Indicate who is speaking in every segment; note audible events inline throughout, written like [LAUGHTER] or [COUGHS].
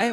Speaker 1: 哎，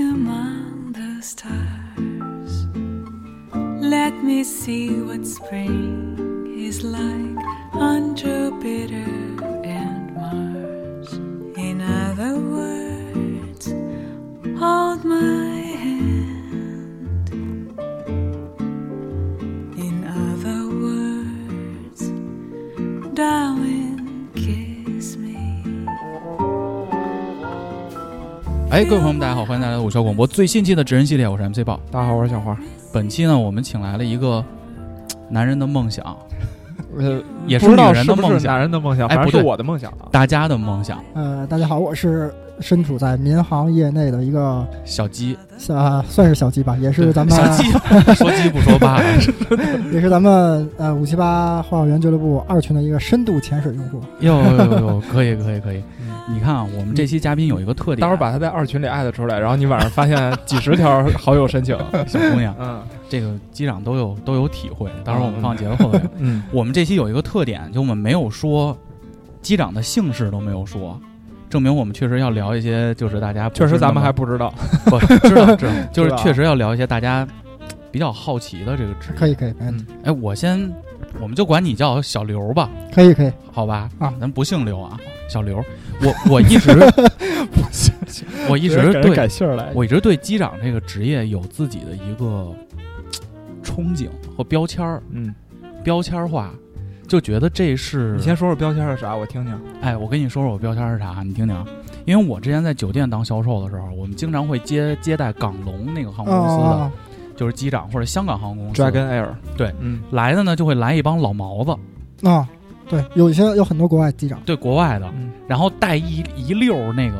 Speaker 2: among the stars. Let me see what spring is like on Jupiter and Mars. In other words, hold my hand. In other words, Darling, kiss me.
Speaker 3: 哎，各位朋友们，大家好，欢迎大家来到五七八广播最新期的职人系列，我是 MC 豹。
Speaker 4: 大家好，我是小花。
Speaker 3: 本期呢，我们请来了一个嘖男人的梦想，
Speaker 4: 呃，
Speaker 3: 也是
Speaker 4: 不知道
Speaker 3: 女人的
Speaker 4: 是不是
Speaker 3: 梦想
Speaker 4: 男人的梦想，
Speaker 3: 哎
Speaker 4: 反
Speaker 3: 不
Speaker 4: 正
Speaker 3: 对
Speaker 4: 是我的梦想啊。
Speaker 3: 大家的梦想，
Speaker 5: 呃，大家好，我是身处在民航业内的一个
Speaker 3: 小鸡，
Speaker 5: 小、啊算是小鸡吧，也是咱们
Speaker 3: 小鸡，说鸡不说啊爸。
Speaker 5: [LAUGHS] 也是咱们呃五七八花园俱乐部二群的一个深度潜水用户。
Speaker 3: [LAUGHS] 哟哟哟，可以可以可以
Speaker 4: 嗯，
Speaker 3: 你看啊，我们这期嘉宾有一个特点，啊
Speaker 4: 待会儿把他在二群里艾特出来，然后你晚上发现几十条好友申请。
Speaker 3: 小姑娘，
Speaker 4: 嗯
Speaker 3: 这个机长都有都有体会，到时候我们放节目后面。
Speaker 4: 嗯，
Speaker 3: 我们这期有一个特点，就我们没有说机长的姓氏都没有说，证明我们确实要聊一些，就是大家不
Speaker 4: 确
Speaker 3: 是
Speaker 4: 实咱们
Speaker 3: 那
Speaker 4: 还
Speaker 3: 么
Speaker 4: 不知道。
Speaker 3: 不知道知道，
Speaker 4: [LAUGHS]
Speaker 3: 就是
Speaker 4: 知道
Speaker 3: 确实要聊一些大家比较好奇的这个职业。
Speaker 5: 可以可以，没
Speaker 4: 嗯
Speaker 5: 问题，
Speaker 3: 哎，我先，我们就管你叫小刘吧，
Speaker 5: 可以可以，
Speaker 3: 好吧？
Speaker 5: 啊
Speaker 3: 咱不姓刘啊，小刘。我我一
Speaker 4: [LAUGHS]
Speaker 3: 直我一直
Speaker 4: 给人改
Speaker 3: 对
Speaker 4: 姓儿来。
Speaker 3: 我一直对机长这个职业有自己的一个憧憬和标签儿
Speaker 4: 嗯，
Speaker 3: 标签儿化，就觉得这是
Speaker 4: 你先说说标签是啥，我听听。
Speaker 3: 哎，我跟你说说我标签是啥，你听听啊。因为我之前在酒店当销售的时候，我们经常会接接待港龙那个航空公司的，
Speaker 5: 哦，
Speaker 3: 就是机长或者香港航空公司
Speaker 4: Dragon Air。
Speaker 3: 对，
Speaker 4: 嗯，
Speaker 3: 来的呢，就会来一帮老毛子，
Speaker 5: 哦哦对，有一些有很多国外机长，
Speaker 3: 对国外的，
Speaker 4: 嗯
Speaker 3: 然后带一一溜儿那个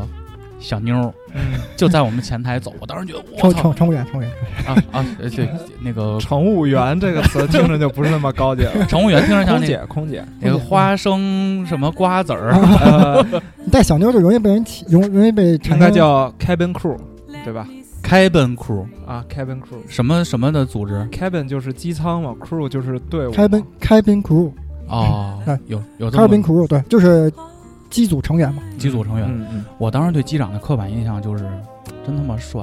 Speaker 3: 小妞儿，
Speaker 4: 嗯，
Speaker 3: 就在我们前台走。我当时觉得我
Speaker 5: 乘
Speaker 3: 操
Speaker 5: 乘乘务员乘务员，
Speaker 3: 啊啊，呃对，那个
Speaker 4: 乘务员这个词 [LAUGHS] 听着就不是那么高级了。
Speaker 3: 乘务员听着像
Speaker 4: 空
Speaker 3: 那
Speaker 4: 姐，空姐，
Speaker 3: 那个花生什么瓜子儿，
Speaker 4: 呃，
Speaker 5: 你带小妞就容易被人起，容容易被
Speaker 4: 应
Speaker 5: 产
Speaker 4: 该
Speaker 5: 生
Speaker 4: 叫呃 cabin crew 对吧？
Speaker 3: [LAUGHS] 开奔 crew
Speaker 4: 啊，cabin crew。
Speaker 3: 什么什么的组织
Speaker 4: cabin 就是机舱嘛，crew 就是队伍嘛。
Speaker 5: 开宾开宾 crew，
Speaker 3: 哦
Speaker 5: 哎，
Speaker 3: 有有
Speaker 5: 开
Speaker 3: 这
Speaker 5: 宾
Speaker 3: 么
Speaker 5: crew，对，就是机组成员嘛。
Speaker 3: 几组成员。
Speaker 4: 嗯嗯。
Speaker 3: 我当时对机长的刻板印象就是，真他妈
Speaker 4: [LAUGHS]
Speaker 3: 帅，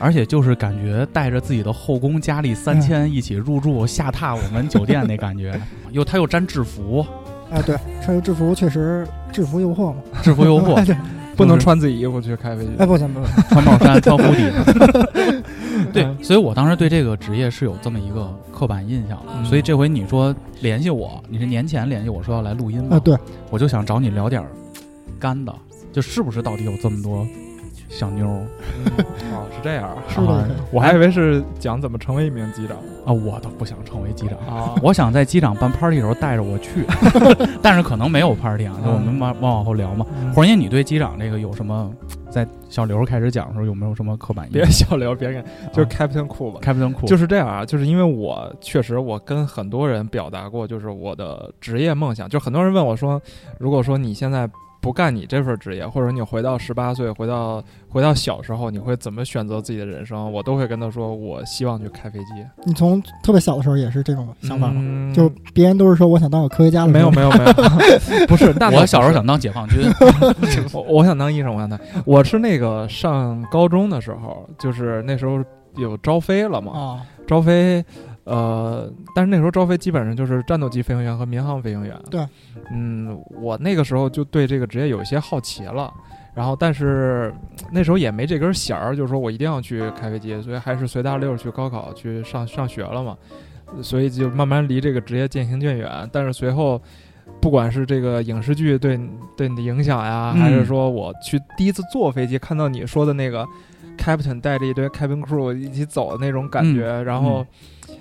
Speaker 3: 而且就是感觉带着自己的后宫佳丽三千一起入住下榻我们酒店那感
Speaker 4: [LAUGHS]
Speaker 3: 觉，又他又沾制服，
Speaker 5: 哎，
Speaker 3: [LAUGHS]
Speaker 5: 对，穿着制服确实制服诱惑嘛。
Speaker 3: 制服
Speaker 4: [LAUGHS]
Speaker 3: 诱惑，
Speaker 5: 对，
Speaker 4: 不能穿自己衣服去开飞机。
Speaker 5: 哎，不行不行，
Speaker 3: 穿帽衫穿蝴蝶，
Speaker 4: [LAUGHS]
Speaker 3: [LAUGHS]
Speaker 4: 嗯
Speaker 3: 对，所以我当时对这个职业是有这么一个刻板印象的，
Speaker 4: 嗯
Speaker 3: 所以这回你说联系我，你是年前联系我说要来录音
Speaker 5: 啊
Speaker 3: 嘛，
Speaker 5: 对，
Speaker 3: 我就想找你聊点儿干的，就是不是到底有这么多小妞儿
Speaker 4: 哦，是这样啊，
Speaker 5: 是的，
Speaker 4: 我还以为是讲怎么成为一名机长
Speaker 3: 啊？我都不想成为机长。
Speaker 4: 啊
Speaker 3: 我想在机长办 party 的时候带着我去， [LAUGHS] 但是可能没有 party 啊，就我
Speaker 5: 嗯
Speaker 3: 们往往往后聊嘛。黄爷，你对机长这个有什么？在小刘开始讲的时候有没有什么刻板印
Speaker 4: 别
Speaker 3: 象啊
Speaker 4: 小聊，别看，就是 Captain Cool 吧。
Speaker 3: ？Captain Cool
Speaker 4: 就是这样啊，就是因为我确实我跟很多人表达过，就是我的职业梦想。就很多人问我说，如果说你现在不干你这份职业，或者你回到十八岁，回到回到小时候，你会怎么选择自己的人生？我都会跟他说，我希望去开飞机。
Speaker 5: 你从特别小的时候也是这种想法吗？
Speaker 4: 嗯
Speaker 5: 就别人都是说我想当个科学家的时
Speaker 4: 没有
Speaker 5: 候，
Speaker 4: 没有没有，不是。那倒
Speaker 3: 我小时候
Speaker 4: 不是
Speaker 3: 想当
Speaker 4: [LAUGHS]
Speaker 3: 解放军，
Speaker 4: 我我想当医生，我想当。我是那个上高中的时候，就是那时候有招飞了嘛，
Speaker 5: 啊，
Speaker 4: 招飞，呃，但是那时候招飞基本上就是战斗机飞行员和民航飞行员。
Speaker 5: 对，
Speaker 4: 嗯，我那个时候就对这个职业有一些好奇了。然后，但是嗯那时候也没这根弦儿，就是说我一定要去开飞机，所以还是随大溜儿去高考去上 [LAUGHS] 上学了嘛，所以就慢慢离这个职业渐行渐远。但是随后，不管是这个影视剧对你对你的影响呀，
Speaker 3: 嗯
Speaker 4: 还是说我去第一次坐飞机看到你说的那个 captain 带着一堆 cabin crew 一起走的那种感觉，然后。
Speaker 3: 嗯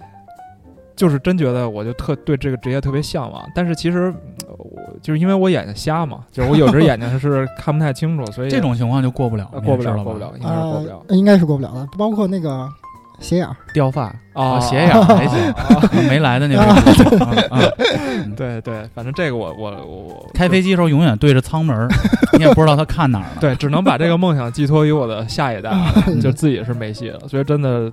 Speaker 4: 就是真觉得我就特对这个职业特别向往，但是其实呃我就是因为我眼睛瞎嘛，就是我有只眼睛
Speaker 3: [LAUGHS]
Speaker 4: 是看不太清楚，所以
Speaker 3: 这种情况就过不了
Speaker 4: 呃，过不
Speaker 3: 面试
Speaker 4: 了，
Speaker 3: 吧
Speaker 4: 过不了，应该是过不
Speaker 5: 啊呃
Speaker 4: 了。，
Speaker 5: 应该是过不了的。包括那个斜眼儿，
Speaker 3: 掉发
Speaker 4: 啊
Speaker 3: 斜眼儿还行，
Speaker 4: [LAUGHS]
Speaker 3: 没来的那种。 [LAUGHS] 啊啊
Speaker 4: 对对，反正这个我我我我
Speaker 3: 开飞机的时候永远对着舱门儿，你也不知道他看哪儿了。
Speaker 4: 对，只能把这个梦想寄托于我的下一代，
Speaker 5: 啊
Speaker 4: 啊
Speaker 5: [LAUGHS]
Speaker 4: 就自己是没戏了，所以真的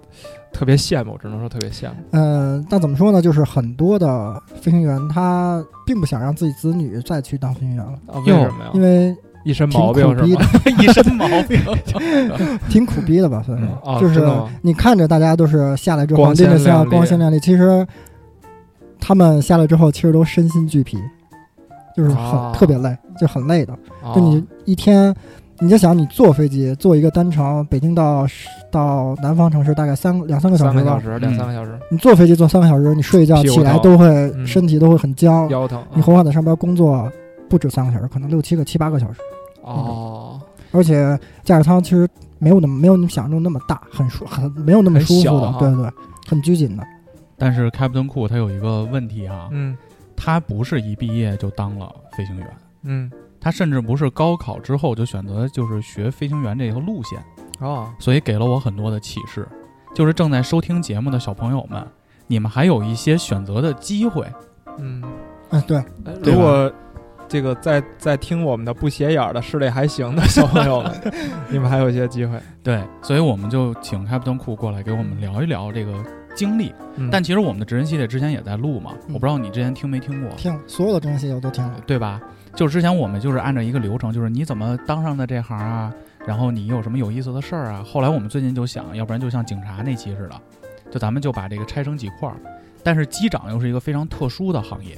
Speaker 4: 特别羡慕，只能说特别羡慕。
Speaker 5: 嗯，那怎么说呢？就是很多的飞行员他并不想让自己子女再去当飞行员了，
Speaker 4: 啊、为
Speaker 3: 哟
Speaker 4: 什么呀
Speaker 5: 因？为
Speaker 4: 一身
Speaker 5: 挺
Speaker 4: 毛
Speaker 5: 苦
Speaker 4: 病是
Speaker 5: 逼的
Speaker 4: 吗？，
Speaker 3: 一身毛病。
Speaker 5: 挺苦逼的吧，算是。
Speaker 3: 嗯
Speaker 4: 啊，
Speaker 5: 就
Speaker 4: 真
Speaker 5: 是
Speaker 4: 的吗
Speaker 5: 你看着大家都是下来之后
Speaker 4: 光鲜
Speaker 5: 拎着箱
Speaker 4: 亮丽
Speaker 5: 光鲜亮丽，其实他们下来之后其实都身心俱疲，就是很、
Speaker 4: 啊
Speaker 5: 特别累，就很累的。
Speaker 4: 啊
Speaker 5: 就你一天，你就想你坐飞机坐一个单程，北京到到南方城市大概三两三个小
Speaker 4: 三
Speaker 5: 时
Speaker 4: 个小
Speaker 5: 吧。
Speaker 4: 时，两
Speaker 3: 嗯
Speaker 4: 三个小时，
Speaker 5: 你坐飞机坐三个小时，你睡一觉
Speaker 4: 屁股
Speaker 5: 起来
Speaker 4: 疼
Speaker 5: 都会、
Speaker 4: 嗯
Speaker 5: 身体都会很僵，
Speaker 4: 腰疼。嗯
Speaker 5: 你何况在上边工作不止三个小时，可能六七个、七八个小时，
Speaker 4: 哦，
Speaker 5: 而且驾驶舱其实没有那么没有你想象中那么大，很舒很没有那么
Speaker 4: 很
Speaker 5: 舒
Speaker 4: 小
Speaker 5: 服的，
Speaker 4: 啊
Speaker 5: 对对，很拘谨的。
Speaker 3: [LAUGHS] 但是开普敦库他有一个问题啊，
Speaker 4: 嗯
Speaker 3: 他不是一毕业就当了飞行员，
Speaker 4: 嗯，
Speaker 3: 他甚至不是高考之后就选择就是学飞行员这条路线，
Speaker 4: 哦，
Speaker 3: 所以给了我很多的启示，就是正在收听节目的小朋友们，你们还有一些选择的机会。
Speaker 4: 嗯，
Speaker 5: 嗯，对，
Speaker 4: 哎
Speaker 3: 对
Speaker 4: 如果这个在在听我们的不斜眼儿的视力还行的小朋友们， [LAUGHS] 你们还有一些机会。
Speaker 3: 对，所以我们就请开普敦库过来给我们聊一聊这个经历。
Speaker 4: 嗯
Speaker 3: 但其实我们的职人系列之前也在录嘛，我
Speaker 5: 嗯
Speaker 3: 不知道你之前听没听过，
Speaker 5: 听所有的真人系列我都听了。
Speaker 3: 对吧？就是之前我们就是按照一个流程，就是你怎么当上的这行啊，然后你有什么有意思的事儿啊。后来我们最近就想，要不然就像警察那期似的，就咱们就把这个拆成几块儿。但是机长又是一个非常特殊的行业，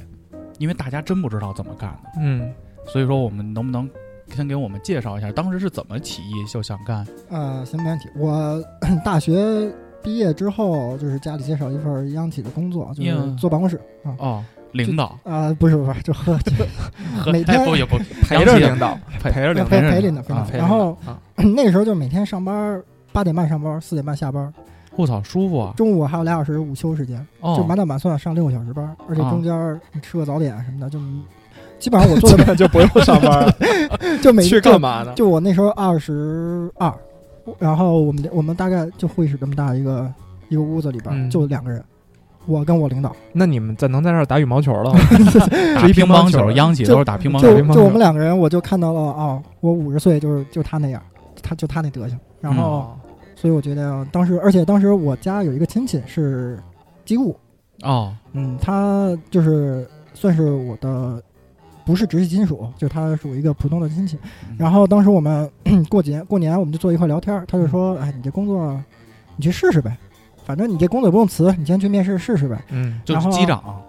Speaker 3: 因为大家真不知道怎么干的，
Speaker 4: 嗯
Speaker 3: 所以说我们能不能先给我们介绍一下当时是怎么起义就想干？
Speaker 4: 嗯
Speaker 5: 呃，行，没问题。我 [CLEARS THROAT] 大学毕业之后，就是家里介绍一份央企的工作，就
Speaker 3: 呀
Speaker 5: 是
Speaker 4: 嗯
Speaker 5: 坐办公室啊。
Speaker 3: 哦，领导
Speaker 5: 啊、不是不是，就喝就
Speaker 3: [LAUGHS] 和
Speaker 5: 每天
Speaker 3: 哎不也不
Speaker 4: 陪着领导，陪着领
Speaker 5: 陪
Speaker 4: 导，
Speaker 5: 陪陪
Speaker 3: 人
Speaker 5: 领导陪领
Speaker 3: 啊
Speaker 5: 导，
Speaker 4: 陪着
Speaker 5: 然后
Speaker 4: 领导啊
Speaker 5: 那个时候就每天上班八点半上班，四点半下班，
Speaker 3: 我操舒服啊！
Speaker 5: 中午还有俩小时午休时间，就
Speaker 3: 哦
Speaker 5: 满打满算上六个小时班，而且
Speaker 3: 啊
Speaker 4: 哦
Speaker 5: 中间儿你吃个早点什么的，就基本上我做的
Speaker 4: [LAUGHS] 就不用上班了，
Speaker 5: [LAUGHS] 就每
Speaker 4: 去
Speaker 5: 就
Speaker 4: 干嘛呢？
Speaker 5: 就我那时候二十二，然后我们我们大概就会议室这么大一个一个屋子里边、
Speaker 4: 嗯
Speaker 5: 就两个人，我跟我领导，
Speaker 4: 那你们在能在这儿打羽毛球
Speaker 5: 啊
Speaker 4: 了吗？
Speaker 3: 打
Speaker 4: 一
Speaker 3: 乒
Speaker 4: 乒
Speaker 3: 乓
Speaker 4: 乓
Speaker 3: 球，啊
Speaker 4: 球
Speaker 3: 央企
Speaker 5: 就
Speaker 3: 都是打乒乓
Speaker 5: 就
Speaker 3: 球
Speaker 4: 乒乓
Speaker 5: 就
Speaker 4: 球
Speaker 5: 我们两个人，我就看到了哦，我五十岁就是就他那样，他就他那德行，然后、
Speaker 4: 哦
Speaker 5: 所以我觉得当时，而且当时我家有一个亲戚是机务，
Speaker 3: 哦
Speaker 5: 嗯，他就是算是我的。不是直系亲属，就他属于一个普通的亲戚。
Speaker 4: 嗯
Speaker 5: 然后当时我们 [CLEARS THROAT] 过节过年，我们就坐一块聊天儿，他
Speaker 4: 嗯
Speaker 5: 就说：“哎，你这工作，你去试试呗，反正你这工作也不用辞，你先去面试试试呗。
Speaker 4: 嗯，
Speaker 3: 就
Speaker 5: 然
Speaker 3: 是
Speaker 5: 后
Speaker 3: 机长，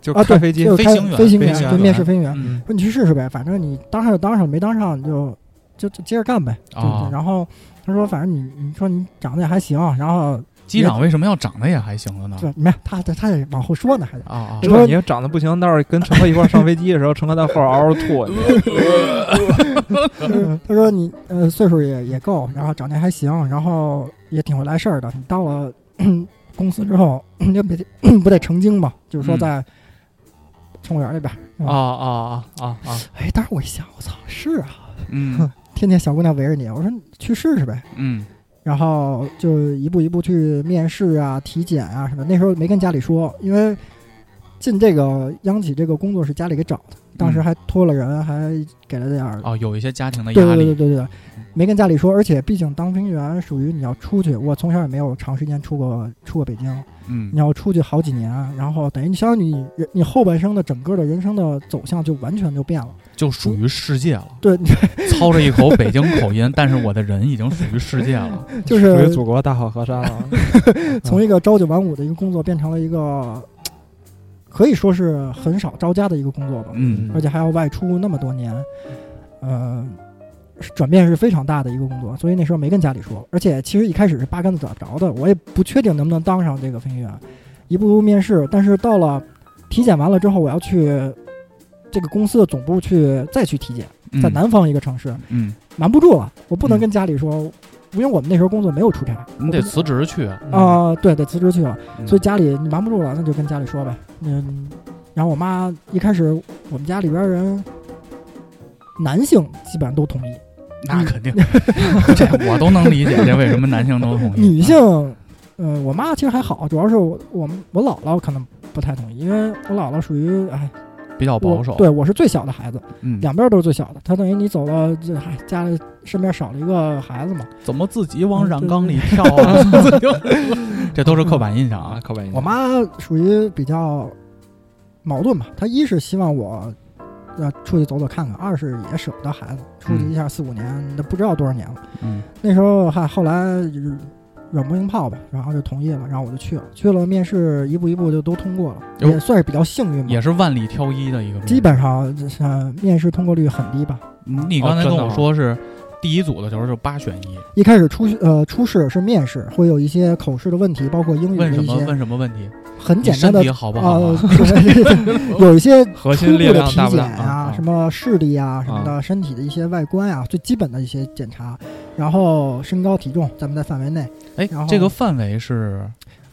Speaker 4: 就
Speaker 5: 啊，
Speaker 4: 开
Speaker 5: 对，
Speaker 4: 飞机
Speaker 5: 就，
Speaker 3: 飞
Speaker 5: 开
Speaker 3: 行员
Speaker 5: 飞行
Speaker 4: 飞
Speaker 5: 员
Speaker 4: 行
Speaker 5: 就
Speaker 4: 员
Speaker 5: 面试飞行员，
Speaker 3: 嗯
Speaker 5: 说你去试试呗，反正你当上就当上，没当上你就就就接着干呗。就
Speaker 3: 哦
Speaker 5: 就然后他说，反正你你说你长得也还行，然后
Speaker 3: 机长为什么要长得也还行了呢？
Speaker 5: 这没有他他他也往后说呢，还得
Speaker 3: 啊啊！
Speaker 4: 如果你要长得不行，到时候跟陈哥一块儿上飞机的时候，陈哥在后边嗷嗷吐你，
Speaker 3: [LAUGHS]
Speaker 5: 就是他说你呃岁数也也够，然后长得还行，然后也挺会来事儿的。你到了 [CLEARS THROAT] 公司之后，你就别不得成精嘛，就是说
Speaker 3: 嗯
Speaker 5: 在乘务员那边是吧
Speaker 4: [LAUGHS] 啊啊啊啊啊！
Speaker 5: 哎，当时我一想，我操，是啊， [LAUGHS]
Speaker 3: 嗯
Speaker 5: 天天小姑娘围着你，我说你去试试呗。 [LAUGHS]
Speaker 3: 嗯
Speaker 5: 然后就一步一步去面试啊、体检啊什么的。那时候没跟家里说，因为进这个央企这个工作是家里给找的，当时还托了人，还给了点儿。
Speaker 3: 嗯哦，有一些家庭的
Speaker 5: 对
Speaker 3: 压
Speaker 5: 对对对
Speaker 3: 力，嗯
Speaker 5: 对对，没跟家里说，而且毕竟当飞行员属于你要出去，我从小也没有长时间出过出过北京，
Speaker 3: 嗯
Speaker 5: 你要出去好几年，啊然后等于你相当于你人你后半生的整个的人生的走向就完全就变了。
Speaker 3: 就属于世界了，
Speaker 5: 对， [LAUGHS]
Speaker 3: 操着一口北京口音，但是我的人已经属于世界了。
Speaker 5: 就
Speaker 4: 属于
Speaker 5: 是
Speaker 4: 祖国大好河山了。
Speaker 3: 嗯
Speaker 5: 从一个朝九晚五的一个工作变成了一个，可以说是很少招家的一个工作吧，
Speaker 3: 嗯
Speaker 5: 而且还要外出那么多年，呃，是转变是非常大的一个工作，所以那时候没跟家里说，而且其实一开始是八竿子打不着的，我也不确定能不能当上这个飞行员，一步步面试，但是到了体检完了之后，我要去这个公司的总部去再去体检，
Speaker 3: 嗯
Speaker 5: 在南方一个城市，
Speaker 3: 嗯，
Speaker 5: 瞒不住了，我不能
Speaker 3: 嗯
Speaker 5: 跟家里说，因为我们那时候工作没有出差，
Speaker 3: 你得辞职去，
Speaker 5: [LAUGHS]
Speaker 4: 啊，
Speaker 5: 啊、对，得辞职去了。
Speaker 3: 嗯
Speaker 5: 所以家里你瞒不住了，那就跟家里说呗。嗯，然后我妈一开始我们家里边人，男性基本上都同意，
Speaker 3: 嗯那肯定，这我都能理解，这为什么男性都同意？
Speaker 5: 女性呃，我妈其实还好，主要是我我们我姥姥可能不太同意，因为我姥姥属于哎
Speaker 3: 比较保守
Speaker 5: 我，对我是最小的孩子，
Speaker 3: 嗯，
Speaker 5: 两边儿都是最小的，她等于你走了，这还家里身边少了一个孩子嘛。
Speaker 3: 怎么自己
Speaker 5: 嗯
Speaker 3: 往染缸里跳啊？
Speaker 5: [LAUGHS]
Speaker 3: [LAUGHS] 这都是刻板印象
Speaker 4: 啊，
Speaker 3: 啊。
Speaker 4: 刻板印象。
Speaker 5: 我妈属于比较矛盾吧，她一是希望我要出去走走看看，二是也舍不得孩子，出去一下四五年，那不知道多少年了。
Speaker 3: 嗯
Speaker 5: 那时候还后来就是软磨硬泡吧，然后就同意了，然后我就去了，去了面试一步一步就都通过了，
Speaker 3: 哟
Speaker 5: 也算是比较幸运吧
Speaker 3: 也。是万里挑一的一个面试。
Speaker 5: 基本上就是呃面试通过率很低吧。
Speaker 3: 你
Speaker 4: 哦
Speaker 3: 刚才跟我说是第一组的时候就八选一，
Speaker 5: 一开始初呃初试是面试，会有一些口试的问题，包括英语
Speaker 3: 问
Speaker 5: 的
Speaker 3: 什
Speaker 5: 一
Speaker 3: 么
Speaker 5: 些
Speaker 3: 问什么问题？
Speaker 5: 嗯很
Speaker 3: 你
Speaker 5: 简单
Speaker 3: 身
Speaker 5: 的
Speaker 3: 体好不好啊？
Speaker 5: 呃 [LAUGHS] 有一些
Speaker 4: 核
Speaker 5: 初
Speaker 4: 心
Speaker 5: 步
Speaker 4: 力
Speaker 5: 的
Speaker 4: 量
Speaker 5: 体
Speaker 4: 大不
Speaker 5: 检
Speaker 4: 大
Speaker 5: 啊
Speaker 3: 啊，
Speaker 5: 什么视力啊，什么的，身体的一些外观啊，最基本的一些检查，然后身高体重，咱们在范围内。
Speaker 3: 哎
Speaker 5: 然后，
Speaker 3: 这个范围是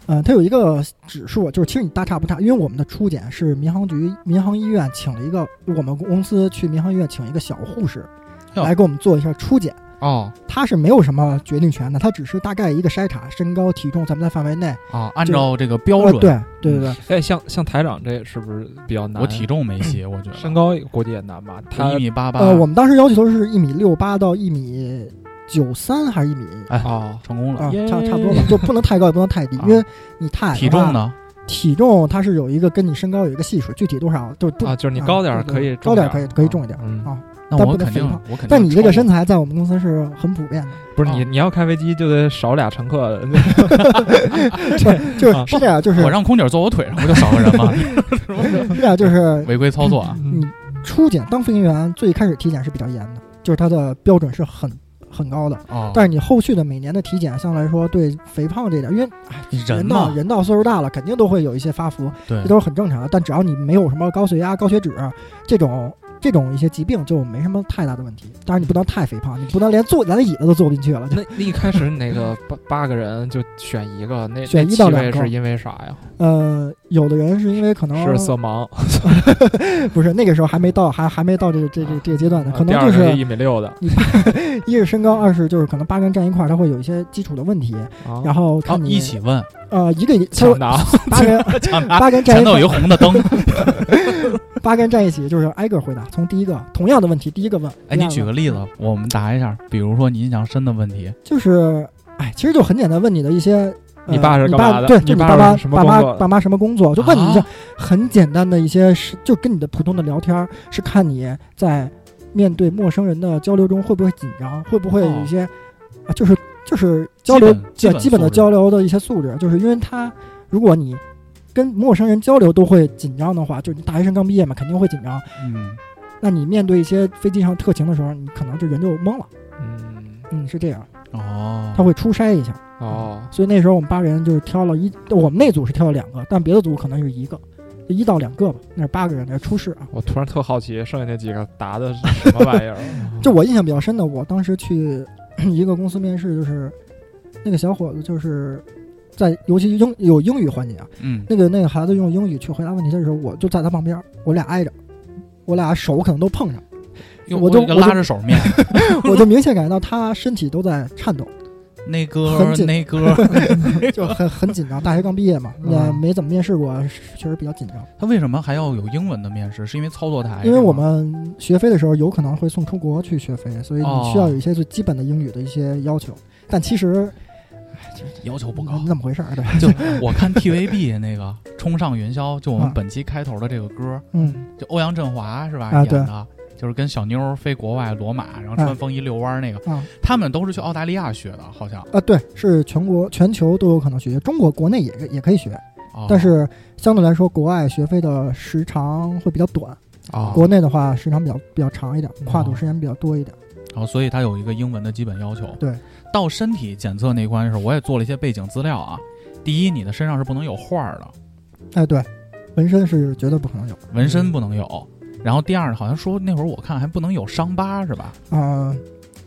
Speaker 5: 嗯，它有一个指数，就是其实你大差不差，因为我们的初检是民航局、民航医院请了一个，我们公司去民航医院请一个小护士
Speaker 3: 哟
Speaker 5: 来给我们做一下初检，
Speaker 4: 哦
Speaker 5: 他是没有什么决定权的，他只是大概一个筛查，身高体重咱们在范围内。
Speaker 3: 啊，按照这个标
Speaker 5: 呃
Speaker 3: 准，
Speaker 5: 对对对对，
Speaker 4: 哎，像像台长这是不是比较难？
Speaker 3: 我体重没戏，我觉得
Speaker 4: 身高估计也难吧？他
Speaker 3: 一米八八，
Speaker 5: 呃，我们当时要求是一米六八到一米九三还是一米
Speaker 3: 哎，
Speaker 4: 哦，
Speaker 3: 成功了
Speaker 5: 啊。，差差不多吧，就不能太高，也不能太低，因为你太矮的
Speaker 3: 体重
Speaker 5: 话？
Speaker 3: 呢？
Speaker 5: 体重它是有一个跟你身高有一个系数，具体多少就不
Speaker 4: 啊，就是你高点儿
Speaker 5: 对
Speaker 4: 可以
Speaker 5: 高
Speaker 4: 重
Speaker 5: 点儿
Speaker 4: 点儿，
Speaker 5: 可以可以重一点儿
Speaker 4: 嗯，
Speaker 5: 啊。
Speaker 3: 那
Speaker 5: 但
Speaker 3: 我
Speaker 5: 不能
Speaker 3: 肯定
Speaker 5: 肥胖，
Speaker 3: 我肯定。
Speaker 5: 但你这个身，材在我们公司是很普遍的，
Speaker 4: [LAUGHS] 不是
Speaker 3: 啊
Speaker 4: 你你要开飞机就得少俩乘
Speaker 5: [LAUGHS]
Speaker 4: 客，
Speaker 5: 对，就是是这样，就是
Speaker 3: 我让空姐坐我腿上，不就少个人吗？
Speaker 5: [LAUGHS] 是这样，就是
Speaker 3: 违规操作啊！
Speaker 5: 你初检当飞行员最开始体检是比较严的，就是它的标准是很很高的。
Speaker 3: 哦，
Speaker 5: 但是你后续的每年的体检，相对来说对肥胖这点，因为
Speaker 3: 人
Speaker 5: 人到
Speaker 3: 嘛，
Speaker 5: 人到岁数大了，肯定都会有一些发福，
Speaker 3: 对哦
Speaker 5: 这，都是很正常的。但只要你没有什么高血压、高血脂啊这种这种一些疾病，就没什么太大的问题。当然，你不能太肥胖，你不能连坐咱的椅子都坐不进去了。就
Speaker 4: 那那一开始你那个八八个人就选一个，那
Speaker 5: 选
Speaker 4: 那
Speaker 5: 一到
Speaker 4: 气
Speaker 5: 两
Speaker 4: 味
Speaker 5: 个
Speaker 4: 是因为啥呀？
Speaker 5: [LAUGHS] 呃，有的人是因为可能
Speaker 4: 是色盲，
Speaker 5: 不是那个时候还没到，还还没到这个这个这个阶段呢，可
Speaker 4: 啊第
Speaker 5: 能
Speaker 4: 二
Speaker 5: 就
Speaker 4: 个
Speaker 5: 是
Speaker 4: 一米六的，
Speaker 5: 一是身高，二是就是可能八个人站一块儿，他会有一些基础的问题，
Speaker 4: 啊
Speaker 5: 然后
Speaker 3: 哦
Speaker 5: 看，你
Speaker 3: 一起问，
Speaker 5: 呃一个他 [LAUGHS]
Speaker 4: 抢答，
Speaker 5: 八个人
Speaker 3: 抢答，
Speaker 5: 八个人站
Speaker 3: 前
Speaker 5: 一
Speaker 3: 头有一
Speaker 5: 块
Speaker 3: 个红的灯。
Speaker 5: 儿，八个人站一起就是挨个回答，从第一个同样的问题第一个问，
Speaker 3: 哎，
Speaker 5: 第
Speaker 3: 你
Speaker 5: 二
Speaker 3: 举个例子，我们答一下。比如说你印象深的问题，
Speaker 5: 就是，哎，其实就很简单，问你的一些。呃
Speaker 4: 你爸是
Speaker 5: 你
Speaker 4: 干嘛
Speaker 5: 爸
Speaker 4: 的
Speaker 5: 对，
Speaker 4: 你
Speaker 5: 就你
Speaker 4: 爸
Speaker 5: 爸
Speaker 4: 是
Speaker 5: 妈爸
Speaker 4: 什么
Speaker 5: 妈
Speaker 4: 工作
Speaker 5: 爸妈什么工作？就问你一下
Speaker 3: 啊，
Speaker 5: 很简单的一些事，就跟你的普通的聊天儿，是看你在面对陌生人的交流中会不会紧张，会不会
Speaker 4: 哦
Speaker 5: 有一些，啊，就是就是交流
Speaker 3: 基本基
Speaker 5: 对
Speaker 3: 本
Speaker 5: 基本的
Speaker 3: 素质
Speaker 5: 交流的一些素质，就是因为他，如果你跟陌生人交流都会紧张的话，就是你大学生刚毕业嘛，肯定会紧张。
Speaker 3: 嗯，
Speaker 5: 那你面对一些飞机上特情的时候，你可能就人就懵了，
Speaker 4: 嗯，
Speaker 5: 嗯，是这样，
Speaker 3: 哦，
Speaker 5: 他会初筛一下。
Speaker 4: 哦，
Speaker 5: 所以那时候我们八人就是挑了一，我们那组是挑了两个，但别的组可能是一个，就一到两个吧。那是八个人，那是初试啊。
Speaker 4: 我突然特好奇，剩下那几个答的是什么玩意儿？
Speaker 5: 就我印象比较深的，我当时去 [COUGHS] 一个公司面试，就是那个小伙子就是在，尤其英有英语环节啊，
Speaker 3: 嗯，
Speaker 5: 那个那个孩子用英语去回答问题的时候，我就在他旁边，我俩挨着，我俩手可能都碰上， [LAUGHS]
Speaker 3: 哟
Speaker 5: 我就
Speaker 3: 要
Speaker 5: 我就
Speaker 3: 拉着手面，
Speaker 5: 我就明显感觉到他身体都在颤抖，
Speaker 3: 那歌
Speaker 5: 很紧
Speaker 3: 那歌，
Speaker 5: [LAUGHS] 就很很紧张。大学刚毕业嘛，也没怎么面试过，确实比较紧张。
Speaker 3: 他为什么还要有英文的面试？是因为操作台？
Speaker 5: 因为我们学飞的时候有可能会送出国去学飞，所以你
Speaker 3: 哦
Speaker 5: 需要有一些最基本的英语的一些要求。但其实
Speaker 3: 是吗要求不
Speaker 5: 那 [LAUGHS]
Speaker 3: 高，
Speaker 5: 那么回事儿，对吧？
Speaker 3: 就我看 TVB 那个《冲上云霄》，就我们
Speaker 5: 啊
Speaker 3: 本期开头的这个歌，
Speaker 5: 嗯，
Speaker 3: 就欧阳震华是吧
Speaker 5: 啊
Speaker 3: 演
Speaker 5: 对
Speaker 3: 的，就是跟小妞儿飞国外罗马，然后穿风衣遛弯儿那个
Speaker 5: 啊，
Speaker 3: 他们都是去澳大利亚学的，好像。
Speaker 5: 啊，对，是全国全球都有可能学，中国国内也也可以学，
Speaker 3: 哦
Speaker 5: 但是相对来说，国外学飞的时长会比较短，
Speaker 3: 啊，
Speaker 5: 国内的话时长比较比较长一点，跨
Speaker 3: 哦
Speaker 5: 度时间比较多一点。
Speaker 3: 然后所以它有一个英文的基本要求。
Speaker 5: 对，
Speaker 3: 到身体检测那一关的时候，我也做了一些背景资料啊。第一，你的身上是不能有画儿的，
Speaker 5: 哎，对，纹身是绝对不可能有的。
Speaker 3: 纹身不能有。然后第二，好像说那会儿我看还不能有伤疤是吧？
Speaker 5: 嗯、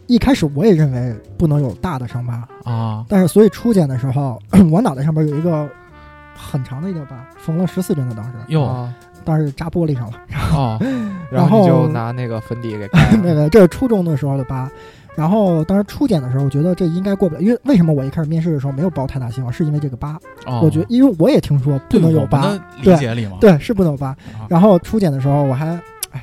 Speaker 5: 一开始我也认为不能有大的伤疤，
Speaker 3: 啊，
Speaker 5: 但是所以初检的时候， [CLEARS THROAT] 我脑袋上面有一个很长的一个疤，缝了十四针的当时，
Speaker 3: 哟
Speaker 4: 啊
Speaker 5: 但是扎玻璃上了。
Speaker 3: 哦，
Speaker 4: 然
Speaker 5: 然后
Speaker 4: 后你就拿那个粉底给盖
Speaker 5: 那 [LAUGHS]
Speaker 4: 了。
Speaker 5: 个这是初中的时候的疤，然后当时初检的时候，我觉得这应该过不了，因为为什么我一开始面试的时候没有抱太大希望，是因为这个八，
Speaker 3: 哦，
Speaker 5: 我觉得因为我也听说不
Speaker 3: 对
Speaker 5: 能有
Speaker 3: 我们
Speaker 5: 八，
Speaker 3: 的理解里嘛，
Speaker 5: 对，是不能有八
Speaker 3: 啊。
Speaker 5: 然后初检的时候我还，哎，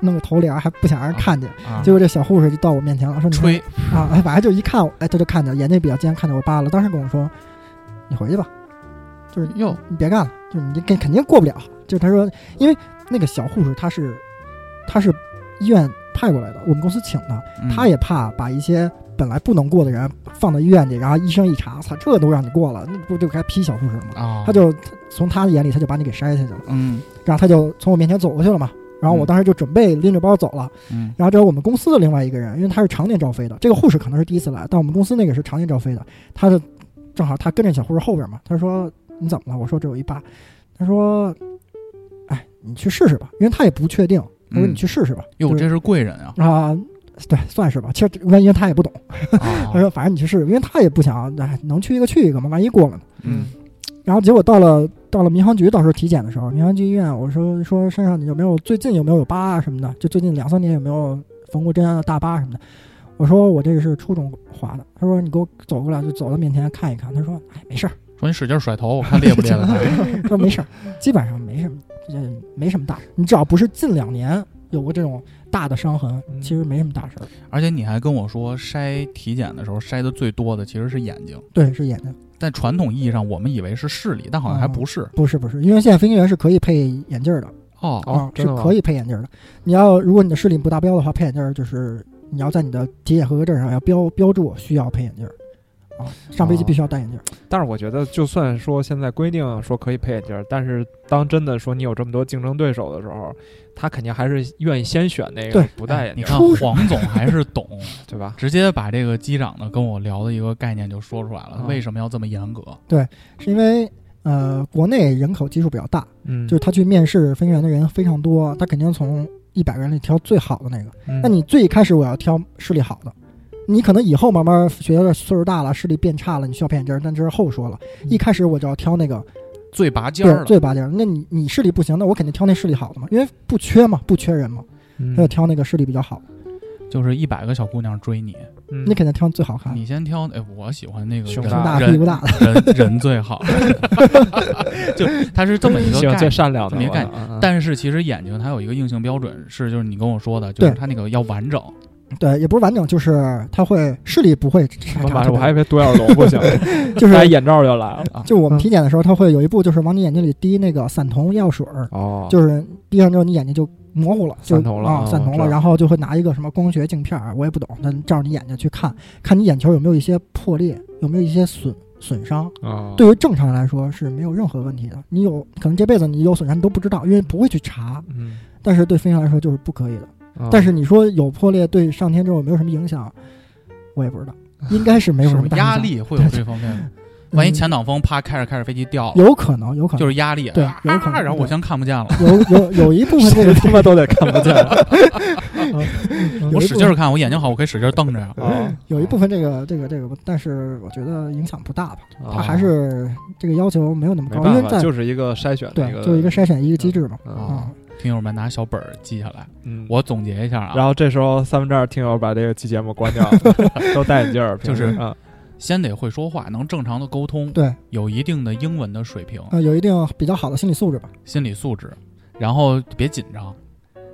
Speaker 5: 弄个头帘儿还不想让人看见，
Speaker 3: 啊，
Speaker 5: 结果这小护士就到我面前了，说你
Speaker 3: 吹
Speaker 5: 啊，哎，反正就一看，哎，他就看见，眼睛比较尖，看见我疤了。当时跟我说：“你回去吧，
Speaker 3: 哟，
Speaker 5: 你别干了，就是你肯肯定过不了。”就是他说，因为那个小护士她是她是医院派过来的，我们公司请的，
Speaker 3: 嗯
Speaker 5: 她也怕把一些本来不能过的人放到医院里，然后医生一查，操，这都让你过了，那不就该批小护士了吗？
Speaker 3: 啊，
Speaker 5: 他就从他的眼里，他就把你给筛下去了，
Speaker 3: 嗯
Speaker 5: 然后他就从我面前走过去了嘛。然后
Speaker 3: 嗯
Speaker 5: 我当时就准备拎着包走了，
Speaker 3: 嗯
Speaker 5: 然后这是我们公司的另外一个人，因为他是常年照飞的。这个护士可能是第一次来，但我们公司那个是常年照飞的。他就正好他跟着小护士后边嘛，他说你怎么了？我说这有一疤。他说，哎，你去试试吧，因为他也不确定。他说
Speaker 3: 嗯
Speaker 5: 你去试试吧。
Speaker 3: 哟，
Speaker 5: 就！
Speaker 3: 这是贵人啊
Speaker 5: 啊、对，算是吧。其实因为因为他也不懂，
Speaker 3: 啊
Speaker 5: [LAUGHS] 他说反正你去试，因为他也不想，哎，能去一个去一个嘛，万一过了呢。
Speaker 3: 嗯
Speaker 5: 然后结果到了到了民航局，到时候体检的时候，民航局医院，我说说身上有没有最近有没有有疤啊什么的，就最近两三年有没有缝过针啊大疤什么的。我说我这个是初中划的，他说你给我走过来，就走到面前看一看。他说哎没事儿，
Speaker 3: 说你使劲甩头，我看裂不裂
Speaker 5: [LAUGHS]
Speaker 3: 了
Speaker 5: 他说没事儿，基本上没什么，这没什么大事。你只要不是近两年有过这种大的伤痕，
Speaker 4: 嗯
Speaker 5: 其实没什么大事儿。
Speaker 3: 而且你还跟我说，筛体检的时候筛的最多的其实是眼睛，
Speaker 5: 对，是眼睛，
Speaker 3: 在传统意义上我们以为是视力，但好像
Speaker 5: 嗯
Speaker 3: 还不是
Speaker 5: 不是不是，因为现在飞行员是可以配眼镜儿的。
Speaker 3: 哦
Speaker 4: 哦
Speaker 5: 啊，
Speaker 4: 真
Speaker 5: 是
Speaker 4: 的吗
Speaker 5: 可以配眼镜儿的。你要如果你的视力不达标的话，配眼镜儿就是你要在你的体检合格证上要标标注需要配眼镜儿啊，上飞机
Speaker 4: 哦
Speaker 5: 必须要戴眼镜儿。
Speaker 4: 但是我觉得，就算说现在规定说可以配眼镜儿，但是当真的说你有这么多竞争对手的时候，他肯定还是愿意先选那个
Speaker 5: 对哎
Speaker 4: 不戴眼
Speaker 3: 哎你
Speaker 4: 镜
Speaker 3: 看
Speaker 5: [LAUGHS]
Speaker 4: 儿，
Speaker 5: 出事
Speaker 3: 黄总还是懂，
Speaker 4: 对吧？
Speaker 3: 直接把这个机长呢跟我聊的一个概念就说出来了
Speaker 5: 嗯
Speaker 4: 啊，
Speaker 3: 为什么要这么严格？
Speaker 5: 是因为呃，国内人口基数比较大，
Speaker 4: 嗯，
Speaker 5: 就是他去面试飞行员的人非常多，他肯定从一百个人里挑最好的那个。
Speaker 4: 那
Speaker 5: 那你最开始我要挑视力好的。你可能以后慢慢学的岁数大了，视力变差了，你需要配眼镜儿，但这是后说了。一开始我就要挑那个
Speaker 3: 最拔尖儿
Speaker 5: 对
Speaker 3: 了，
Speaker 5: 最拔尖儿，那你你视力不行，那我肯定挑那视力好的嘛，因为不缺嘛，不缺人嘛。
Speaker 4: 嗯
Speaker 5: 他就挑那个视力比较好，
Speaker 3: 就是一百个小姑娘追你，
Speaker 4: 嗯
Speaker 5: 你肯定挑最好看的，
Speaker 3: 你先挑，哎，我喜欢那个
Speaker 4: 胸
Speaker 3: 人
Speaker 5: 胸
Speaker 4: 大
Speaker 5: 啊大
Speaker 3: 人
Speaker 5: 屁股大的。
Speaker 3: 人人最好， [LAUGHS] 就他是这么一个
Speaker 4: 喜欢
Speaker 3: 概
Speaker 4: 最
Speaker 3: 念。
Speaker 4: 善良的
Speaker 3: 这么一
Speaker 4: 我，
Speaker 3: 个概
Speaker 4: 嗯
Speaker 3: 但是其实眼睛它有一个硬性标准，是就是你跟我说的，就是
Speaker 5: 对
Speaker 3: 它那个要完整。
Speaker 5: 对，也不是完整，就是他会视力不会
Speaker 4: 嗯
Speaker 5: 差
Speaker 4: 我
Speaker 5: 差
Speaker 4: 马
Speaker 5: 特
Speaker 4: 上
Speaker 5: 别
Speaker 4: 我还以为独眼龙不行，
Speaker 5: 就
Speaker 4: 戴
Speaker 5: 是
Speaker 4: 眼罩就来了啊。
Speaker 5: 就我们体检的时候，他会有一步就是往你眼睛里滴那个散瞳药水儿，
Speaker 4: 哦，
Speaker 5: 就是滴上之后你眼睛就模糊了，就
Speaker 4: 散瞳了
Speaker 5: 啊
Speaker 4: 啊，
Speaker 5: 散
Speaker 4: 我
Speaker 5: 瞳
Speaker 4: 知
Speaker 5: 了，
Speaker 4: 道
Speaker 5: 然后就会拿一个什么光学镜片儿，我也不懂，那照着你眼睛去看看你眼球有没有一些破裂，有没有一些损损伤。
Speaker 4: 哦，
Speaker 5: 对于正常人来说是没有任何问题的，你有可能这辈子你有损伤你都不知道，因为不会去查。
Speaker 4: 嗯，
Speaker 5: 但是对飞行员来说就是不可以的。
Speaker 3: 啊
Speaker 4: 嗯，
Speaker 5: 但是你说有破裂对上天之后有没有什么影响，我也不
Speaker 3: [LAUGHS]
Speaker 5: 知道，应该是没有
Speaker 3: 是不
Speaker 5: 什
Speaker 3: 是
Speaker 5: 么大
Speaker 3: 压
Speaker 5: 影响，
Speaker 3: 力会有这方面的？
Speaker 5: 嗯
Speaker 3: 万一前挡风啪开着开着飞机掉了，
Speaker 5: 有可能，有可
Speaker 3: 就
Speaker 5: 能，
Speaker 3: 是压力，
Speaker 5: 对
Speaker 3: 啊
Speaker 5: 有可能
Speaker 3: 然后我
Speaker 5: 对
Speaker 3: 先看不见
Speaker 5: [LAUGHS]
Speaker 3: 了，
Speaker 5: 有有有一部分这个 [LAUGHS]
Speaker 4: 他妈都得看不见了
Speaker 5: 有
Speaker 3: [LAUGHS] 我
Speaker 5: 一
Speaker 3: 使
Speaker 5: 部
Speaker 3: 劲
Speaker 5: 分
Speaker 3: 儿看，我眼睛好，我可以使劲儿瞪着呀。
Speaker 4: 哦
Speaker 5: 有一部分这个这个这个，但是我觉得影响不大吧，
Speaker 3: 啊
Speaker 4: 哦
Speaker 5: 它还是这个要求没有那么
Speaker 4: 没
Speaker 5: 高，因
Speaker 4: 办
Speaker 5: 为
Speaker 4: 法，
Speaker 5: 在
Speaker 4: 就是一个筛选的
Speaker 5: 对
Speaker 4: 个，
Speaker 5: 就一个筛选一个机制嘛，
Speaker 4: 嗯
Speaker 5: 啊，
Speaker 3: 听友们拿小本儿记下来，
Speaker 4: 嗯，
Speaker 3: 我总结一下啊，
Speaker 4: 然后这时候三分之二听友把这个期节
Speaker 5: [LAUGHS]
Speaker 4: 目关掉了，都戴眼镜儿，平时
Speaker 3: 就是
Speaker 4: 啊，
Speaker 3: 先得会说话，能正常的沟通，
Speaker 5: 对，
Speaker 3: 有一定的英文的水平，
Speaker 5: 呃，有一定比较好的心理素质吧，
Speaker 3: 心理素质，然后别紧张，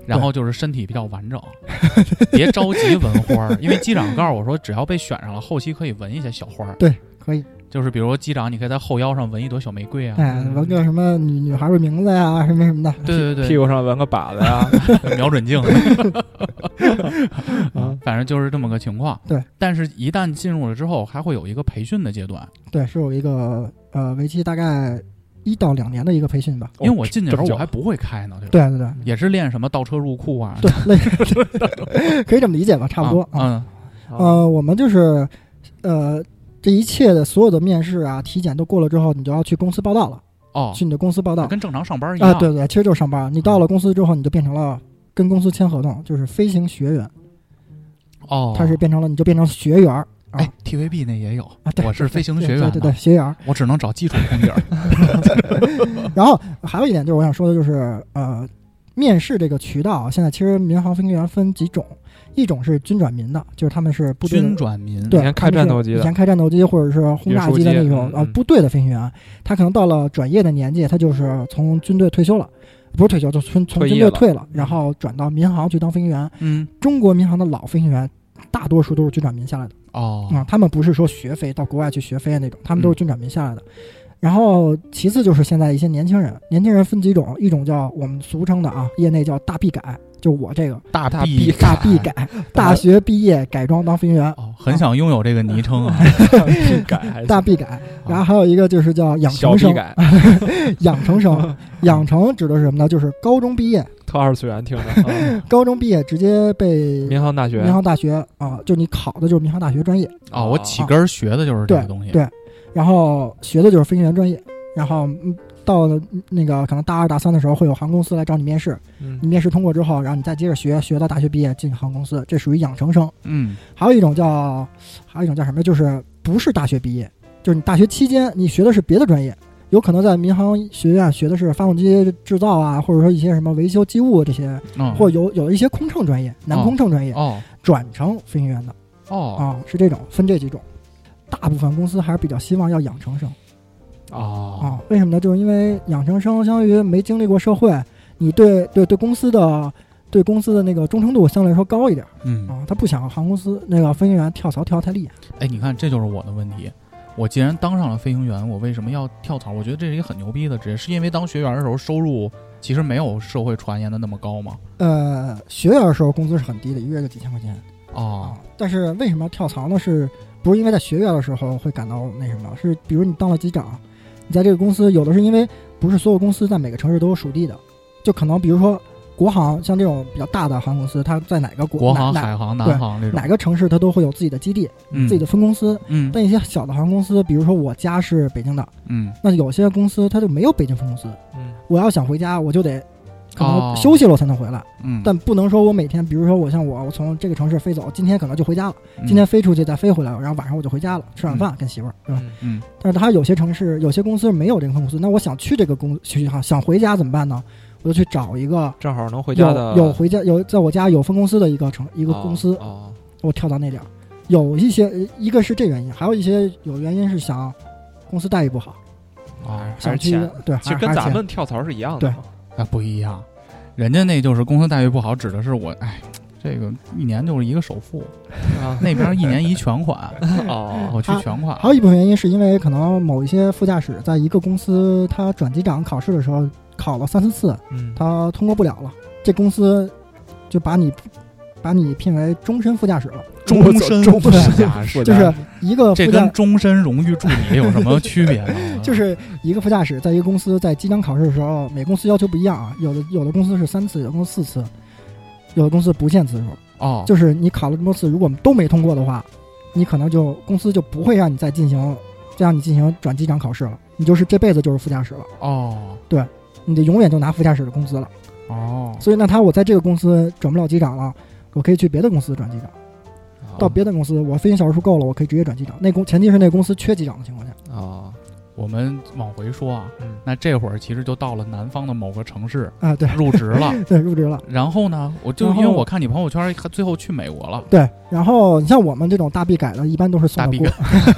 Speaker 3: 然后就是身体比较完整， [LAUGHS] 别着急闻花
Speaker 5: [LAUGHS]
Speaker 3: 儿，因为机长告诉我说，只要被选上了，后期可以闻一些小花儿，
Speaker 5: 可以，
Speaker 3: 就是比如说机长，你可以在后腰上纹一朵小玫瑰啊，
Speaker 5: 哎，纹个什么女女孩的名字呀，什么什么的，
Speaker 3: 对对对，
Speaker 4: 屁股上纹个靶
Speaker 3: [LAUGHS]
Speaker 4: 子呀，
Speaker 3: 瞄准
Speaker 5: [LAUGHS]
Speaker 3: 镜，
Speaker 4: 啊
Speaker 3: 反正就是这么个情况。
Speaker 5: 对，
Speaker 3: 但是一旦进入了之后，还会有一个培训的阶段，
Speaker 5: 对，是有一个呃，为期大概一到两年的一个培训吧，
Speaker 3: 因为我进去的时
Speaker 4: 哦这么
Speaker 3: 候
Speaker 4: 久
Speaker 3: 我还不会开呢，就是
Speaker 5: 对对对。
Speaker 3: 也是练什么倒车入库啊，
Speaker 5: 对，类
Speaker 3: [LAUGHS]
Speaker 5: 似 [LAUGHS] 可以这么理解吧，差不多
Speaker 3: 啊。嗯，
Speaker 5: 呃，我们就是，呃，这一切的所有的面试啊、体检都过了之后，你就要去公司报道了，
Speaker 3: 哦，
Speaker 5: 去你的公司报道。
Speaker 3: 跟正常上班一样。嗯
Speaker 5: 啊，对对，其实就是上班。你到了公司之后，你就变成了跟公司签合同，就是飞行学员，
Speaker 3: 哦，
Speaker 5: 他是变成了你就变成学员儿啊
Speaker 3: 哎，TVB 那也有
Speaker 5: 啊，对
Speaker 3: 我是飞行学员啊的，
Speaker 5: 对对对对学员儿。
Speaker 3: 我只能找基础空姐儿。
Speaker 5: 然后还有一点就是我想说的就是，呃，面试这个渠道啊，现在其实民航飞行员分几种，一种是军转民的，就是他们是部队的
Speaker 3: 军转民，
Speaker 5: 对，
Speaker 4: 以
Speaker 5: 他
Speaker 4: 前开
Speaker 5: 们
Speaker 4: 战
Speaker 5: 是
Speaker 4: 斗机的
Speaker 5: 以前开战斗机或者是轰炸
Speaker 4: 运输
Speaker 5: 机的
Speaker 4: 机
Speaker 5: 那种
Speaker 4: 嗯
Speaker 5: 呃
Speaker 4: 嗯
Speaker 5: 部队的飞行员，他可能到了转业的年纪，他就是从军队退休了，不是退休，就从从
Speaker 4: 退
Speaker 5: 军
Speaker 4: 役
Speaker 5: 队
Speaker 4: 了
Speaker 5: 退了，然后转到民航去当飞行员。
Speaker 3: 嗯，
Speaker 5: 中国民航的老飞行员。大多数都是军转民下来的
Speaker 3: 哦
Speaker 5: 啊、，嗯他们不是说学飞到国外去学飞的那种，他们都是
Speaker 3: 嗯
Speaker 5: 军转民下来的。然后其次就是现在一些年轻人，年轻人分几种，一种叫我们俗称的啊，业内叫大 B 改，就我这个
Speaker 3: 大
Speaker 4: 大
Speaker 3: 臂
Speaker 4: 臂
Speaker 5: 大 B [LAUGHS] 改，大学毕业改装当飞行员，
Speaker 3: 哦，很想拥有这个昵称啊，
Speaker 5: 嗯
Speaker 4: 改
Speaker 5: [LAUGHS]
Speaker 4: 还
Speaker 5: 大 B 改，然后还有一个就是叫养成
Speaker 4: 小臂
Speaker 5: 生，
Speaker 4: 改，
Speaker 5: 养成 [LAUGHS] 生，养成指的是什么呢？就是高中毕业，
Speaker 4: 特二次元
Speaker 5: [LAUGHS]
Speaker 4: 听着。啊
Speaker 5: 高中毕业直接被
Speaker 4: 民航大学
Speaker 5: 民航大学啊，就你考的就是民航大学专业，
Speaker 3: 哦，我起根儿学的就是这个东西，
Speaker 5: 对，然后学的就是飞行员专业，然后嗯到了那个可能大二大三的时候，会有航空公司来找你面试，
Speaker 4: 嗯
Speaker 5: 你面试通过之后，然后你再接着学，学到大学毕业进航空公司，这属于养成生。
Speaker 3: 嗯，
Speaker 5: 还有一种叫，还有一种叫什么？就是不是大学毕业，就是你大学期间你学的是别的专业，有可能在民航学院学的是发动机制造啊，或者说一些什么维修机务这些，
Speaker 3: 嗯
Speaker 5: 或者有有一些空乘专业、男空乘专业、
Speaker 3: 哦
Speaker 5: 转成飞行员的
Speaker 3: 哦
Speaker 5: 啊，是这种分这几种。大部分公司还是比较希望要养成生
Speaker 3: 哦
Speaker 5: 啊，为什么呢？就是因为养成生相当于没经历过社会，你对对对公司的对公司的那个忠诚度相对来说高一点
Speaker 3: 嗯，
Speaker 5: 啊，他不想航空公司那个飞行员跳槽跳得太厉害。
Speaker 3: 哎，你看这就是我的问题。我既然当上了飞行员，我为什么要跳槽？我觉得这是一个很牛逼的职业，是因为当学员的时候收入其实没有社会传言的那么高吗？
Speaker 5: 呃，学员的时候工资是很低的，一个月就几千块钱
Speaker 3: 哦，。
Speaker 5: 啊但是为什么要跳槽呢？是不是因为在学员的时候会感到那什么？是比如你当了机长，你在这个公司有的是因为不是所有公司在每个城市都有属地的，就可能比如说国航像这种比较大的航空公司，它在哪个国
Speaker 3: 国航、
Speaker 5: 哪
Speaker 3: 海航、南航这
Speaker 5: 哪
Speaker 3: 种
Speaker 5: 哪，个城市它都会有自己的基地、
Speaker 3: 嗯
Speaker 5: 自己的分公司。
Speaker 3: 嗯
Speaker 5: 但一些小的航空公司，比如说我家是北京的，
Speaker 3: 嗯
Speaker 5: 那有些公司它就没有北京分公司，
Speaker 4: 嗯
Speaker 5: 我要想回家我就得可能
Speaker 3: 哦
Speaker 5: 休息了我才能回来。
Speaker 3: 嗯，
Speaker 5: 但不能说我每天，比如说我像我，我从这个城市飞走，今天可能就回家了，
Speaker 3: 嗯
Speaker 5: 今天飞出去再飞回来，然后晚上我就回家了，吃晚饭跟媳妇儿，对吧？
Speaker 4: 嗯
Speaker 3: 嗯
Speaker 5: 但是他有些城市、有些公司没有这个分公司，那我想去这个公去哈，想回家怎么办呢？我就去找一个
Speaker 4: 正好能回家的
Speaker 5: 有有回家有在我家有分公司的一个城一个公司，啊
Speaker 4: 哦
Speaker 5: 我跳到那点儿。有一些呃一个是这原因，还有一些有原因是想公司待遇不好，
Speaker 3: 哦
Speaker 4: 哦，
Speaker 5: 想
Speaker 4: 还是
Speaker 5: 去
Speaker 4: 钱，
Speaker 5: 对，
Speaker 4: 其实
Speaker 5: 还
Speaker 4: 跟
Speaker 5: 是
Speaker 4: 咱
Speaker 5: 钱
Speaker 4: 们跳槽是一样的
Speaker 5: 对
Speaker 4: 嘛。
Speaker 3: 啊，不一样，人家那就是公司待遇不好，指的是我，哎，这个一年就是一个首付，
Speaker 4: 啊，
Speaker 3: 那边一年一全款，
Speaker 4: 哦
Speaker 3: 我
Speaker 5: 啊
Speaker 3: 去全款，
Speaker 5: 还有一部分原因是因为可能某一些副驾驶在一个公司他转机长考试的时候考了三四次，
Speaker 4: 嗯，
Speaker 5: 他通过不了了，这公司就把你把你聘为终身副驾驶了，
Speaker 3: 终
Speaker 4: [LAUGHS]
Speaker 3: 身
Speaker 5: 终
Speaker 3: 副
Speaker 5: 身
Speaker 3: 驾驶，
Speaker 5: 就是一个
Speaker 3: 这
Speaker 5: 副
Speaker 3: 跟
Speaker 5: 驾。
Speaker 3: 终身荣誉助理有什么区别呢？
Speaker 5: [LAUGHS] 就是一个副驾驶，在一个公司在机长考试的时候，每公司要求不一样啊。有的有的公司是三次，有的公司四次，有的公司不限次数。
Speaker 3: 哦，
Speaker 5: 就是你考了这么多次，如果我们都没通过的话，你可能就公司就不会让你再进行再让你进行转机长考试了，你就是这辈子就是副驾驶了，
Speaker 3: 哦
Speaker 5: 你就永远就拿副驾驶的工资了。
Speaker 3: 哦，
Speaker 5: 所以那他我在这个公司转不了机长了，我可以去别的公司转机长，
Speaker 3: 哦
Speaker 5: 到别的公司我飞行小时数够了，我可以直接转机长。那公前提是那公司缺机长的情况下，
Speaker 4: 哦，
Speaker 3: 我们往回说啊，
Speaker 4: 嗯
Speaker 3: 那这会儿其实就到了南方的某个城
Speaker 5: [LAUGHS]
Speaker 3: 市
Speaker 5: 啊，对
Speaker 3: 入职了，
Speaker 5: 对，入职了。
Speaker 3: 然后呢，我就
Speaker 5: 然
Speaker 3: 因
Speaker 5: 后
Speaker 3: 为我看你朋友圈，他最后去美国了，
Speaker 5: 对，然后你像我们这种大 B 改的，一般都是送
Speaker 3: 大
Speaker 5: 到
Speaker 3: 逼
Speaker 5: 国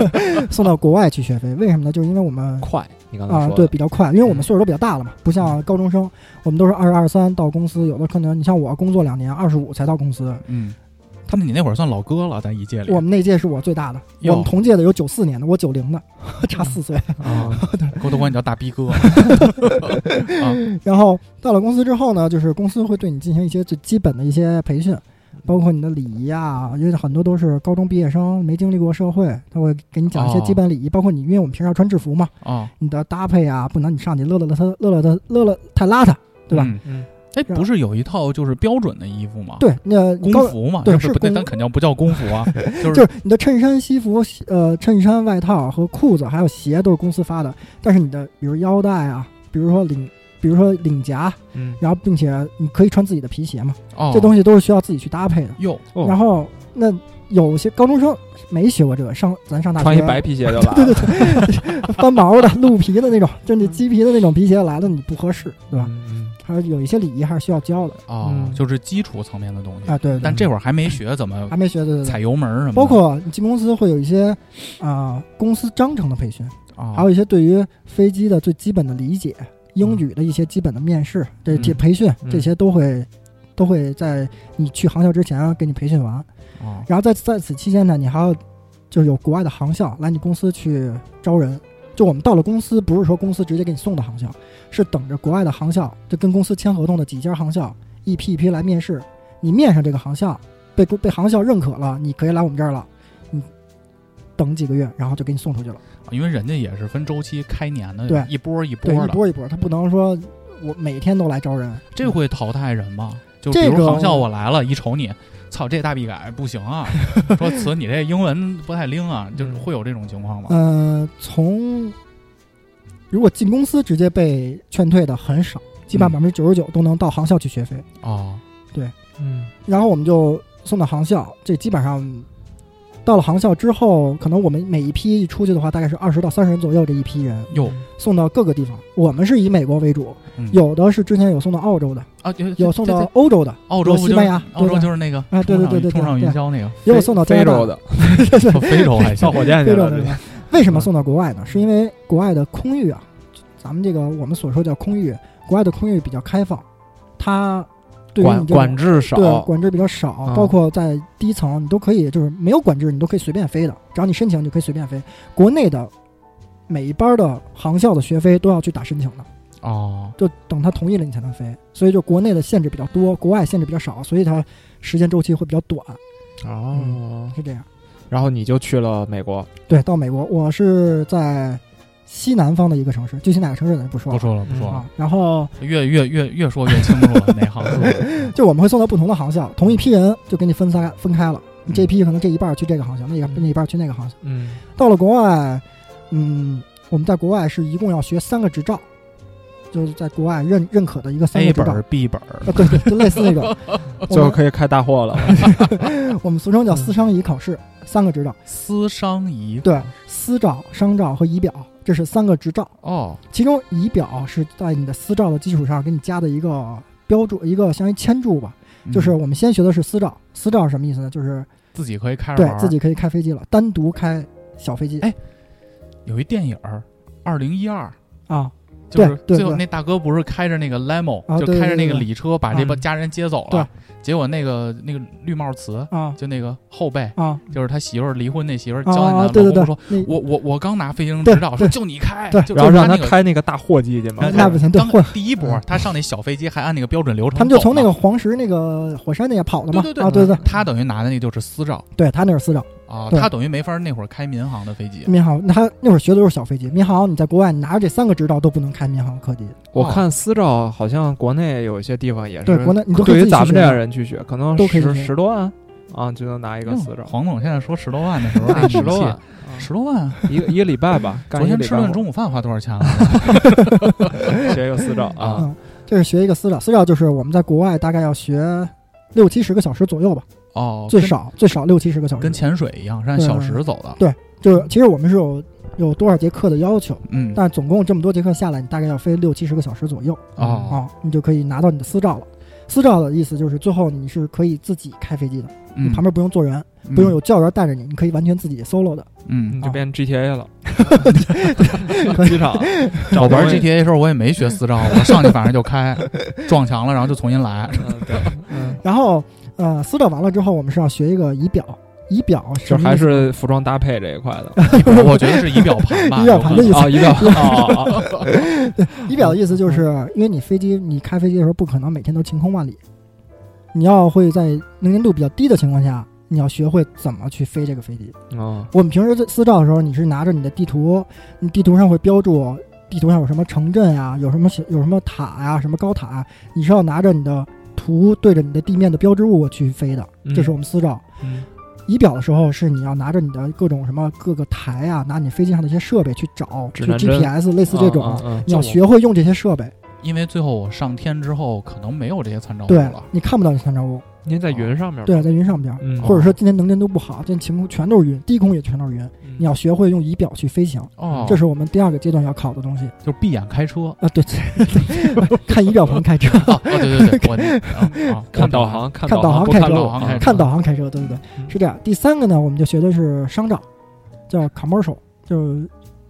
Speaker 5: [LAUGHS] 送到国外去学飞，为什么呢？就是因为我们
Speaker 4: 快，你刚才
Speaker 5: 啊，
Speaker 4: 说
Speaker 5: 对，
Speaker 4: 的
Speaker 5: 比较快，因为我们岁数都比较大了嘛，不像高中生，我们都是二十二三到公司，有的可能你像我工作两年，二十五才到公司。
Speaker 3: 嗯，他们你那会儿算老哥了，在一届里，
Speaker 5: 我们那届是我最大的，
Speaker 3: 哟
Speaker 5: 我们同届的有九四年的，我九零的， [LAUGHS] 差四岁。
Speaker 3: 啊，我都管你叫大逼
Speaker 5: [LAUGHS]
Speaker 3: 哥，啊
Speaker 5: 然后到了公司之后呢，就是公司会对你进行一些最基本的一些培训，包括你的礼仪啊，因为很多都是高中毕业生没经历过社会，他会给你讲一些
Speaker 3: 哦
Speaker 5: 基本礼仪，包括你，因为我们平时要穿制服嘛，
Speaker 3: 啊，
Speaker 5: 你的搭配啊，不能你上去乐乐乐他乐乐他乐乐太邋遢，对吧？
Speaker 3: 嗯
Speaker 4: 嗯
Speaker 3: 哎，不是有一套就是标准的衣服吗？，
Speaker 5: 啊对，那
Speaker 3: 工
Speaker 5: 高
Speaker 3: 服嘛，
Speaker 5: 对
Speaker 3: 要
Speaker 5: 是
Speaker 3: 不对，
Speaker 5: 工
Speaker 3: 但肯定不叫工服
Speaker 5: [LAUGHS]
Speaker 3: 啊，就
Speaker 5: 就是是你的衬衫、西服、西呃衬衫、外套和裤子，还有鞋都是公司发的，但是你的比如腰带啊，比如说领，比如说领夹，
Speaker 4: 嗯，
Speaker 5: 然后并且你可以穿自己的皮鞋嘛，
Speaker 3: 哦，
Speaker 5: 这东西都是需要自己去搭配的。
Speaker 3: 哟，啊
Speaker 4: 哦
Speaker 5: 然后那有些高中生没学过这个，上咱上大学
Speaker 4: 穿一白皮鞋就来了，
Speaker 5: 对对对，翻毛的、鹿皮的那种，就你鸡皮的那种皮鞋来了，你不合适，对吧？
Speaker 4: 嗯？
Speaker 5: 还是有一些礼仪还是需要教的
Speaker 3: 哦
Speaker 5: 嗯，
Speaker 3: 就是基础层面的东西。
Speaker 5: 啊。对，对
Speaker 3: 但这会儿还没学怎么
Speaker 5: 还没学，对对对。
Speaker 3: 踩油门儿
Speaker 4: 嗯
Speaker 3: 什么的，
Speaker 5: 包括你进公司会有一些啊、公司章程的培训，
Speaker 3: 哦
Speaker 5: 还有一些对于飞机的最基本的理解，英语的一些基本的面试，这这
Speaker 4: 嗯
Speaker 5: 培训
Speaker 4: 嗯
Speaker 5: 这些都会都会在你去航校之前啊给你培训完，
Speaker 3: 哦
Speaker 5: 然后在在此期间呢，你还要就是有国外的航校来你公司去招人。就我们到了公司，不是说公司直接给你送到航校，是等着国外的航校，就跟公司签合同的几家航校一批一批来面试。你面上这个航校，被被航校认可了，你可以来我们这儿了。你等几个月，然后就给你送出去了。
Speaker 3: 因为人家也是分周期开年的，
Speaker 5: 对
Speaker 3: 一波一波
Speaker 5: 对，一
Speaker 3: 的。
Speaker 5: 波一波，他不能说我每天都来招人。
Speaker 3: 这会淘汰人吗？就比
Speaker 5: 这
Speaker 3: 如
Speaker 5: 个
Speaker 3: 航校我来了，一瞅你，操，这大臂改不行啊！说此你这英文不太灵啊，
Speaker 5: 嗯
Speaker 3: 就是会有这种情况吗？
Speaker 5: 呃，从如果进公司直接被劝退的很少，基本上百分之九十九都能到航校去学飞。
Speaker 3: 哦，
Speaker 4: 嗯
Speaker 5: 然后我们就送到航校，这基本上到了航校之后，可能我们每一批一出去的话，大概是二十到三十人左右这一批人
Speaker 3: 哟
Speaker 5: 送到各个地方。我们是以美国为主，
Speaker 3: 嗯
Speaker 5: 有的是之前有送到澳洲的，
Speaker 3: 啊，
Speaker 5: 有送到
Speaker 3: 对对
Speaker 5: 欧洲的，
Speaker 3: 澳洲不就是，
Speaker 5: 西班牙
Speaker 3: 澳洲
Speaker 5: 对
Speaker 3: 就是那个
Speaker 5: 啊对对对对对
Speaker 3: 冲上
Speaker 5: 对
Speaker 3: 云霄那
Speaker 5: [LAUGHS]
Speaker 3: 个，
Speaker 5: 也有送到加
Speaker 4: 非
Speaker 5: 拿
Speaker 4: 洲
Speaker 5: 大。
Speaker 4: 的，
Speaker 3: 哦非洲还行
Speaker 5: [LAUGHS]
Speaker 4: 上。火箭去
Speaker 5: 非洲
Speaker 4: 了，
Speaker 5: 的
Speaker 4: 这
Speaker 5: 人
Speaker 4: 是
Speaker 5: 为什么送到国外呢？是因为国外的空域啊，咱们这个我们所说叫空域，国外的空域比较开放，它对于
Speaker 4: 管
Speaker 5: 你这
Speaker 4: 管
Speaker 5: 种
Speaker 4: 制少，
Speaker 5: 对管制比较少，
Speaker 4: 啊
Speaker 5: 包括在低层你都可以，就是没有管制你都可以随便飞的，只要你申请你就可以随便飞。国内的每一班的航校的学飞都要去打申请的，
Speaker 3: 哦，
Speaker 5: 就等他同意了你才能飞，所以就国内的限制比较多，国外限制比较少，所以它时间周期会比较短，
Speaker 4: 哦。
Speaker 5: 是这样。
Speaker 4: 然后你就去了美国，
Speaker 5: 对，到美国，我是在西南方的一个城市，具体哪个城市咱就不说
Speaker 3: 不
Speaker 5: 了。
Speaker 3: 说了不说了
Speaker 5: 啊，，然后
Speaker 3: 越越越越说越清楚了 [LAUGHS] 哪行说
Speaker 5: [LAUGHS]
Speaker 3: 的。
Speaker 5: 就我们会送到不同的航校，同一批人就给你分散分开了。
Speaker 3: 嗯
Speaker 5: 你这批可能这一半儿去这个航校，那一半
Speaker 4: 嗯
Speaker 5: 那一半儿去那个航校。
Speaker 4: 嗯，
Speaker 5: 到了国外，嗯，我们在国外是一共要学三个执照，就是在国外认认可的一个三
Speaker 3: A
Speaker 5: 个执
Speaker 3: 本
Speaker 5: 照。
Speaker 3: 儿 B 本儿，
Speaker 5: 啊，对对，就类似
Speaker 3: [LAUGHS]
Speaker 5: 那种，我
Speaker 4: 最后
Speaker 5: 们
Speaker 4: 可以开大货了。
Speaker 5: 我们俗称
Speaker 3: 嗯
Speaker 5: 叫私商仪考试，三个执照，
Speaker 3: 私商仪
Speaker 5: 对，私照、商照和仪表，这是三个执照。
Speaker 3: 哦
Speaker 5: 其中仪表是在你的私照的基础上给你加的一个标注，一个相当于签注吧。就是
Speaker 3: 嗯
Speaker 5: 我们先学的是私照，私照是什么意思呢？就是
Speaker 3: 自己可以开着
Speaker 5: 对
Speaker 3: 玩儿
Speaker 5: 自己可以开飞机了，单独开小飞机。
Speaker 3: 哎有一电影儿，二零一二。
Speaker 5: 啊，
Speaker 3: 就
Speaker 5: 对
Speaker 3: 是
Speaker 5: 对
Speaker 3: 最后
Speaker 5: 对
Speaker 3: 那大哥不是开着那个 limo，、
Speaker 5: 啊
Speaker 3: 就
Speaker 5: 对
Speaker 3: 开着
Speaker 5: 对
Speaker 3: 那个
Speaker 5: 对
Speaker 3: 礼车把这帮
Speaker 4: 嗯
Speaker 3: 家人接走了。结果那个那个绿帽词，
Speaker 5: 啊
Speaker 3: 就那个后辈，
Speaker 5: 啊
Speaker 3: 就是他媳妇儿离婚那媳妇儿
Speaker 5: 啊
Speaker 3: 交代他
Speaker 5: 啊！
Speaker 3: 老
Speaker 5: 对对对
Speaker 3: 公说，，
Speaker 5: 那
Speaker 3: 我我我刚拿飞行
Speaker 5: 对
Speaker 3: 执照，说
Speaker 5: 对
Speaker 3: 就你开，
Speaker 5: 对
Speaker 3: [LAUGHS] 就
Speaker 4: 然后
Speaker 3: 就
Speaker 4: 让
Speaker 3: 他
Speaker 4: 他
Speaker 3: 那个
Speaker 4: 开那个大货机去嘛
Speaker 3: 然，后
Speaker 5: 那不行对
Speaker 3: 当
Speaker 5: 混
Speaker 3: 第一波，他上那小飞机还按那个标准流程走嘛，
Speaker 5: 他们就从那个黄石那个火山那个跑的嘛
Speaker 3: 对对对
Speaker 5: 啊，对对
Speaker 3: 他等于拿的那就是私照
Speaker 5: 对，他那是私照。
Speaker 3: 啊，
Speaker 5: 对嗯
Speaker 3: 他等于没法那会儿开民航的飞机，
Speaker 5: 民航那他那会儿学的都是小飞机，民航你在国外你拿着这三个执照都不能开民航客机。
Speaker 4: 我看私照好像国内有一些地方也是，
Speaker 5: 对国内你都可以
Speaker 4: 对
Speaker 5: 自
Speaker 4: 于
Speaker 5: 己
Speaker 4: 咱们
Speaker 5: 去
Speaker 4: 这
Speaker 5: 学
Speaker 4: 样人去学，可能
Speaker 5: 都可以
Speaker 4: 十
Speaker 5: 学
Speaker 4: 十多万啊就能拿一个私照，
Speaker 3: 黄总现在说十多万的时候，
Speaker 4: 拿
Speaker 3: 这
Speaker 4: 十
Speaker 3: 语
Speaker 4: 多
Speaker 3: 气
Speaker 4: 万，啊
Speaker 3: 十多万啊，
Speaker 4: 一个一个礼拜吧。干
Speaker 3: 昨
Speaker 4: 一个
Speaker 3: 天
Speaker 4: 礼
Speaker 3: 吃
Speaker 4: 拜
Speaker 3: 顿
Speaker 4: 活
Speaker 3: 中午饭花多少钱了？啊
Speaker 5: [LAUGHS]
Speaker 4: 学一个私照啊，
Speaker 5: 嗯，这是学一个私照，私照就是我们在国外大概要学六七十个小时左右吧，
Speaker 3: 哦，
Speaker 5: 最
Speaker 3: 跟
Speaker 5: 少最少六七十个小时。
Speaker 3: 跟潜水一样，是按
Speaker 5: 对
Speaker 3: 小时走的。
Speaker 5: 就是其实我们是有有多少节课的要求，
Speaker 3: 嗯，
Speaker 5: 但总共这么多节课下来，你大概要飞六七十个小时左右
Speaker 3: 哦，
Speaker 5: 啊，你就可以拿到你的私照了。私照的意思就是最后你是可以自己开飞机的，你
Speaker 3: 嗯
Speaker 5: 旁边不用坐人，不
Speaker 4: 嗯
Speaker 5: 用有教员带着你，你可以完全自己 solo 的。
Speaker 3: 嗯
Speaker 4: 你，就变 GTA 了，
Speaker 5: 可以
Speaker 4: 机场
Speaker 3: 我
Speaker 4: 找
Speaker 3: 玩
Speaker 4: 玩
Speaker 3: GTA 的时候我也没学私照，我上去反正就
Speaker 5: [LAUGHS]
Speaker 3: 开，撞墙了，然后就重新来。
Speaker 4: 嗯，对，嗯，
Speaker 5: 然后呃，私照完了之后，我们是要学一个仪表，仪表
Speaker 4: 就
Speaker 5: 什么
Speaker 4: 还
Speaker 5: 意思
Speaker 4: 是服装搭配这一块的
Speaker 3: 我觉得是仪表盘吧，
Speaker 5: 仪表盘的意
Speaker 3: 有可能
Speaker 5: 思
Speaker 4: 啊，一个啊，
Speaker 5: 仪表的意思
Speaker 4: 嗯
Speaker 5: 就是，因为你飞机你开飞机的时候不可能每天都晴空万里，你要会在能见度比较低的情况下，你要学会怎么去飞这个飞机。
Speaker 4: 啊，
Speaker 5: 我们平时在私照的时候，你是拿着你的地图，你地图上会标注地图上有什么城镇呀、有什么小有什么塔呀、什么高塔、啊，你是要拿着你的图对着你的地面的标志物去飞的，
Speaker 4: 嗯
Speaker 5: 这是我们私照。
Speaker 4: 嗯
Speaker 5: 仪表的时候是你要拿着你的各种什么各个台啊，拿你飞机上的一些设备去找，
Speaker 4: 指
Speaker 5: 去
Speaker 4: 南针
Speaker 5: GPS 类似这种，
Speaker 4: 啊啊啊哦
Speaker 5: 你要学会用这些设备。
Speaker 3: 因为最后我上天之后，可能没有这些参照物
Speaker 5: 对嗯
Speaker 3: 了。
Speaker 5: 你看不到这参照物，
Speaker 4: 您在云上面，
Speaker 5: 对，在云上边儿，
Speaker 4: 嗯，
Speaker 5: 或者说今天能见度不好，今天晴空全都是云，低空也全都是云，
Speaker 4: 嗯
Speaker 5: 你要学会用仪表去飞行，
Speaker 3: 哦，
Speaker 5: 这是我们第二个阶段要考的东西
Speaker 3: 就是闭眼开车。
Speaker 5: 啊。对， [LAUGHS] 看仪表盘
Speaker 4: [LAUGHS]
Speaker 5: 开车，
Speaker 3: [LAUGHS] 哦，对对
Speaker 5: [LAUGHS]
Speaker 3: 对，我啊啊
Speaker 4: 看导航，看
Speaker 5: 看导
Speaker 4: 航
Speaker 5: 航
Speaker 4: 不
Speaker 5: 开
Speaker 4: 看
Speaker 5: 车
Speaker 4: 路
Speaker 3: 看
Speaker 4: 啊
Speaker 5: 看导航开车，对不对？
Speaker 4: 嗯
Speaker 5: 是这样。第三个呢，我们就学的是商照，叫 commercial，就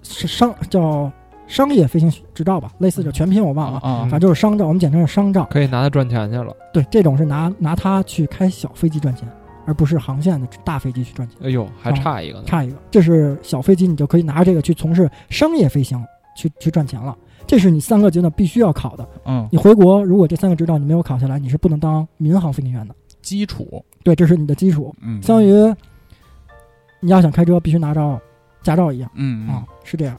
Speaker 5: 是商叫商业飞行执照吧，类似这全拼我
Speaker 3: 啊
Speaker 5: 忘了，
Speaker 3: 啊
Speaker 5: 反正就是商照，我们简称是商照。
Speaker 4: 可以拿它赚钱去了。
Speaker 5: 对，这种是拿拿它去开小飞机赚钱，而不是航线的大飞机去赚钱。
Speaker 4: 哎呦，还差一个呢，
Speaker 5: 差一个，这是小飞机，你就可以拿着这个去从事商业飞行，去去赚钱了。这是你三个阶段必须要考的。
Speaker 3: 嗯，
Speaker 5: 你回国，如果这三个执照你没有考下来，你是不能当民航飞行员的。
Speaker 3: 基础，
Speaker 5: 对，这是你的基础，
Speaker 3: 嗯，
Speaker 5: 相当于你要想开车，必须拿着驾照一样
Speaker 3: 嗯
Speaker 5: 啊、是这样。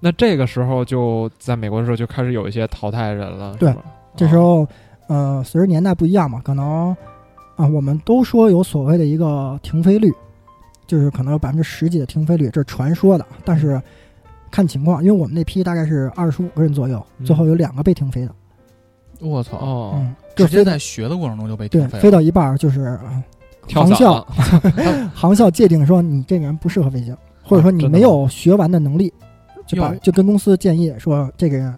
Speaker 4: 那这个时候就在美国的时候就开始有一些淘汰人了，
Speaker 5: 对
Speaker 4: 是吧，
Speaker 5: 这时候，呃，随着年代不一样嘛，可能啊，我们都说有所谓的一个停飞率，就是可能有百分之十几的停飞率，这是传说的，啊但是看情况，因为我们那批大概是二十五个人左右，
Speaker 4: 嗯
Speaker 5: 最后有两个被停飞的，
Speaker 3: 我操，
Speaker 4: 哦，
Speaker 5: 嗯，这
Speaker 3: 直接
Speaker 5: 飞
Speaker 3: 在学的过程中就被
Speaker 5: 对
Speaker 3: 停飞
Speaker 5: 飞
Speaker 3: 了。
Speaker 5: 到一半儿就是呃
Speaker 4: 跳
Speaker 5: 航
Speaker 4: 伞
Speaker 5: 校
Speaker 4: 了，
Speaker 5: [LAUGHS] 航校界定说你这个人不适合飞行，
Speaker 3: 哦
Speaker 5: 或者说你
Speaker 4: 真的
Speaker 5: 没
Speaker 4: 吗
Speaker 5: 有学完的能力，就把
Speaker 3: 哟
Speaker 5: 就跟公司建议说这个人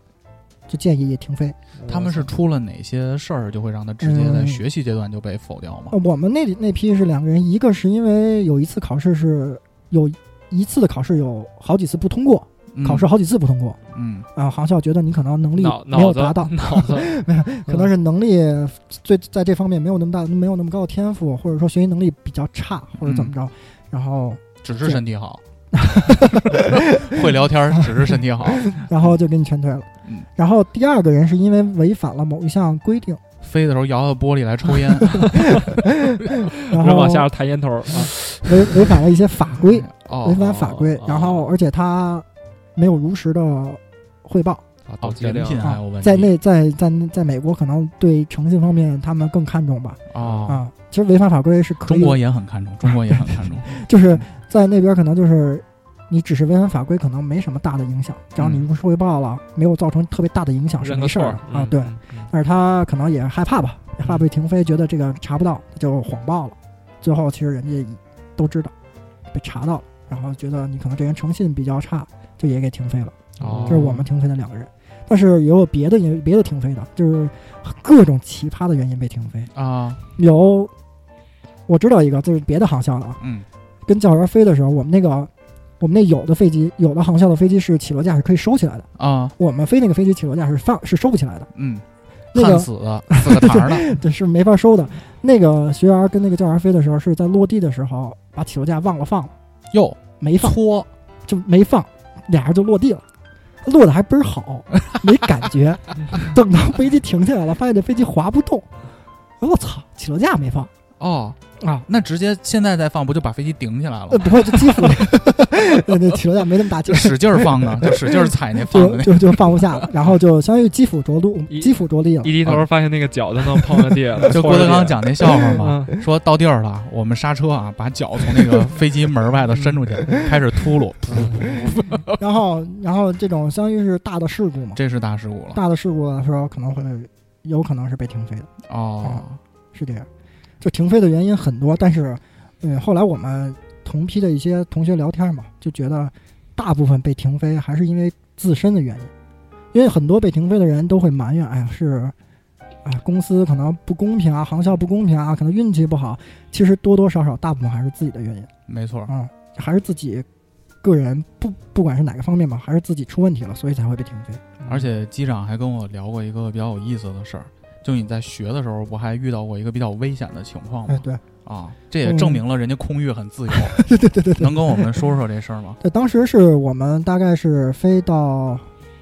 Speaker 5: 就建议停飞。
Speaker 3: 他们是出了哪些事儿，就会让他直接
Speaker 5: 嗯
Speaker 3: 在学习阶段就被否掉吗？
Speaker 5: 呃，我们那里那批是两个人，一个是因为有一次考试是有一次的考试有好几次不通过，
Speaker 3: 嗯
Speaker 5: 考试，好几次不通过
Speaker 3: 嗯
Speaker 5: 啊、航校觉得你可能能力
Speaker 4: 脑
Speaker 5: 没有
Speaker 4: 脑子嗯
Speaker 5: 达到， [LAUGHS]
Speaker 4: 脑子，
Speaker 5: 可能是能力最在这方面没有那么大没有那么高的天赋，或者说学习能力比较差，或者怎
Speaker 4: 嗯
Speaker 5: 么着，然后
Speaker 3: 只是身体好， [LAUGHS] 会聊天儿，只是身体好。
Speaker 5: 然后就给你劝退了。
Speaker 3: 嗯
Speaker 5: 然后第二个人是因为违反了某一项规定，
Speaker 3: 飞的时候摇摇玻璃来
Speaker 5: [LAUGHS]
Speaker 3: 抽烟，
Speaker 5: 然
Speaker 4: 人
Speaker 5: 后
Speaker 4: 往下弹烟头儿啊，
Speaker 5: 违违反了一些法规， [LAUGHS] 违
Speaker 3: 哦
Speaker 5: 反法规
Speaker 4: 哦，
Speaker 5: 然后而且他没有如实的汇报。
Speaker 4: 啊
Speaker 3: 哦
Speaker 4: 懂，机
Speaker 3: 人
Speaker 4: 灵
Speaker 3: 品
Speaker 4: 了
Speaker 3: 还有问题，
Speaker 5: 在那在在在美国可能对诚信方面他们更看重吧。
Speaker 3: 哦，
Speaker 5: 啊，其实违反法规是可
Speaker 3: 中国嗯
Speaker 5: 以，
Speaker 3: 也很看重，中国也很
Speaker 5: [LAUGHS]
Speaker 3: 看重。
Speaker 5: 就是在那边可能就是你只是违反法规，可能没什么大的影响，只要你
Speaker 3: 嗯
Speaker 5: 如实汇报了，没有造成特别大的影响是
Speaker 4: 认
Speaker 5: 没
Speaker 4: 个
Speaker 5: 事
Speaker 4: 错
Speaker 5: 儿
Speaker 4: 儿嗯
Speaker 5: 啊。对，，但是他可能也害怕吧，
Speaker 3: 嗯
Speaker 5: 怕被停飞，觉得这个查不到就谎报了，最后其实人家都知道被查到了，然后觉得你可能这人诚信比较差，就也给停飞了。
Speaker 4: 哦
Speaker 3: 嗯
Speaker 5: 这是我们停飞的两个人。但是也有别的也别的停飞的，就是各种奇葩的原因被停飞。
Speaker 3: 啊，
Speaker 5: 有我知道一个，就是别的航校的啊，
Speaker 3: 嗯，
Speaker 5: 跟教员飞的时候，我们那个我们那有的飞机，有的航校的飞机是起落架是可以收起来的，
Speaker 3: 啊，
Speaker 5: 我们飞那个飞机起落架是放是收不起来的， [LAUGHS]
Speaker 3: 嗯，
Speaker 5: 那
Speaker 3: 焊
Speaker 5: 个
Speaker 3: 死的，四个
Speaker 5: [LAUGHS]
Speaker 3: 堂的，
Speaker 5: 这是没法收的。那个学员跟那个教员飞的时候，是在落地的时候把起落架忘了放了，
Speaker 3: 哟，
Speaker 5: 没放
Speaker 3: 搓，
Speaker 5: 就没放，俩人就落地了，落的还倍儿好，没感觉。等到飞机停下来了，发现这飞机滑不动，哎我操，起落架没放
Speaker 3: 哦，
Speaker 5: 啊！
Speaker 3: 那直接现在再放，不就把飞机顶起来了
Speaker 5: 呃，
Speaker 3: 吗？
Speaker 5: 不会，就基辅呃那那起落架没那么大劲
Speaker 3: 就
Speaker 5: 儿，
Speaker 3: 使劲儿放呢，就使劲儿踩那放
Speaker 5: 就
Speaker 3: 的
Speaker 5: [LAUGHS]
Speaker 3: 那
Speaker 5: 就就放不下了，然后就相当于基辅着陆，
Speaker 4: 一
Speaker 5: 基辅着地了
Speaker 4: 一。低头发现那个脚都能碰着地
Speaker 5: [LAUGHS]
Speaker 4: 了，
Speaker 3: 就
Speaker 4: 搓
Speaker 3: 郭
Speaker 4: 着
Speaker 3: 德纲
Speaker 4: 地
Speaker 3: 讲那笑话嘛，
Speaker 4: 嗯
Speaker 3: 说到地儿了，我们刹车啊，把脚从那个飞机门外头伸出去， [LAUGHS] 开始秃噜，
Speaker 5: 然后然后这种相当于是大的事故嘛，
Speaker 3: 这是大事故了。
Speaker 5: 大的事故的时候可能会有可能是被停飞的。
Speaker 3: 哦，
Speaker 5: 是这样。就停飞的原因很多，但是，嗯，后来我们同批的一些同学聊天嘛，就觉得大部分被停飞还是因为自身的原因，因为很多被停飞的人都会埋怨，哎呀是，哎公司可能不公平啊，航校不公平啊，可能运气不好。其实多多少少大部分还是自己的原因
Speaker 3: 没错，
Speaker 5: 啊、还是自己个人不不管是哪个方面吧，还是自己出问题了，所以才会被停飞。
Speaker 3: 而且机长还跟我聊过一个比较有意思的事儿，就你在学的时候，不还遇到过一个比较危险的情况
Speaker 5: 哎，
Speaker 3: 吗？
Speaker 5: 对
Speaker 3: 啊，这也证明了人家空域很自由。对对对对，能跟我们说说这事儿吗？
Speaker 5: 对，呃当时是我们大概是飞到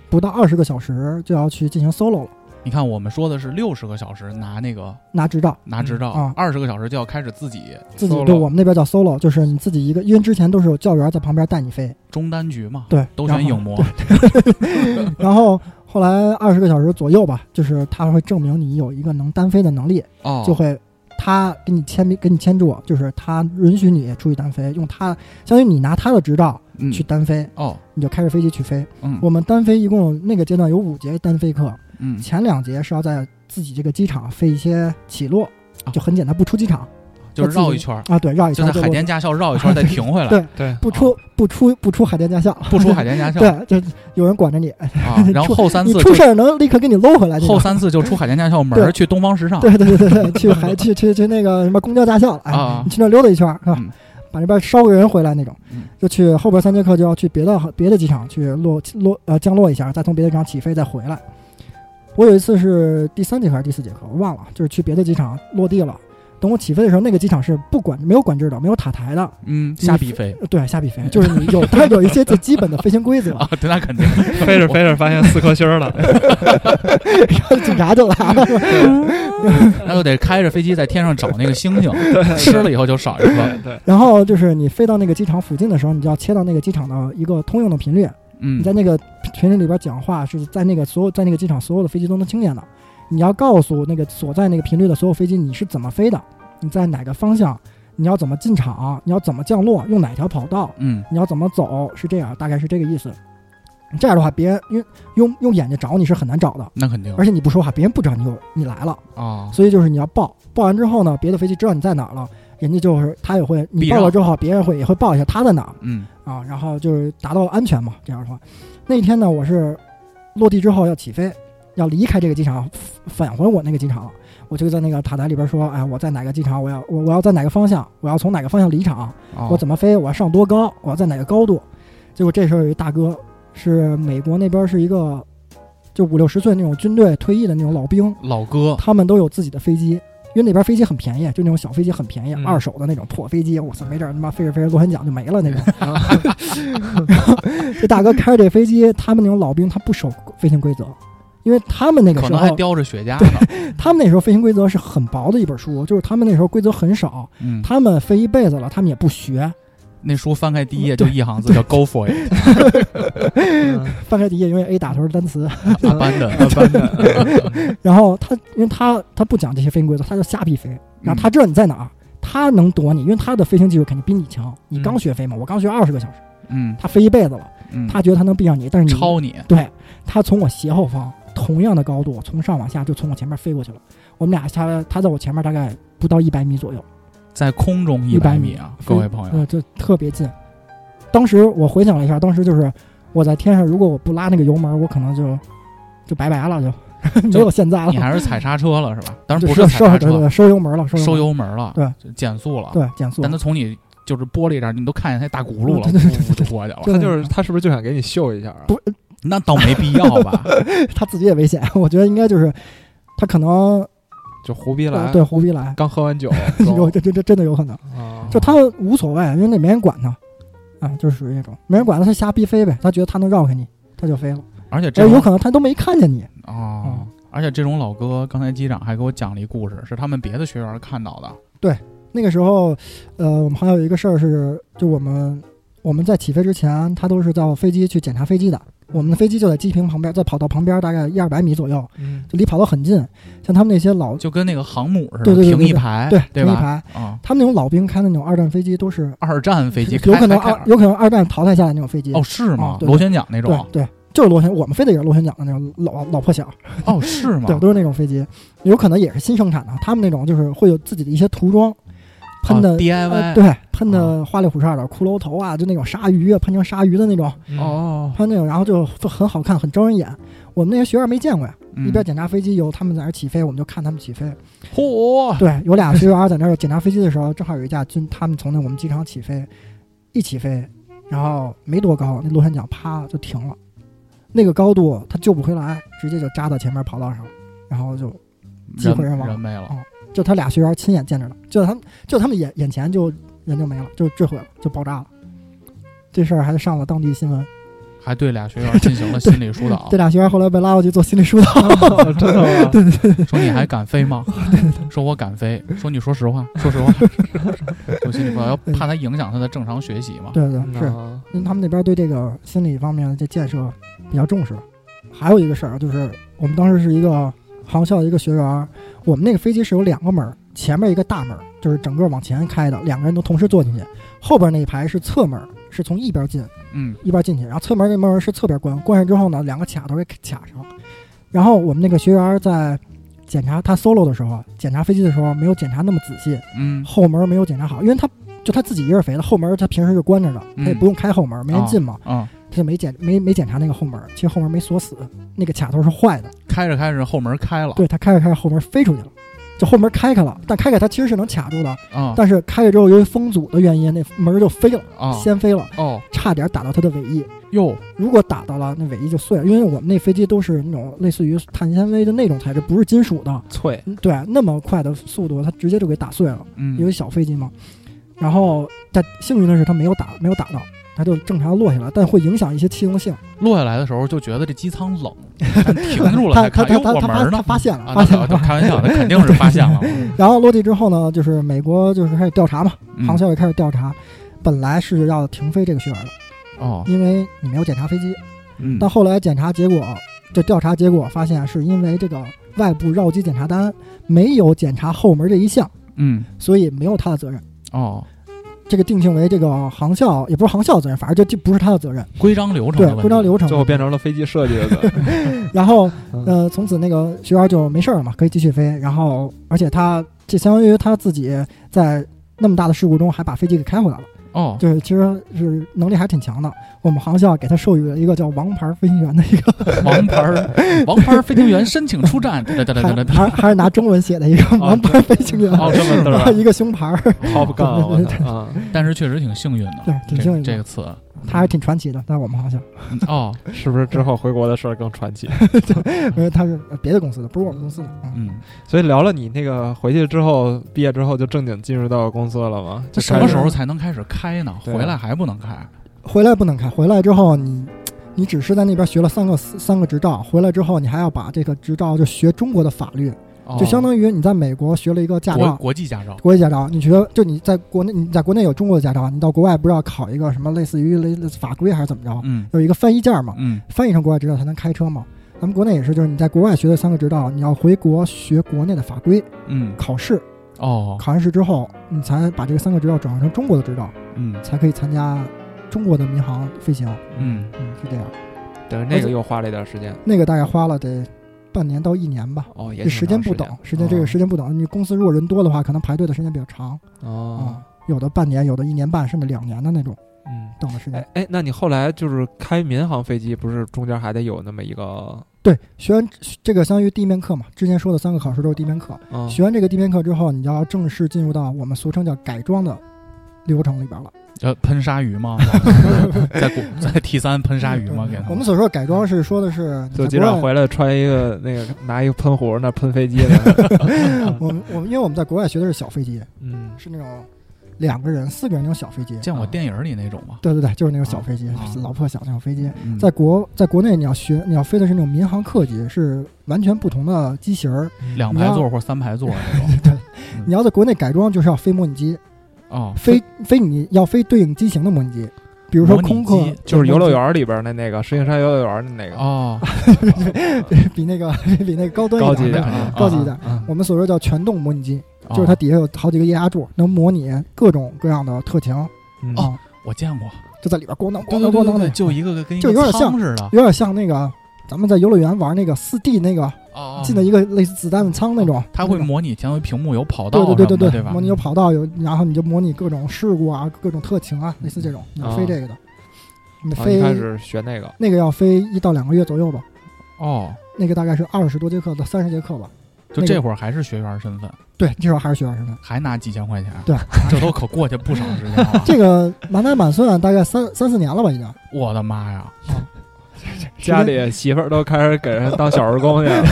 Speaker 5: 不到二十个小时就要去进行 solo 了。
Speaker 3: 你看，我们说的是六十个小时拿那个
Speaker 5: 拿执照，
Speaker 3: 拿执
Speaker 5: 嗯
Speaker 3: 照
Speaker 5: 啊，
Speaker 3: 二十、个小时就要开始自己
Speaker 5: 自己
Speaker 4: Solo
Speaker 5: 对我们那边叫 solo，就是你自己一个，因为之前都是有教员在旁边带你飞，
Speaker 3: 中单局嘛，
Speaker 5: 对，
Speaker 3: 都
Speaker 5: 然
Speaker 3: 选
Speaker 5: 后
Speaker 3: 影魔。
Speaker 5: 然后后来二十个小时左右吧，就是他会证明你有一个能单飞的能力，
Speaker 3: 哦，
Speaker 5: 就会他给你签名，给你签注，就是他允许你出去单飞，用他相当于你拿他的执照
Speaker 3: 嗯
Speaker 5: 去单飞，
Speaker 3: 哦，
Speaker 5: 你就开着飞机去飞。
Speaker 3: 嗯，
Speaker 5: 我们单飞一共那个阶段有五节单飞课，
Speaker 3: 嗯，
Speaker 5: 前两节是要在自己这个机场飞一些起落
Speaker 3: 啊，
Speaker 5: 就很简单，不出机场
Speaker 3: 就是绕一圈儿，
Speaker 5: 啊，对，绕一
Speaker 3: 就
Speaker 5: 圈
Speaker 3: 在
Speaker 5: 就
Speaker 3: 海
Speaker 5: 落
Speaker 3: 淀哦
Speaker 5: 地
Speaker 3: 驾校绕一圈儿再停回来，
Speaker 5: [LAUGHS] 对
Speaker 4: 对，
Speaker 5: 不出不出不出海淀驾校，
Speaker 3: 不出海淀驾校
Speaker 5: [LAUGHS] 对，就有人管着你，哎
Speaker 3: 啊，然后后三
Speaker 5: 你
Speaker 3: 次
Speaker 5: 出
Speaker 3: 就
Speaker 5: 事儿能立刻给你搂回来。这种
Speaker 3: 后三次就出海淀驾校门儿
Speaker 5: 对
Speaker 3: 去东方时尚
Speaker 5: 对对对对，对，去
Speaker 3: [LAUGHS]
Speaker 5: 还去去去那个什么公交驾校了，哎，
Speaker 3: 啊
Speaker 5: 你，去那儿溜达一圈儿是吧
Speaker 3: 嗯？
Speaker 5: 把那边捎个人回来那种
Speaker 3: 嗯，
Speaker 5: 就去后边三节课就要去别的别的机场去落落呃降落一下，再从别的机场起飞再回来。我有一次是第三节课还是第四节课，我忘了，就是去别的机场落地了。等我起飞的时候，那个机场是不管没有管制的，没有塔台的，
Speaker 3: 嗯，瞎逼飞
Speaker 5: 呃对，瞎
Speaker 3: [LAUGHS]
Speaker 5: 比飞，就是你有它有一些最基本的飞行规则，
Speaker 3: 啊，对，那肯
Speaker 5: [LAUGHS]
Speaker 3: 定
Speaker 4: 飞着飞着发现四颗星儿了，
Speaker 5: 然后警察就来了，
Speaker 3: 那就得开着飞机在天上找那个星
Speaker 5: [LAUGHS]
Speaker 3: 星，吃了以后就少一个，
Speaker 4: 对，
Speaker 5: 然后就是你飞到那个机场附近的时候，你就要切到那个机场的一个通用的频率。
Speaker 3: 嗯
Speaker 5: 你在那个群里里边讲话是在那个所有在那个机场所有的飞机都能听见的。你要告诉那个所在那个频率的所有飞机你是怎么飞的，你在哪个方向，你要怎么进场，你要怎么降落，用哪条跑道，
Speaker 3: 嗯
Speaker 5: 你要怎么走，是这样，大概是这个意思。这样的话，别人用用用眼睛找你是很难找的，
Speaker 3: 那肯定
Speaker 5: 而且你不说话，别人不知道你有你来了。
Speaker 3: 啊，
Speaker 5: 所以就是你要报，报完之后呢，别的飞机知道你在哪儿了，人家就是他也会，
Speaker 3: 避
Speaker 5: 你
Speaker 3: 让
Speaker 5: 报了之后，别人会也会报一下他在哪儿
Speaker 3: 嗯
Speaker 5: 啊，然后就是达到安全嘛。这样的话，那天呢，我是落地之后要起飞，要离开这个机场，返返回我那个机场了，我就在那个塔台里边说，哎，我在哪个机场，我要我我要在哪个方向，我要从哪个方向离场，
Speaker 3: 哦
Speaker 5: 我怎么飞，我要上多高，我要在哪个高度。结果这时候有一大哥是美国那边是一个就五六十岁那种军队退役的那种老兵。
Speaker 3: 老哥
Speaker 5: 他们都有自己的飞机，因为那边飞机很便宜，就那种小飞机很便宜，
Speaker 4: 嗯
Speaker 5: 二手的那种破飞机，我操，没事儿他妈飞着飞着螺旋桨就没了
Speaker 3: [LAUGHS]
Speaker 5: 那种。然
Speaker 3: 啊
Speaker 5: [LAUGHS] 后这大哥开着这飞机，他们那种老兵他不守飞行规则，因为他们那个
Speaker 3: 可
Speaker 5: 时
Speaker 3: 能还
Speaker 5: 候，
Speaker 3: 叼着雪茄呢，
Speaker 5: 他们那时候飞行规则是很薄的一本书，就是他们那时候规则很少，
Speaker 3: 嗯，
Speaker 5: 他们飞一辈子了，他们也不学。
Speaker 3: 那书翻开第一页就一行字叫 “Go for it”，
Speaker 5: 翻开第一页，因为 A 打头的单词， [LAUGHS]
Speaker 3: [LAUGHS] 阿班的，
Speaker 4: 班的，
Speaker 5: 然后他因为他他不讲这些飞行规则，他就瞎逼飞。然后他知道你在哪儿，他能躲你，因为他的飞行技术肯定比你强。你刚学飞嘛，我刚学二十个小时，
Speaker 3: [LAUGHS] 嗯
Speaker 5: 他飞一辈子了，
Speaker 3: 嗯，
Speaker 5: 他觉得他能避上你，但是你
Speaker 3: 超你，
Speaker 5: 对他从我斜后方同样的高度，从上往下就从我前面飞过去了。我们俩下，他在我前面大概不到一百米左右，
Speaker 3: 在空中一
Speaker 5: 100
Speaker 3: 米啊，各位朋友，
Speaker 5: 呃，就特别近。当时我回想了一下，当时就是我在天上，如果我不拉那个油门，我可能就就拜拜了，就 [LAUGHS] 没有现在了
Speaker 3: 你。还是踩刹车了是吧？当然
Speaker 5: 就
Speaker 3: 不
Speaker 5: 收
Speaker 3: 是踩
Speaker 5: 收
Speaker 3: 刹
Speaker 5: 对对
Speaker 3: 车，
Speaker 5: 对收油门了，收
Speaker 3: 收
Speaker 5: 油
Speaker 3: 油门了，
Speaker 5: 对，
Speaker 3: 减速了，
Speaker 5: 门对减速
Speaker 3: 但
Speaker 5: 了
Speaker 3: 他。从你就是玻璃这儿，你都看见他大轱辘了，
Speaker 5: 对对对
Speaker 3: 呜就过去了，
Speaker 5: 对
Speaker 4: 他就是他是不是就想给你秀一下啊？
Speaker 5: 不
Speaker 3: 那倒没必要
Speaker 5: [LAUGHS]
Speaker 3: 吧？
Speaker 5: 他自己也危险，我觉得应该就是他可能
Speaker 4: 就胡逼来，
Speaker 5: 对，胡逼来，
Speaker 4: 刚喝完酒
Speaker 5: [LAUGHS] 有这这这真的有可能，
Speaker 4: 啊，
Speaker 5: 就他无所谓，因为那没人管他，啊，就是属于那种没人管他，他瞎逼飞呗，他觉得他能绕开你，他就飞了，
Speaker 3: 而且
Speaker 5: 哎，
Speaker 3: 这
Speaker 5: 有
Speaker 3: 种
Speaker 5: 可能他都没看见你，
Speaker 3: 哦
Speaker 5: 嗯，
Speaker 3: 而且这种老哥，刚才机长还给我讲了一故事，是他们别的学员看到的。
Speaker 5: 那个时候，呃，我们还有一个事儿是，就我们我们在起飞之前，他都是到飞机去检查飞机的。我们的飞机就在机坪旁边，在跑道旁边大概一二百米左右，
Speaker 4: 嗯
Speaker 5: 就离跑道很近。像他们那些老
Speaker 3: 就跟那个航母似
Speaker 5: 对
Speaker 3: 的，
Speaker 5: 对对对
Speaker 3: 平一排，
Speaker 5: 对
Speaker 3: 哎对
Speaker 5: 平一
Speaker 3: 吧
Speaker 5: 排？
Speaker 3: 啊，
Speaker 5: 他们那种老兵开的那种二战飞机，都是
Speaker 3: 二战飞机
Speaker 5: 有可能
Speaker 3: 开
Speaker 5: 二有可能二战淘汰下来那种飞机。
Speaker 3: 哦，是吗
Speaker 5: 哦？对对
Speaker 3: 螺旋桨那
Speaker 5: 对
Speaker 3: 种？啊
Speaker 5: 对，就是螺旋，我们飞的也是螺旋桨的那种老老破小，
Speaker 3: 哦，是吗？
Speaker 5: 对，都是那种飞机，有可能也是新生产的。他们那种就是会有自己的一些涂装，喷的、
Speaker 3: 哦 DIY
Speaker 5: 呃对，喷的花里胡哨的，骷髅头啊，就那种鲨鱼啊，喷成鲨鱼的那种，
Speaker 3: 哦，
Speaker 5: 喷那种，然后就很好看，很招人眼。我们那些学员没见过呀，
Speaker 3: 嗯
Speaker 5: 一边检查飞机，有他们在那儿起飞，我们就看他们起飞。
Speaker 3: 嚯，
Speaker 5: 对，有俩学员在那儿检 [LAUGHS] 查飞机的时候，正好有一架军，他们从那我们机场起飞，一起飞，然后没多高，那螺旋桨啪就停了，那个高度它救不回来，直接就扎到前面跑道上，然后就机会人亡
Speaker 3: 人没了
Speaker 5: 哦。就他俩学员亲眼见着了，就他们就他们眼眼前就人就没了，就坠毁了，就爆炸了。这事儿还上了当地新闻，
Speaker 3: 还对俩学员进行了心理疏导
Speaker 5: [LAUGHS] 这，俩学员后来被拉过去做心理疏导，
Speaker 4: 真的吗？
Speaker 3: 说你还敢飞
Speaker 5: [LAUGHS]
Speaker 3: 吗？说我敢飞，说你说实话，说实话，我心里不要怕他影响他的正常学习嘛。
Speaker 5: 对对对，是
Speaker 4: 啊
Speaker 5: 因为他们那边对这个心理方面的这建设比较重视。还有一个事儿啊就是，我们当时是一个航校的一个学员，我们那个飞机是有两个门儿，前面一个大门儿，就是整个往前开的，两个人都同时坐进去，后边那一排是侧门儿，是从一边进。
Speaker 3: 嗯，
Speaker 5: 一边进去，然后侧门那门是侧边关，关上之后呢，两个卡头给卡上。然后我们那个学员在检查他 solo 的时候，检查飞机的时候没有检查那么仔细，
Speaker 3: 嗯，
Speaker 5: 后门没有检查好，因为他就他自己一个人飞的，后门他平时是关着的，
Speaker 3: 嗯
Speaker 5: 他也不用开后门，没人进嘛，
Speaker 3: 啊，
Speaker 5: 他就没检没没检查那个后门，其实后门没锁死，那个卡头是坏的，
Speaker 3: 开着开着后门开了，
Speaker 5: 对他开着开着后门飞出去了。就后门开开了，但开开它其实是能卡住的，
Speaker 3: 啊
Speaker 5: 但是开开之后由于风阻的原因，那门儿就飞了，
Speaker 3: 啊
Speaker 5: 先飞了，
Speaker 3: 哦
Speaker 5: 差点打到它的尾翼。
Speaker 3: 哟
Speaker 5: 如果打到了，那尾翼就碎了，因为我们那飞机都是那种类似于碳纤维的那种材质，不是金属的。
Speaker 4: 脆，
Speaker 5: 嗯对，那么快的速度，它直接就给打碎了，
Speaker 3: 嗯
Speaker 5: 因为小飞机嘛。然后，但幸运的是，它没有打，没有打到，它就正常落下来，但会影响一些气动性。
Speaker 3: 落下来的时候就觉得这机舱冷，咱停住了
Speaker 5: [LAUGHS] 他
Speaker 3: 再
Speaker 5: 他
Speaker 3: 看，
Speaker 5: 他
Speaker 3: 哟
Speaker 5: 他
Speaker 3: 我
Speaker 5: 他
Speaker 3: 门
Speaker 5: 发
Speaker 3: 儿
Speaker 5: 他
Speaker 3: 呢
Speaker 5: 发现了，
Speaker 3: 啊，
Speaker 5: 发
Speaker 3: 那
Speaker 5: 现
Speaker 3: 早
Speaker 5: 了
Speaker 3: 就。开玩笑，那肯定是发现了，
Speaker 5: [LAUGHS] 然后落地之后呢，就是美国就是开始调查嘛，
Speaker 3: 嗯
Speaker 5: 航校也开始调查。本来是要停飞这个学员的，
Speaker 3: 哦，
Speaker 5: 因为你没有检查飞机。
Speaker 3: 嗯
Speaker 5: 但后来检查结果，这调查结果发现是因为这个外部绕机检查单没有检查后门这一项，
Speaker 3: 嗯
Speaker 5: 所以没有他的责任。
Speaker 3: 哦，
Speaker 5: 这个定性为这个航校也不是航校责任，反正就就不是他的责任，
Speaker 3: 规章流程
Speaker 5: 对
Speaker 3: 的问题，
Speaker 5: 规章流程
Speaker 4: 最。后变成了飞机设计的
Speaker 5: [LAUGHS]
Speaker 4: 责任。
Speaker 5: 然后
Speaker 4: 嗯
Speaker 5: 呃，从此那个学员就没事儿了嘛，可以继续飞。然后而且他这相当于他自己在那么大的事故中还把飞机给开回来了，
Speaker 3: 哦，
Speaker 5: 就是其实是能力还挺强的。我们航校给他授予了一个叫“王牌飞行员”的一个 [LAUGHS]
Speaker 3: 王牌儿王牌儿飞行员申请出战，哒哒哒哒
Speaker 5: 还
Speaker 3: 哒
Speaker 5: 还
Speaker 3: 哒，
Speaker 5: 还是拿中文写的一个王牌飞行员，
Speaker 3: 哦，这么
Speaker 4: 哦对
Speaker 3: 的，
Speaker 4: 吧
Speaker 5: [LAUGHS] 一个胸牌儿，
Speaker 4: Top Gun，我操啊！
Speaker 3: 但是确实挺幸运的，
Speaker 5: 对，挺幸运
Speaker 3: 这
Speaker 5: 的。
Speaker 3: 个词
Speaker 5: 他还挺传奇的，但是我们好像，
Speaker 3: 嗯哦，
Speaker 4: 是不是之后回国的事儿更传奇？ [LAUGHS]
Speaker 5: 因为呃他是别的公司的，不是我们公司的。嗯， [LAUGHS]
Speaker 3: 嗯，
Speaker 4: 所以聊了你那个回去之后，毕业之后就正经进入到公司了吗？
Speaker 3: 这
Speaker 4: 就
Speaker 3: 什
Speaker 4: 开
Speaker 3: 么
Speaker 4: 始
Speaker 3: 时候才能开始开呢？
Speaker 4: 对啊
Speaker 3: 回来还不能开，
Speaker 5: 回来不能开，回来之后你，你只是在那边学了三个三个执照，回来之后你还要把这个执照就学中国的法律，
Speaker 3: 哦
Speaker 5: 就相当于你在美国学了一个驾
Speaker 3: 国
Speaker 5: 照。
Speaker 3: 国际驾照，
Speaker 5: 国际驾照，你学就你在国内，你在国内有中国的驾照，你到国外不是要考一个什么类似于类类似法规还是怎么着，
Speaker 3: 嗯
Speaker 5: 有一个翻译件嘛？
Speaker 3: 嗯
Speaker 5: 翻译成国外执照才能开车嘛。咱们国内也是，就是你在国外学的三个执照，你要回国学国内的法规，
Speaker 3: 嗯，
Speaker 5: 考试，
Speaker 3: 哦，
Speaker 5: 考完试之后，你才把这个三个执照转换成中国的执照，
Speaker 3: 嗯
Speaker 5: 才可以参加中国的民航飞行。
Speaker 3: 嗯，
Speaker 5: 嗯，是这样。
Speaker 4: 等于那个又花了一点时间。
Speaker 5: 那个大概花了得半年到一年吧，
Speaker 4: 哦，也
Speaker 5: 这时间不等
Speaker 4: 等，，
Speaker 5: 时间这个时间不等。你公司如果人多的话，可能排队的时间比较长啊、
Speaker 4: 哦哦，
Speaker 5: 有的半年，有的一年半，甚至两年的那种
Speaker 4: 嗯。
Speaker 5: 等的时间
Speaker 4: 哎。哎，那你后来就是开民航飞机，不是中间还得有那么一个，
Speaker 5: 对，学完这个相当于地面课嘛，之前说的三个考试都是地面课，
Speaker 4: 嗯、
Speaker 5: 学完这个地面课之后，你就要正式进入到我们俗称叫改装的流程里边了。
Speaker 3: 呃，喷鲨鱼吗？ [LAUGHS] 在国在 T 三喷鲨鱼吗？给他
Speaker 5: 嗯我们所说的改装是说的是
Speaker 4: 就
Speaker 5: 你
Speaker 4: 机
Speaker 5: 在
Speaker 4: 长
Speaker 5: 国外，
Speaker 4: 回来穿一个那个拿一个喷壶那喷飞机
Speaker 5: [LAUGHS]
Speaker 4: 的，
Speaker 5: 我们我们因为我们在国外学的是小飞机，
Speaker 4: 嗯，
Speaker 5: 是那种两个人、四个人那种小飞机。
Speaker 3: 见过电影里那种吗？
Speaker 5: 对对对，就是那种小飞机，
Speaker 3: 啊啊
Speaker 5: 老破小那种飞机。
Speaker 3: 嗯
Speaker 5: 在国在国内，你要学你要飞的是那种民航客机，是完全不同的机型儿。
Speaker 3: 两排座或者三排座那种，嗯
Speaker 5: 你要在国内改装，就是要飞模拟机，
Speaker 3: 哦，
Speaker 5: 飞飞你要飞对应机型的模拟机，比如说
Speaker 3: 模拟
Speaker 5: 空客
Speaker 3: 机
Speaker 4: 就是游乐园里边的那个石景山游乐园的那个、
Speaker 3: 哦，
Speaker 5: 比那个比那个高端
Speaker 4: 高
Speaker 5: 一
Speaker 4: 级一
Speaker 5: 点
Speaker 4: 点
Speaker 5: 儿。
Speaker 4: 啊，
Speaker 5: 高级一点
Speaker 4: 啊，啊
Speaker 5: 我们所说叫全动模拟机，
Speaker 3: 哦
Speaker 5: 就是它底下有好几个液压柱，能模拟各种各样的特情
Speaker 4: 嗯
Speaker 5: 啊，
Speaker 3: 哦我见过，
Speaker 5: 就在里边咣当
Speaker 3: 对
Speaker 5: 咣
Speaker 3: 对
Speaker 5: 当
Speaker 3: 对
Speaker 5: 咣
Speaker 3: 对
Speaker 5: 当
Speaker 3: 对，
Speaker 5: 的，
Speaker 3: 就一个个跟一
Speaker 5: 就有
Speaker 3: 个
Speaker 5: 点像
Speaker 3: 仓似的，
Speaker 5: 有点像那个咱们在游乐园玩那个四 D 那个
Speaker 3: 哦，哦哦
Speaker 5: 进了一个类似子弹的舱那种，
Speaker 3: 它会模拟前头屏幕有跑道
Speaker 5: 对
Speaker 3: 什么
Speaker 5: 对
Speaker 3: 的，
Speaker 5: 对对
Speaker 3: 对吧？
Speaker 5: 模拟有跑道有，然后你就模拟各种事故啊，各种特情啊，类似
Speaker 3: 哦
Speaker 5: 这种，你要飞这个的，你
Speaker 4: 啊一开
Speaker 5: 飞
Speaker 4: 始学那个，
Speaker 5: 那个要飞一到两个月左右吧，
Speaker 3: 哦，
Speaker 5: 那个大概是二十多节课到三十节课吧。
Speaker 3: 就
Speaker 5: 那个
Speaker 3: 这会儿还是学员身份，
Speaker 5: 对，这时候还是学员身份。
Speaker 3: 还拿几千块钱，
Speaker 5: 对，，
Speaker 3: 这都可过去不少时间了
Speaker 5: 这个满打满算大概三三四年了吧，已经。
Speaker 3: 我的妈呀！
Speaker 4: 家里媳妇儿都开始给人当小时工去了，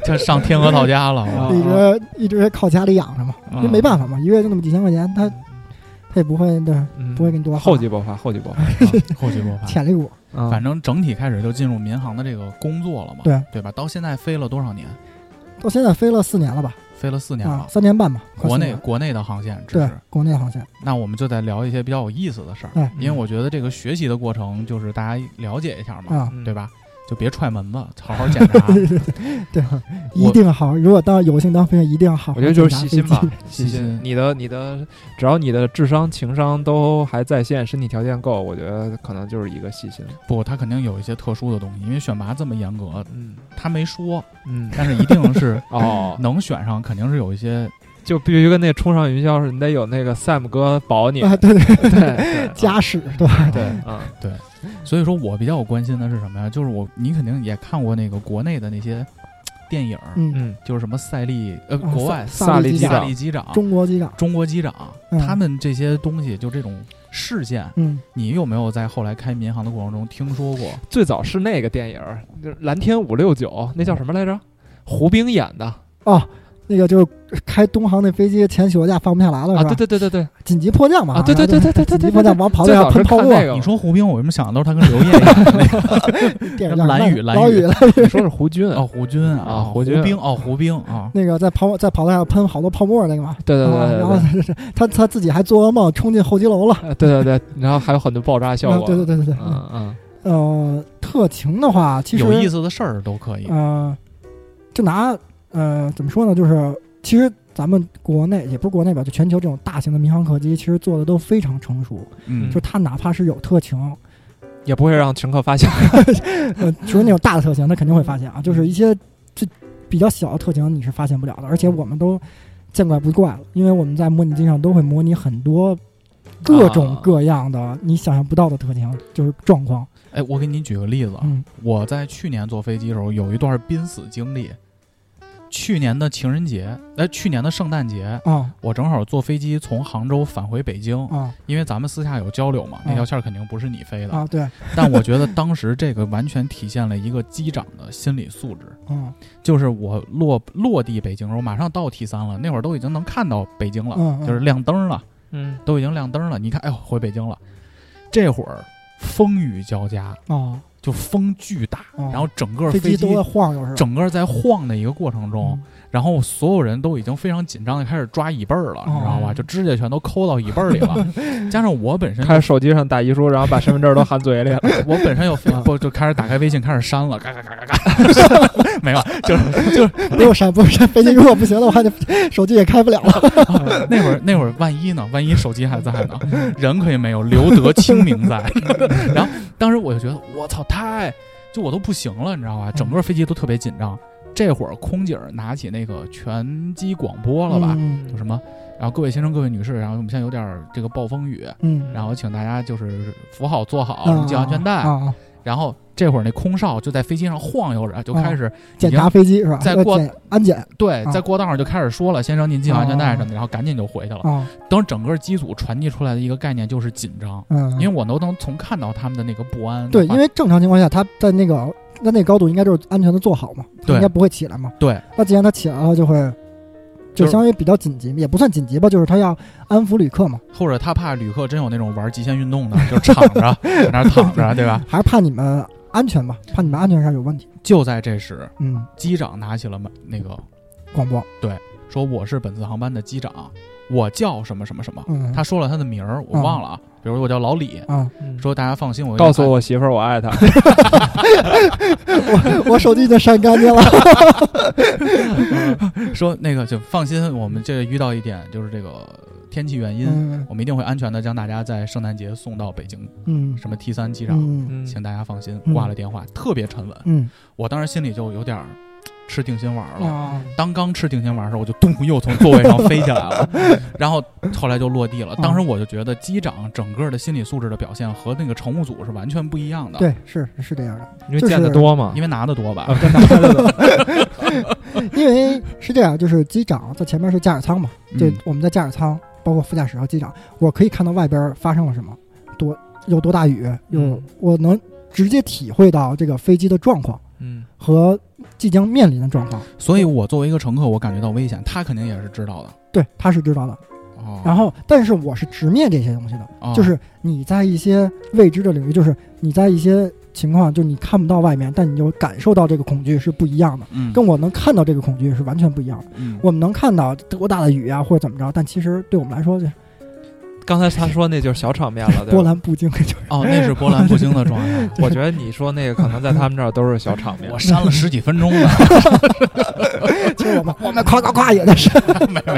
Speaker 5: [LAUGHS]
Speaker 3: 这上天鹅到家了，
Speaker 4: 啊
Speaker 5: 一直一直靠家里养着嘛，因为嗯没办法嘛，一个月就那么几千块钱，
Speaker 3: 嗯
Speaker 5: 他他也不会对
Speaker 3: 啊
Speaker 4: 嗯
Speaker 5: 不会给你多嗯花
Speaker 4: 后继不发，后继不发，
Speaker 3: 法，嗯后续不怕。
Speaker 5: 潜力股。
Speaker 4: 啊
Speaker 3: 反正整体开始就进入民航的这个工作了嘛，
Speaker 5: 对
Speaker 3: 对吧？到现在飞了多少年？
Speaker 5: 到现在飞了四年了吧？
Speaker 3: 飞了四年
Speaker 5: 啊
Speaker 3: 了，，
Speaker 5: 三年半吧。快
Speaker 3: 国
Speaker 5: 四
Speaker 3: 内
Speaker 5: 年了
Speaker 3: 国内的航线只
Speaker 5: 对
Speaker 3: 是。
Speaker 5: 国内航线，
Speaker 3: 那我们就再聊一些比较有意思的事儿，
Speaker 5: 哎
Speaker 3: 因为我觉得这个学习的过程就是大家了解一下嘛，
Speaker 5: 啊，
Speaker 4: 嗯
Speaker 3: 对吧？就别踹门子，好好检查，
Speaker 5: [LAUGHS] 对，一定好。如果当有幸当飞行员，一定要好好
Speaker 4: 我觉得就
Speaker 5: 检查
Speaker 4: 是细
Speaker 5: 飞
Speaker 4: 心吧
Speaker 5: 机，啊
Speaker 4: 细
Speaker 3: 细心
Speaker 4: 心。你的你的，只要你的智商、情商都还在线，身体条件够，我觉得可能就是一个细心。
Speaker 3: 不，他肯定有一些特殊的东西，因为选拔这么严格，
Speaker 4: 嗯
Speaker 3: 他没说，
Speaker 4: 嗯，
Speaker 3: 但是一定是
Speaker 4: 哦，
Speaker 3: 能选上，肯定是有一些
Speaker 4: [LAUGHS] 就必须跟那冲上云霄似的，你得有那个 Sam 哥保你。
Speaker 5: 啊，对对，
Speaker 4: 对对，
Speaker 5: 家史对吧？
Speaker 4: 对啊，
Speaker 3: 嗯所以说我比较关心的是什么呀？就是我，你肯定也看过那个国内的那些电影儿，
Speaker 5: 嗯，
Speaker 4: 嗯
Speaker 3: 就是什么赛利，呃，
Speaker 5: 啊
Speaker 3: 国外
Speaker 5: 萨
Speaker 4: 萨利
Speaker 5: 利
Speaker 4: 机
Speaker 5: 长，
Speaker 3: 萨
Speaker 4: 长
Speaker 3: 利机长、
Speaker 5: 中国机长，
Speaker 3: 中国机长，
Speaker 5: 嗯
Speaker 3: 他们这些东西，就这种事件，
Speaker 5: 嗯，
Speaker 3: 你有没有在后来开民航的过程中听说过？
Speaker 4: 最早是那个电影儿《就是蓝天五六九》，那叫什么来着？胡兵演的啊，
Speaker 5: 哦，那个就是开东航那飞机前起落架放不下来了是吧？
Speaker 4: 啊对对对对对，
Speaker 5: 紧急迫降嘛
Speaker 4: 啊对对对对对对
Speaker 5: 紧急
Speaker 4: 对
Speaker 5: 迫降
Speaker 4: 对
Speaker 5: 往跑道
Speaker 4: 最
Speaker 5: 上
Speaker 4: 早是
Speaker 5: 喷泡
Speaker 4: 看
Speaker 5: 沫
Speaker 4: 那，个，
Speaker 3: 你说胡兵，我为什么想到他跟刘烨一样？
Speaker 5: 电
Speaker 3: 什么
Speaker 5: 影叫
Speaker 3: 蓝
Speaker 5: 什
Speaker 3: 雨
Speaker 5: 么
Speaker 3: 蓝
Speaker 5: 蓝
Speaker 3: 雨
Speaker 5: 雨了。 [LAUGHS]
Speaker 4: 你说是胡军
Speaker 3: 哦，，胡军啊，
Speaker 4: 啊
Speaker 3: 胡
Speaker 4: 胡军
Speaker 3: 兵哦，胡兵啊，
Speaker 5: 那个在跑在跑道上喷好多泡沫那个嘛，
Speaker 4: 对对对
Speaker 5: 啊
Speaker 4: 对
Speaker 5: 然
Speaker 4: 对
Speaker 5: 后他他自己还做噩梦冲进候机楼了，
Speaker 4: 呃对对对，然后还有很多爆炸效
Speaker 5: 啊
Speaker 4: 果，
Speaker 5: 对对对对对，
Speaker 4: 嗯嗯，
Speaker 5: 呃，特情的话，其实
Speaker 3: 有意思的事儿都可以。
Speaker 5: 呃，就拿呃怎么说呢，就是其实咱们国内也不是国内吧，就全球这种大型的民航客机，其实做的都非常成熟。
Speaker 3: 嗯
Speaker 5: 就，它哪怕是有
Speaker 3: [LAUGHS]
Speaker 5: 特情，
Speaker 4: 也不会让乘客发现。
Speaker 5: 呃，除了那种大的特情，它肯定会发现啊，就是一些这比较小的特情你是发现不了的，而且我们都见怪不怪了，因为我们在模拟机上都会模拟很多。各种
Speaker 4: 啊
Speaker 5: 各样的你想象不到的特情，就是状况。
Speaker 3: 哎，我给你举个例子啊，
Speaker 5: 嗯，
Speaker 3: 我在去年坐飞机的时候有一段濒死经历。去年的情人节，哎，去年的圣诞节，
Speaker 5: 啊
Speaker 3: 我正好坐飞机从杭州返回北京，
Speaker 5: 啊
Speaker 3: 因为咱们私下有交流嘛，那
Speaker 5: 嗯
Speaker 3: 条线儿肯定不是你飞的。
Speaker 5: 啊！对，
Speaker 3: 但我觉得当时这个完全体现了一个机长的心理素质，
Speaker 5: 嗯
Speaker 3: 就是我落落地北京的时候，马上到 T 三了，那会儿都已经能看到北京了，
Speaker 5: 嗯，
Speaker 3: 就是亮灯了，
Speaker 4: 嗯，
Speaker 3: 都已经亮灯了。你看，哎呦，回北京了，这会儿风雨交加，
Speaker 5: 啊，
Speaker 3: 就风巨大，
Speaker 5: 哦
Speaker 3: 然后整个
Speaker 5: 飞
Speaker 3: 飞
Speaker 5: 机
Speaker 3: 机
Speaker 5: 都在晃悠是吧？
Speaker 3: 整个在晃的一个过程中，
Speaker 5: 嗯 [LAUGHS]
Speaker 3: 然后所有人都已经非常紧张的开始抓椅背儿了，你知道吧？
Speaker 5: 哦
Speaker 3: 就指甲全都抠到椅背儿
Speaker 5: [LAUGHS]
Speaker 3: 里了，加上我本身
Speaker 4: 开始手机上打遗书，然后把身份证都含嘴里了。
Speaker 3: 我本身又非不就开始打开微信开始删了，嘎嘎嘎嘎嘎，
Speaker 5: [LAUGHS]
Speaker 3: 没有，就是就是
Speaker 5: 不用删，不用删，飞机如果不行的话，就 [LAUGHS] 手机也开不了了。
Speaker 3: [LAUGHS] 那会儿那会儿万一呢？万一手机还在呢？ [LAUGHS] 人可以没有，留得清明在。 [LAUGHS] 然后当时我就觉得，我操，太就我都不行了，你知道吧？整个飞机都特别紧张。这会儿空姐儿拿起那个全机广播了吧？
Speaker 5: 嗯
Speaker 3: 就什么，然后各位先生、各位女士，然后我们现在有点儿这个暴风雨，
Speaker 5: 嗯，
Speaker 3: 然后请大家就是扶好、坐好，
Speaker 5: 啊
Speaker 3: 系安全带。
Speaker 5: 啊，啊
Speaker 3: 然后这会儿那空少就在飞机上晃悠着，就开始、
Speaker 5: 检查飞机是吧？
Speaker 3: 在
Speaker 5: 要
Speaker 3: 过
Speaker 5: 检安检
Speaker 3: 对，
Speaker 5: 啊
Speaker 3: 在过道上就开始说了：“先生，您系好安全带
Speaker 5: 啊
Speaker 3: 什么的。”然后赶紧就回去了。
Speaker 5: 啊，
Speaker 3: 当整个机组传递出来的一个概念就是紧张，
Speaker 5: 嗯，
Speaker 3: 因为我都能从看到他们的那个不安。
Speaker 5: 对，因为正常情况下，他在那个在那个高度应该就是安全的坐好嘛，他
Speaker 3: 对
Speaker 5: 应该不会起来嘛。
Speaker 3: 对，
Speaker 5: 那既然他起来了，就会。就
Speaker 3: 就是
Speaker 5: 相当于比较紧急，也不算紧急吧，就是他要安抚旅客嘛，
Speaker 3: 或者他怕旅客真有那种玩极限运动的，就是躺
Speaker 5: [LAUGHS]
Speaker 3: 着在那儿躺着，对吧？
Speaker 5: 还是怕你们安全吧，怕你们安全上有问题。
Speaker 3: 就在这时，
Speaker 5: 嗯，
Speaker 3: 机长拿起了麦那个
Speaker 5: 广播，
Speaker 3: 说：“我是本次航班的机长，我叫什么什么什么。”
Speaker 5: 嗯，
Speaker 3: 他说了他的名儿，我忘了啊，比如说我叫老李。
Speaker 5: 啊，
Speaker 4: 嗯
Speaker 3: 说大家放心，我
Speaker 4: 告诉我媳妇儿我爱她，
Speaker 5: 我我手机已经删干净了。
Speaker 3: [LAUGHS] 说那个就放心，我们这个遇到一点就是这个天气原因，
Speaker 5: 嗯
Speaker 3: 我们一定会安全的将大家在圣诞节送到北京
Speaker 5: 嗯
Speaker 3: 什么 T 三机场，
Speaker 5: 嗯
Speaker 3: 请大家放心。
Speaker 5: 嗯
Speaker 3: 挂了电话，特别沉稳，
Speaker 5: 嗯
Speaker 3: 我当时心里就有点儿吃定心丸了。
Speaker 5: 啊
Speaker 3: 当刚吃定心丸的时候，我就咚又从座位上飞起来
Speaker 5: [LAUGHS]
Speaker 3: 了，
Speaker 5: 嗯
Speaker 3: 然后后来就落地了。当时我就觉得机长整个的心理素质的表现和那个乘务组是完全不一样的，
Speaker 5: 对，哦是是这样的。
Speaker 4: 因为
Speaker 5: 就是
Speaker 4: 见得多嘛
Speaker 3: 因。为拿的多吧
Speaker 4: 啊，
Speaker 5: 因为是这样，就是机长在前面是驾驶舱嘛，
Speaker 3: 嗯
Speaker 5: 这我们在驾驶舱，包括副驾驶和机长，我可以看到外边发生了什么，多有多大雨，有
Speaker 4: 嗯
Speaker 5: 我能直接体会到这个飞机的状况
Speaker 4: 嗯，
Speaker 5: 和即将面临的状况。
Speaker 3: 所以我作为一个乘客，我感觉到危险，他肯定也是知道的。
Speaker 5: 对，他是知道的。
Speaker 3: 哦，
Speaker 5: 然后，但是我是直面这些东西的，
Speaker 3: 哦
Speaker 5: 就是你在一些未知的领域，就是你在一些情况，就你看不到外面，但你就感受到这个恐惧是不一样的，
Speaker 3: 嗯，
Speaker 5: 跟我能看到这个恐惧是完全不一样的。
Speaker 3: 嗯
Speaker 5: 我们能看到多大的雨啊，或者怎么着，但其实对我们来说，就
Speaker 4: 刚才他说那就是小场面了，对
Speaker 5: 波
Speaker 4: 吧？
Speaker 5: 澜不惊， [LAUGHS] 就是
Speaker 3: 哦，那是波澜不惊的状
Speaker 5: [LAUGHS]
Speaker 3: 态。
Speaker 4: 我觉得你说那个可能在他们这儿都是小场面
Speaker 3: 我。删了十几分钟
Speaker 5: [LAUGHS]
Speaker 3: 了，
Speaker 5: 其实我们我们夸夸夸也在是，
Speaker 3: 没没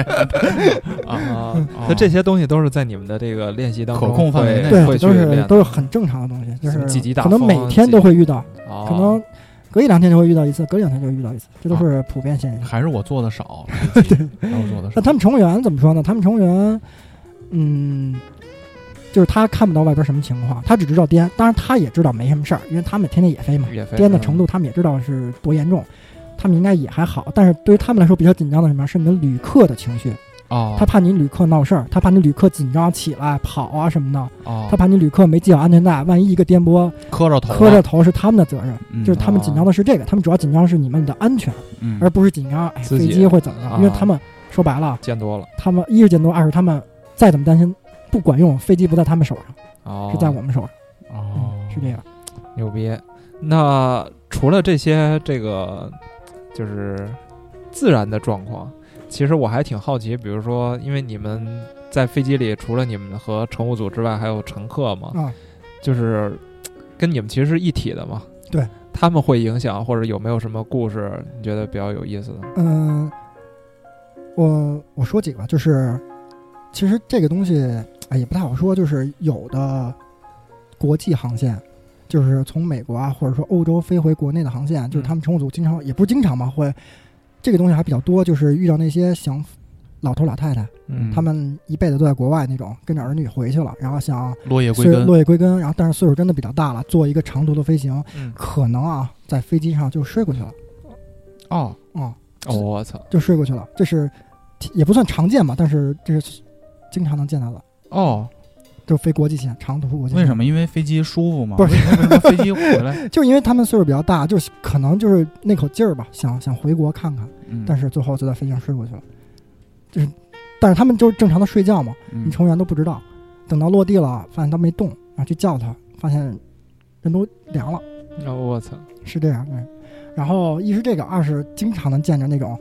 Speaker 4: 啊，
Speaker 3: 哦
Speaker 4: 那这些东西都是在你们的这个练习当中
Speaker 3: 可控范围
Speaker 4: 会
Speaker 3: 内
Speaker 5: 对啊
Speaker 4: 会，去
Speaker 5: 都是
Speaker 4: 练
Speaker 5: 都是很正常的东西，就
Speaker 4: 什么
Speaker 5: 是
Speaker 4: 几级打
Speaker 5: 可能
Speaker 4: 风
Speaker 5: 每天
Speaker 4: 几
Speaker 5: 都会遇到，
Speaker 4: 哦
Speaker 5: 可能隔一两天就会遇到一次，隔两天就会遇到一次，这都是普遍现象。
Speaker 3: 还是我做的
Speaker 5: [LAUGHS]
Speaker 3: 少，这集还是我做的
Speaker 5: 那
Speaker 3: 少。
Speaker 5: 他们乘务员怎么说呢？他们乘务员，嗯，就是他看不到外边什么情况，他只知道颠，当然他也知道没什么事儿，因为他们天天也飞嘛，
Speaker 4: 也非
Speaker 3: 嗯
Speaker 5: 颠的程度他们也知道是多严重，他们应该也还好。但是对于他们来说比较紧张的是什么？是你的旅客的情绪，
Speaker 3: 哦，
Speaker 5: 他怕你旅客闹事儿，他怕你旅客紧张起来跑啊什么的，
Speaker 3: 哦
Speaker 5: 他怕你旅客没系好安全带，万一一个颠簸
Speaker 3: 磕着头了，啊
Speaker 5: 磕着头是他们的责任。
Speaker 3: 嗯，
Speaker 5: 就是他们紧张的是这个，他们主要紧张是你们的安全，
Speaker 3: 嗯啊
Speaker 5: 而不是紧张哎
Speaker 4: 自
Speaker 5: 飞
Speaker 4: 己
Speaker 5: 机会怎么着，因为他们说白了。
Speaker 4: 见多了，
Speaker 5: 他们一是监督，二是他们再怎么担心不管用，飞机不在他们手上，
Speaker 4: 哦，
Speaker 5: 是在我们手上，
Speaker 3: 哦
Speaker 5: 嗯，，是这样。
Speaker 4: 牛逼。那除了这些，这个就是自然的状况，其实我还挺好奇，比如说，因为你们在飞机里，除了你们和乘务组之外，还有乘客
Speaker 3: 哦
Speaker 4: 嘛，
Speaker 5: 啊
Speaker 4: 就是跟你们其实是一体的嘛。
Speaker 5: 对，
Speaker 4: 他们会影响，或者有没有什么故事你觉得比较有意思的？
Speaker 5: 嗯，我我说几个吧，就是其实这个东西哎也不太好说，就是有的国际航线。就是从美国啊，或者说欧洲飞回国内的航线，就是嗯他们乘务组经常也不是经常吧，会这个东西还比较多，就是遇到那些想老头老太太，
Speaker 3: 嗯
Speaker 5: 他们一辈子都在国外那种，跟着儿女回去了，然后想
Speaker 3: 落叶归
Speaker 5: 岁
Speaker 3: 根，
Speaker 5: 落叶归根，然后但是岁数真的比较大了，做一个长途的飞行，
Speaker 4: 嗯，
Speaker 5: 可能啊在飞机上就睡过去了，
Speaker 3: 哦，
Speaker 5: 啊、
Speaker 4: 哦，我操，
Speaker 5: 就睡过去了，这是也不算常见吧，但是这是经常能见到的，
Speaker 3: 哦，
Speaker 5: 就飞国际线长途国际线。
Speaker 3: 为什么？因为飞机舒服嘛。
Speaker 5: 不是
Speaker 3: 为什么飞机回来？
Speaker 5: [LAUGHS] 么？就因为他们岁数比较大，就是可能就是那口劲儿吧，想想回国看看，
Speaker 3: 嗯
Speaker 5: 但是最后就在飞机上睡过去了，就是，但是他们就是正常的睡觉嘛，
Speaker 3: 嗯
Speaker 5: 你乘务员都不知道，等到落地了发现他没动，然后去叫他，发现人都凉了。
Speaker 4: 哦，我操，
Speaker 5: 是这样，嗯。然后一是这个，二是经常能见着那种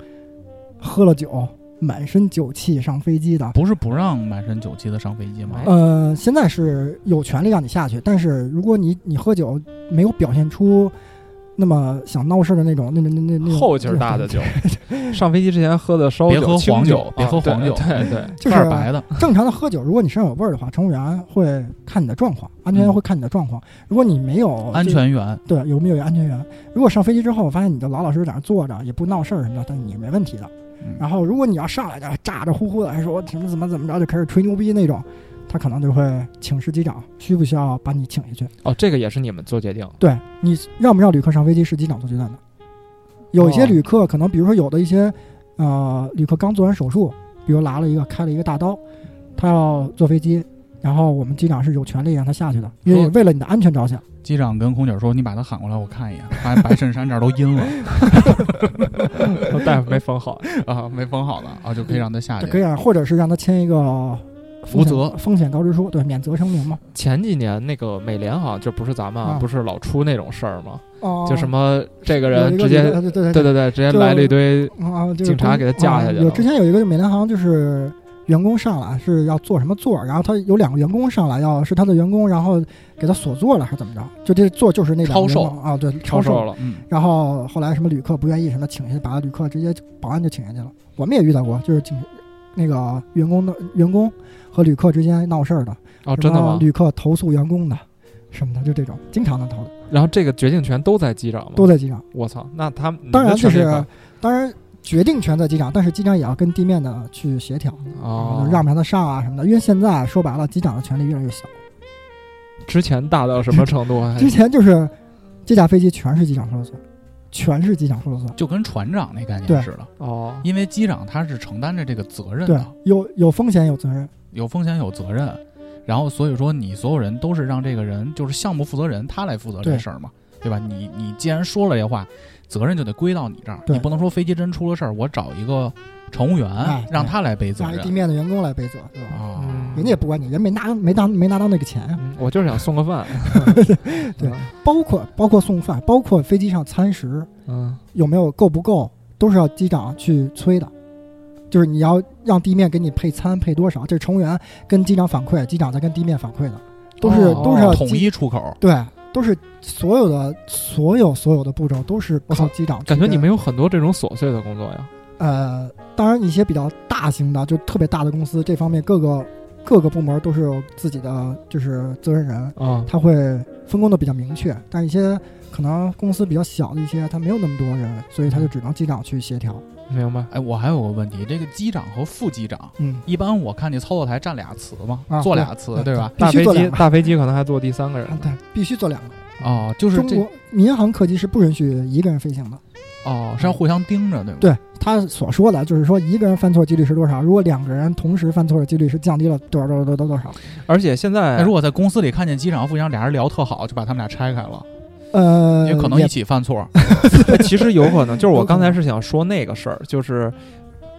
Speaker 5: 喝了酒、满身酒气上飞机的。
Speaker 3: 不是不让满身酒气的上飞机
Speaker 4: 哎
Speaker 3: 吗？
Speaker 5: 呃，现在是有权利让你下去，但是如果你你喝酒没有表现出那么想闹事儿的那种，那那那那那种
Speaker 4: 后劲儿大的酒，上飞机之前喝的烧
Speaker 3: 别喝
Speaker 4: 酒、清
Speaker 3: 黄
Speaker 4: 酒
Speaker 3: 酒，，别喝
Speaker 4: 啊对
Speaker 3: 黄酒，嗯
Speaker 4: 对对， [LAUGHS]
Speaker 5: 就是啊
Speaker 3: 盖儿白的。
Speaker 5: 正常的喝酒，如果你身上有味儿的话，乘务员会看你的状况，安全员会看你的状况。如果你没有
Speaker 3: 安
Speaker 5: 这
Speaker 3: 全员
Speaker 5: 对有没有安全员，如果上飞机之后发现你就老老实实在那儿坐着，也不闹事儿什么的，但你是啊没问题的。
Speaker 3: 嗯
Speaker 5: 然后如果你要上来的咋咋呼呼的，还说什么怎么怎么着，就开始吹牛逼那种，他可能就会请示机长需不需要把你请下去。
Speaker 4: 哦，这个也是你们做决
Speaker 3: [LAUGHS]
Speaker 4: 定。
Speaker 5: 对你让不让旅客上飞机是机长做决断的。有一些
Speaker 4: 哦
Speaker 5: 旅客可能，比如说有的一些呃旅客刚做完手术，比如拉了一个开了一个大刀，他要坐飞机，然后我们机长是有权利让他下去的，因为
Speaker 4: 哦
Speaker 5: 为了你的安全着想。
Speaker 3: 机长跟空姐说：“你把他喊过来，我看一眼。”发现白衬衫这儿都阴了
Speaker 4: 大夫没缝好，
Speaker 3: 啊，没缝好了啊，就可以让他下
Speaker 5: 就可
Speaker 3: 去。
Speaker 5: 以啊，或者是让他签一个
Speaker 3: 无责
Speaker 5: 风险风险告知书，对，免责声明嘛。
Speaker 4: 前几年那个美联好像就不是咱们啊
Speaker 5: 啊
Speaker 4: 不是老出那种事儿吗？
Speaker 5: 哦，
Speaker 4: 就什么这
Speaker 5: 有
Speaker 4: 个
Speaker 5: 一
Speaker 4: 人
Speaker 5: 个
Speaker 4: 直接
Speaker 5: 旅客对对对
Speaker 4: 对对对，直接
Speaker 5: 就
Speaker 4: 来了一堆
Speaker 5: 啊，就是
Speaker 4: 警察
Speaker 5: 公
Speaker 4: 给他架下去
Speaker 5: 啊有
Speaker 4: 了
Speaker 5: 之前有一个美联航就是员工上来是要坐什么座儿，然后他有两个员工上来要是他的员工，然后给他锁座了还是怎么着？就这座就是那两个
Speaker 4: 超售
Speaker 5: 员工啊，对，超
Speaker 4: 超售。了。
Speaker 3: 嗯，
Speaker 5: 然后后来什么旅客不愿意什么请下去，把旅客直接保安就请下去了。我们也遇到过，就是警那个员工的员工和旅客之间闹事儿的，
Speaker 4: 哦，
Speaker 5: 什
Speaker 4: 真
Speaker 5: 么
Speaker 4: 的吗？
Speaker 5: 旅客投诉员工的什么的，就这种经常能投的，
Speaker 4: 然后这个决定权都在机长吗？
Speaker 5: 都在机场。
Speaker 4: 我操，那他们
Speaker 5: 当然就
Speaker 4: 你
Speaker 5: 是啊
Speaker 4: 们的权利
Speaker 5: 当然决定权在机长，但是机长也要跟地面的去协调，
Speaker 4: 吧
Speaker 5: 然
Speaker 4: 哦
Speaker 5: 后，让不让他上啊什么的。因为现在说白了，机长的权力越来越小。
Speaker 4: 之前大到什么程度？
Speaker 3: 哎
Speaker 5: [LAUGHS]
Speaker 4: 还
Speaker 5: 之前就是这架飞机全是机长说了算，全是机长说了算。
Speaker 3: 就跟船长那概念
Speaker 5: 对
Speaker 3: 似的，
Speaker 5: [LAUGHS]
Speaker 4: 哦，
Speaker 3: 因为机长他是承担着这个责任
Speaker 5: 对
Speaker 3: 的，，啊
Speaker 5: 有有风险有责任，
Speaker 3: 有风险有责任。然后所以说你所有人都是让这个人就是项目负责人他来负责这
Speaker 5: 对
Speaker 3: 事儿嘛，对吧？你你既然说了这话，责任就得归到你这儿，
Speaker 5: 对
Speaker 3: 你不能说飞机真出了事儿，我找一个乘务员、
Speaker 5: 哎
Speaker 3: 让
Speaker 5: 对
Speaker 3: 他来背责
Speaker 5: 让一
Speaker 3: 任
Speaker 5: 地面的员工来背责，对吧？
Speaker 3: 啊。
Speaker 4: 嗯
Speaker 5: 人家也不管你，人没拿没拿没拿到那个钱呀。
Speaker 4: 嗯我就是想送个饭。
Speaker 5: [LAUGHS] 对包括包括送饭，包括飞机上餐食
Speaker 4: 嗯，
Speaker 5: 有没有够不够，都是要机长去催的。就是你要让地面给你配餐配多少，这是乘务员跟机长反馈，机长再跟地面反馈的，都是、
Speaker 4: 哦
Speaker 5: 都是要
Speaker 3: 统
Speaker 5: 机
Speaker 3: 一出口。
Speaker 5: 对，都是所有的所有所有的步骤都是靠机长去跟。
Speaker 4: 感觉你们有很多这种琐碎的工作呀。
Speaker 5: 呃，当然一些比较大型的，就特别大的公司，这方面各个各个部门都是有自己的就是责任人，
Speaker 4: 啊，
Speaker 5: 他会分工的比较明确。但是一些可能公司比较小的一些，他没有那么多人，所以他就只能机长去协调。
Speaker 4: 明白。
Speaker 3: 哎，我还有个问题，这个机长和副机长，
Speaker 5: 嗯，
Speaker 3: 一般我看那操作台站俩词嘛，
Speaker 5: 啊
Speaker 3: 坐
Speaker 5: 对
Speaker 3: 俩词
Speaker 5: 对
Speaker 3: 对吧？
Speaker 5: 必
Speaker 4: 大
Speaker 5: 须
Speaker 4: 飞
Speaker 5: 做
Speaker 4: 机
Speaker 5: 两个
Speaker 4: 大飞机可能还坐第三个人
Speaker 5: 啊
Speaker 4: 呢。
Speaker 5: 对，必须做两个。
Speaker 3: 哦，就是
Speaker 5: 中
Speaker 3: 这
Speaker 5: 国民航客机是不允许一个人飞行的。
Speaker 3: 哦，
Speaker 4: 啊
Speaker 3: 是要互相盯着对吧？
Speaker 5: 对他所说的就是说，一个人犯错几率是多少？如果两个人同时犯错的几率是降低了多少多少多少多少？
Speaker 4: 而且现
Speaker 3: 那
Speaker 4: 在
Speaker 3: 哎如果在公司里看见机长、副机长俩人聊特好，就把他们俩拆开了，
Speaker 5: 呃，
Speaker 3: 也可能
Speaker 5: 也
Speaker 3: 一起犯错。
Speaker 4: 哎其实有可能，就是我
Speaker 5: 有可
Speaker 4: 刚
Speaker 5: 能
Speaker 4: 才是想说那个事儿，就是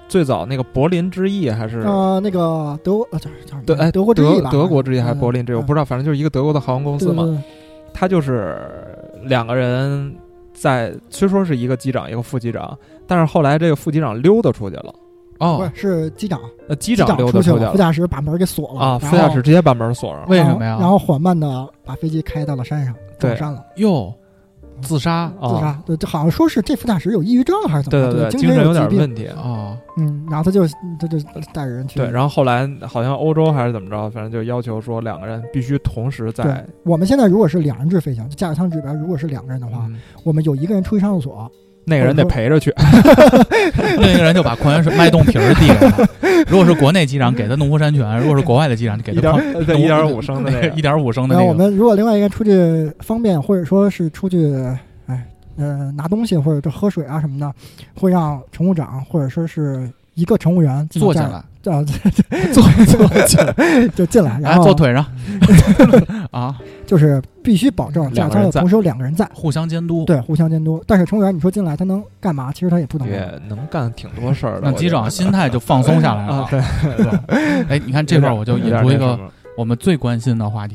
Speaker 4: 最早那个柏林之翼还是
Speaker 5: 呃，那个德国，呃，叫叫什么
Speaker 4: 德哎
Speaker 5: 德国之翼
Speaker 4: 德
Speaker 5: 吧，嗯
Speaker 4: 德国之翼还是柏林之翼，我不
Speaker 5: 知
Speaker 4: 知道，反正就是一个德国的航空公司嘛。他就是两个人在，虽说是一个机长一个副机长，但是后来这个副机长溜达出去了，
Speaker 5: 不
Speaker 3: 哦
Speaker 5: 是，是机长，
Speaker 4: 呃，机
Speaker 5: 机
Speaker 4: 长溜达
Speaker 5: 出去
Speaker 4: 出去
Speaker 5: 了，副
Speaker 4: 了
Speaker 5: 驾驶把门给锁了
Speaker 4: 啊，
Speaker 5: 然
Speaker 4: 副驾
Speaker 5: 后
Speaker 4: 驶直接把门锁上了。
Speaker 3: 为什么呀
Speaker 5: 然后然后缓慢的把飞机开到了山上，
Speaker 4: 对
Speaker 5: 撞山了，
Speaker 3: 哟，自杀
Speaker 5: 自
Speaker 4: 啊，
Speaker 5: 杀。对，这好像说是这副驾驶有抑郁症还是怎
Speaker 4: 对
Speaker 5: 么着？
Speaker 4: 对对，
Speaker 5: 精
Speaker 4: 精神
Speaker 5: 有
Speaker 4: 有点
Speaker 5: 疾病。
Speaker 4: 问题。啊
Speaker 3: 哦，
Speaker 5: 嗯，然后他就他就带着人去。
Speaker 4: 对，然后后来好像欧洲还是怎么着，反正就要求说两个人必须同时在
Speaker 5: 对，我们现在如果是两人制飞行，就驾驶舱里边如果是两个人的话，
Speaker 4: 嗯
Speaker 5: 我们有一个人出去上厕所，
Speaker 4: 那个人得陪着去。
Speaker 3: 另一个人就把矿泉水脉动瓶儿递给他。如果是国内机长，给他农夫山泉；如果是国外的机长，就给
Speaker 4: 一
Speaker 3: 他
Speaker 4: 点
Speaker 3: 矿
Speaker 4: 对一点五升的那
Speaker 3: 一
Speaker 4: 个，
Speaker 3: 点五升的
Speaker 5: 然
Speaker 3: 那
Speaker 5: 后我
Speaker 3: 个。
Speaker 5: 们如果另外一个人出去方便，或者说是出去，哎，呃，拿东西或者这喝水啊什么的，会让乘务长或者说是一个乘务员进
Speaker 3: 坐
Speaker 5: 下
Speaker 3: 下，来，
Speaker 5: [LAUGHS]
Speaker 3: [LAUGHS]
Speaker 5: 啊，
Speaker 3: 坐坐下来，
Speaker 5: 就进来，然
Speaker 3: 哎，
Speaker 5: 后
Speaker 3: 坐腿上啊，
Speaker 5: 就是必须保证驾驶舱有同时有两个人在，
Speaker 3: 互相监督。，
Speaker 5: 对，互相监督。但是乘务员，你说进来他能干嘛？其实他也不能干
Speaker 4: 也
Speaker 3: 啊
Speaker 5: 嘛。
Speaker 4: 能干挺多事儿的。
Speaker 3: 让
Speaker 4: 我觉
Speaker 3: 机长
Speaker 4: 得
Speaker 3: 心态就放松下来
Speaker 4: 啊
Speaker 3: 了，。
Speaker 4: 对，
Speaker 3: 是吧哎，你看这块儿我就
Speaker 4: 有
Speaker 3: 引
Speaker 4: 点
Speaker 3: 出一
Speaker 4: 那
Speaker 3: 个
Speaker 4: 什么
Speaker 3: 我们最关心的话题，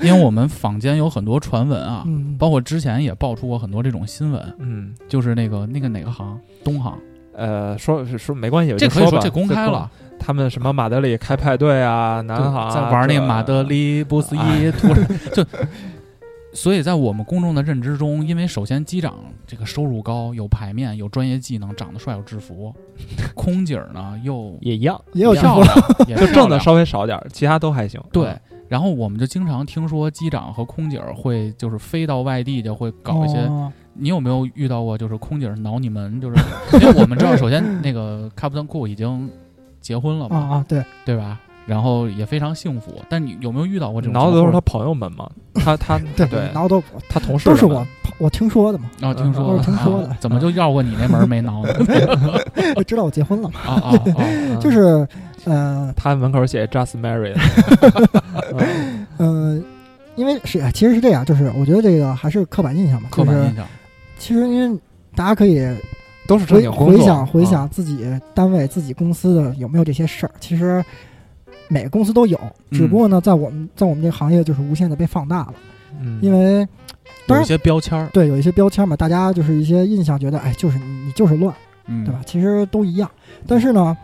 Speaker 3: 因为我们坊间有很多传闻啊，
Speaker 5: 嗯，
Speaker 3: 包括之前也爆出过很多这种新闻，
Speaker 4: 嗯。
Speaker 3: 就是那个那个哪个航，东航，
Speaker 4: 呃，说是说没关系，我
Speaker 3: 这
Speaker 4: 就
Speaker 3: 可以
Speaker 4: 吧
Speaker 3: 这公开了，，
Speaker 4: 就他们什么马德里开派对啊，南航啊
Speaker 3: 在玩那
Speaker 4: 这
Speaker 3: 马德里不思议，突然就。所以在我们公众的认知中，因为首先机长这个收入高，有牌面，有专业技能，长得帅，有制服；空姐儿呢又
Speaker 4: 也一样，
Speaker 5: 也有
Speaker 3: 漂
Speaker 5: 幸福。
Speaker 3: 亮，
Speaker 4: [LAUGHS]
Speaker 3: 也
Speaker 4: 就挣
Speaker 3: 漂
Speaker 4: 的
Speaker 3: 亮
Speaker 4: 稍微少点儿，其他都还行。
Speaker 3: 对
Speaker 4: 嗯，，
Speaker 3: 然后我们就经常听说机长和空姐儿会就是飞到外地就会搞一些。
Speaker 5: 哦
Speaker 3: 你有没有遇到过就是空姐儿挠你门？就是因为我们知道，首先那个卡普顿库已经结婚了
Speaker 5: 啊
Speaker 3: 嘛，
Speaker 5: 啊，对，
Speaker 3: 对吧？然后也非常幸福。但你有没有遇到过这种情
Speaker 4: 挠
Speaker 3: 况？
Speaker 4: 的都是他朋友们嘛，他他
Speaker 5: 对
Speaker 4: 对
Speaker 5: 然后都
Speaker 4: 他同事
Speaker 5: 都是
Speaker 4: 们
Speaker 5: 我我听说的嘛， [LAUGHS]
Speaker 3: 啊，听说
Speaker 5: 都是听说的
Speaker 3: 啊怎么就绕过你那门儿没挠呢？
Speaker 5: [LAUGHS] 我知道我结婚了
Speaker 3: [LAUGHS]
Speaker 5: 嘛，
Speaker 3: 啊啊啊！
Speaker 4: 嗯
Speaker 5: 就是，呃
Speaker 4: 他门口写 “just married”，嗯
Speaker 5: 呃，因为是其实是这样，就是我觉得这个还是刻板印象嘛，
Speaker 3: 刻
Speaker 5: 就是
Speaker 3: 板印象
Speaker 5: 其实因为大家可以
Speaker 4: 都是正
Speaker 5: 回
Speaker 4: 经工作。
Speaker 5: 回想回
Speaker 3: 啊
Speaker 4: 嗯，
Speaker 5: 想自己单位、自己公司的有没有这些事儿，其实每个公司都有，
Speaker 3: 嗯
Speaker 5: 只不过呢，在我们在我们这个行业就是无限的被放大了，
Speaker 4: 嗯
Speaker 5: 因为
Speaker 3: 有
Speaker 5: 当
Speaker 3: 一
Speaker 5: 然
Speaker 3: 些标签儿，
Speaker 5: 对有一些标签嘛，大家就是一些印象觉得，哎，就是你你就是乱，
Speaker 3: 嗯，
Speaker 5: 对吧？？其实都一样，但是呢，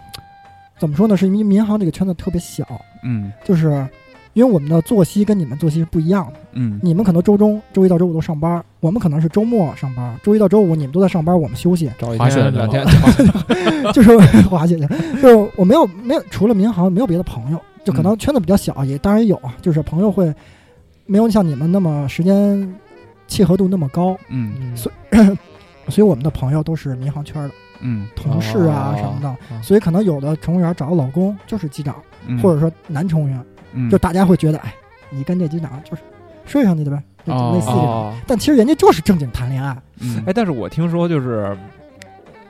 Speaker 5: 怎么说呢？是因为民航这个圈子特别小，
Speaker 3: 嗯
Speaker 5: 就是。因为我们的作息跟你们作息是不一样的，
Speaker 3: 嗯
Speaker 5: 你们可能周中、周一到周五都上班，我们可能是周末上班，周一到周五你们都在上班，我们休息，
Speaker 4: 找一
Speaker 3: 滑雪
Speaker 4: 天
Speaker 3: 去
Speaker 4: 两
Speaker 3: 了
Speaker 4: 天，
Speaker 5: 就是滑雪去，就是我没有没有除了民航没有别的朋友，就可能圈子比较小，也当然有啊，就是朋友会没有像你们那么时间契合度那么高，
Speaker 3: 嗯
Speaker 4: 嗯
Speaker 5: 所所以我们的朋友都是民航圈的
Speaker 3: 嗯
Speaker 5: 同事啊
Speaker 4: 哦
Speaker 5: 什么的，
Speaker 4: 嗯
Speaker 5: 所以可能有的乘务员找的老公就是机长，
Speaker 3: 嗯，
Speaker 5: 或者说男乘务员，
Speaker 3: 嗯
Speaker 5: 就大家会觉得哎，你跟这机长就是睡上去的呗，就
Speaker 3: 哦
Speaker 5: 类似这种。
Speaker 4: 哦，
Speaker 5: 但其实人家就是正经谈恋爱，
Speaker 3: 嗯
Speaker 4: 哎，但是我听说就是。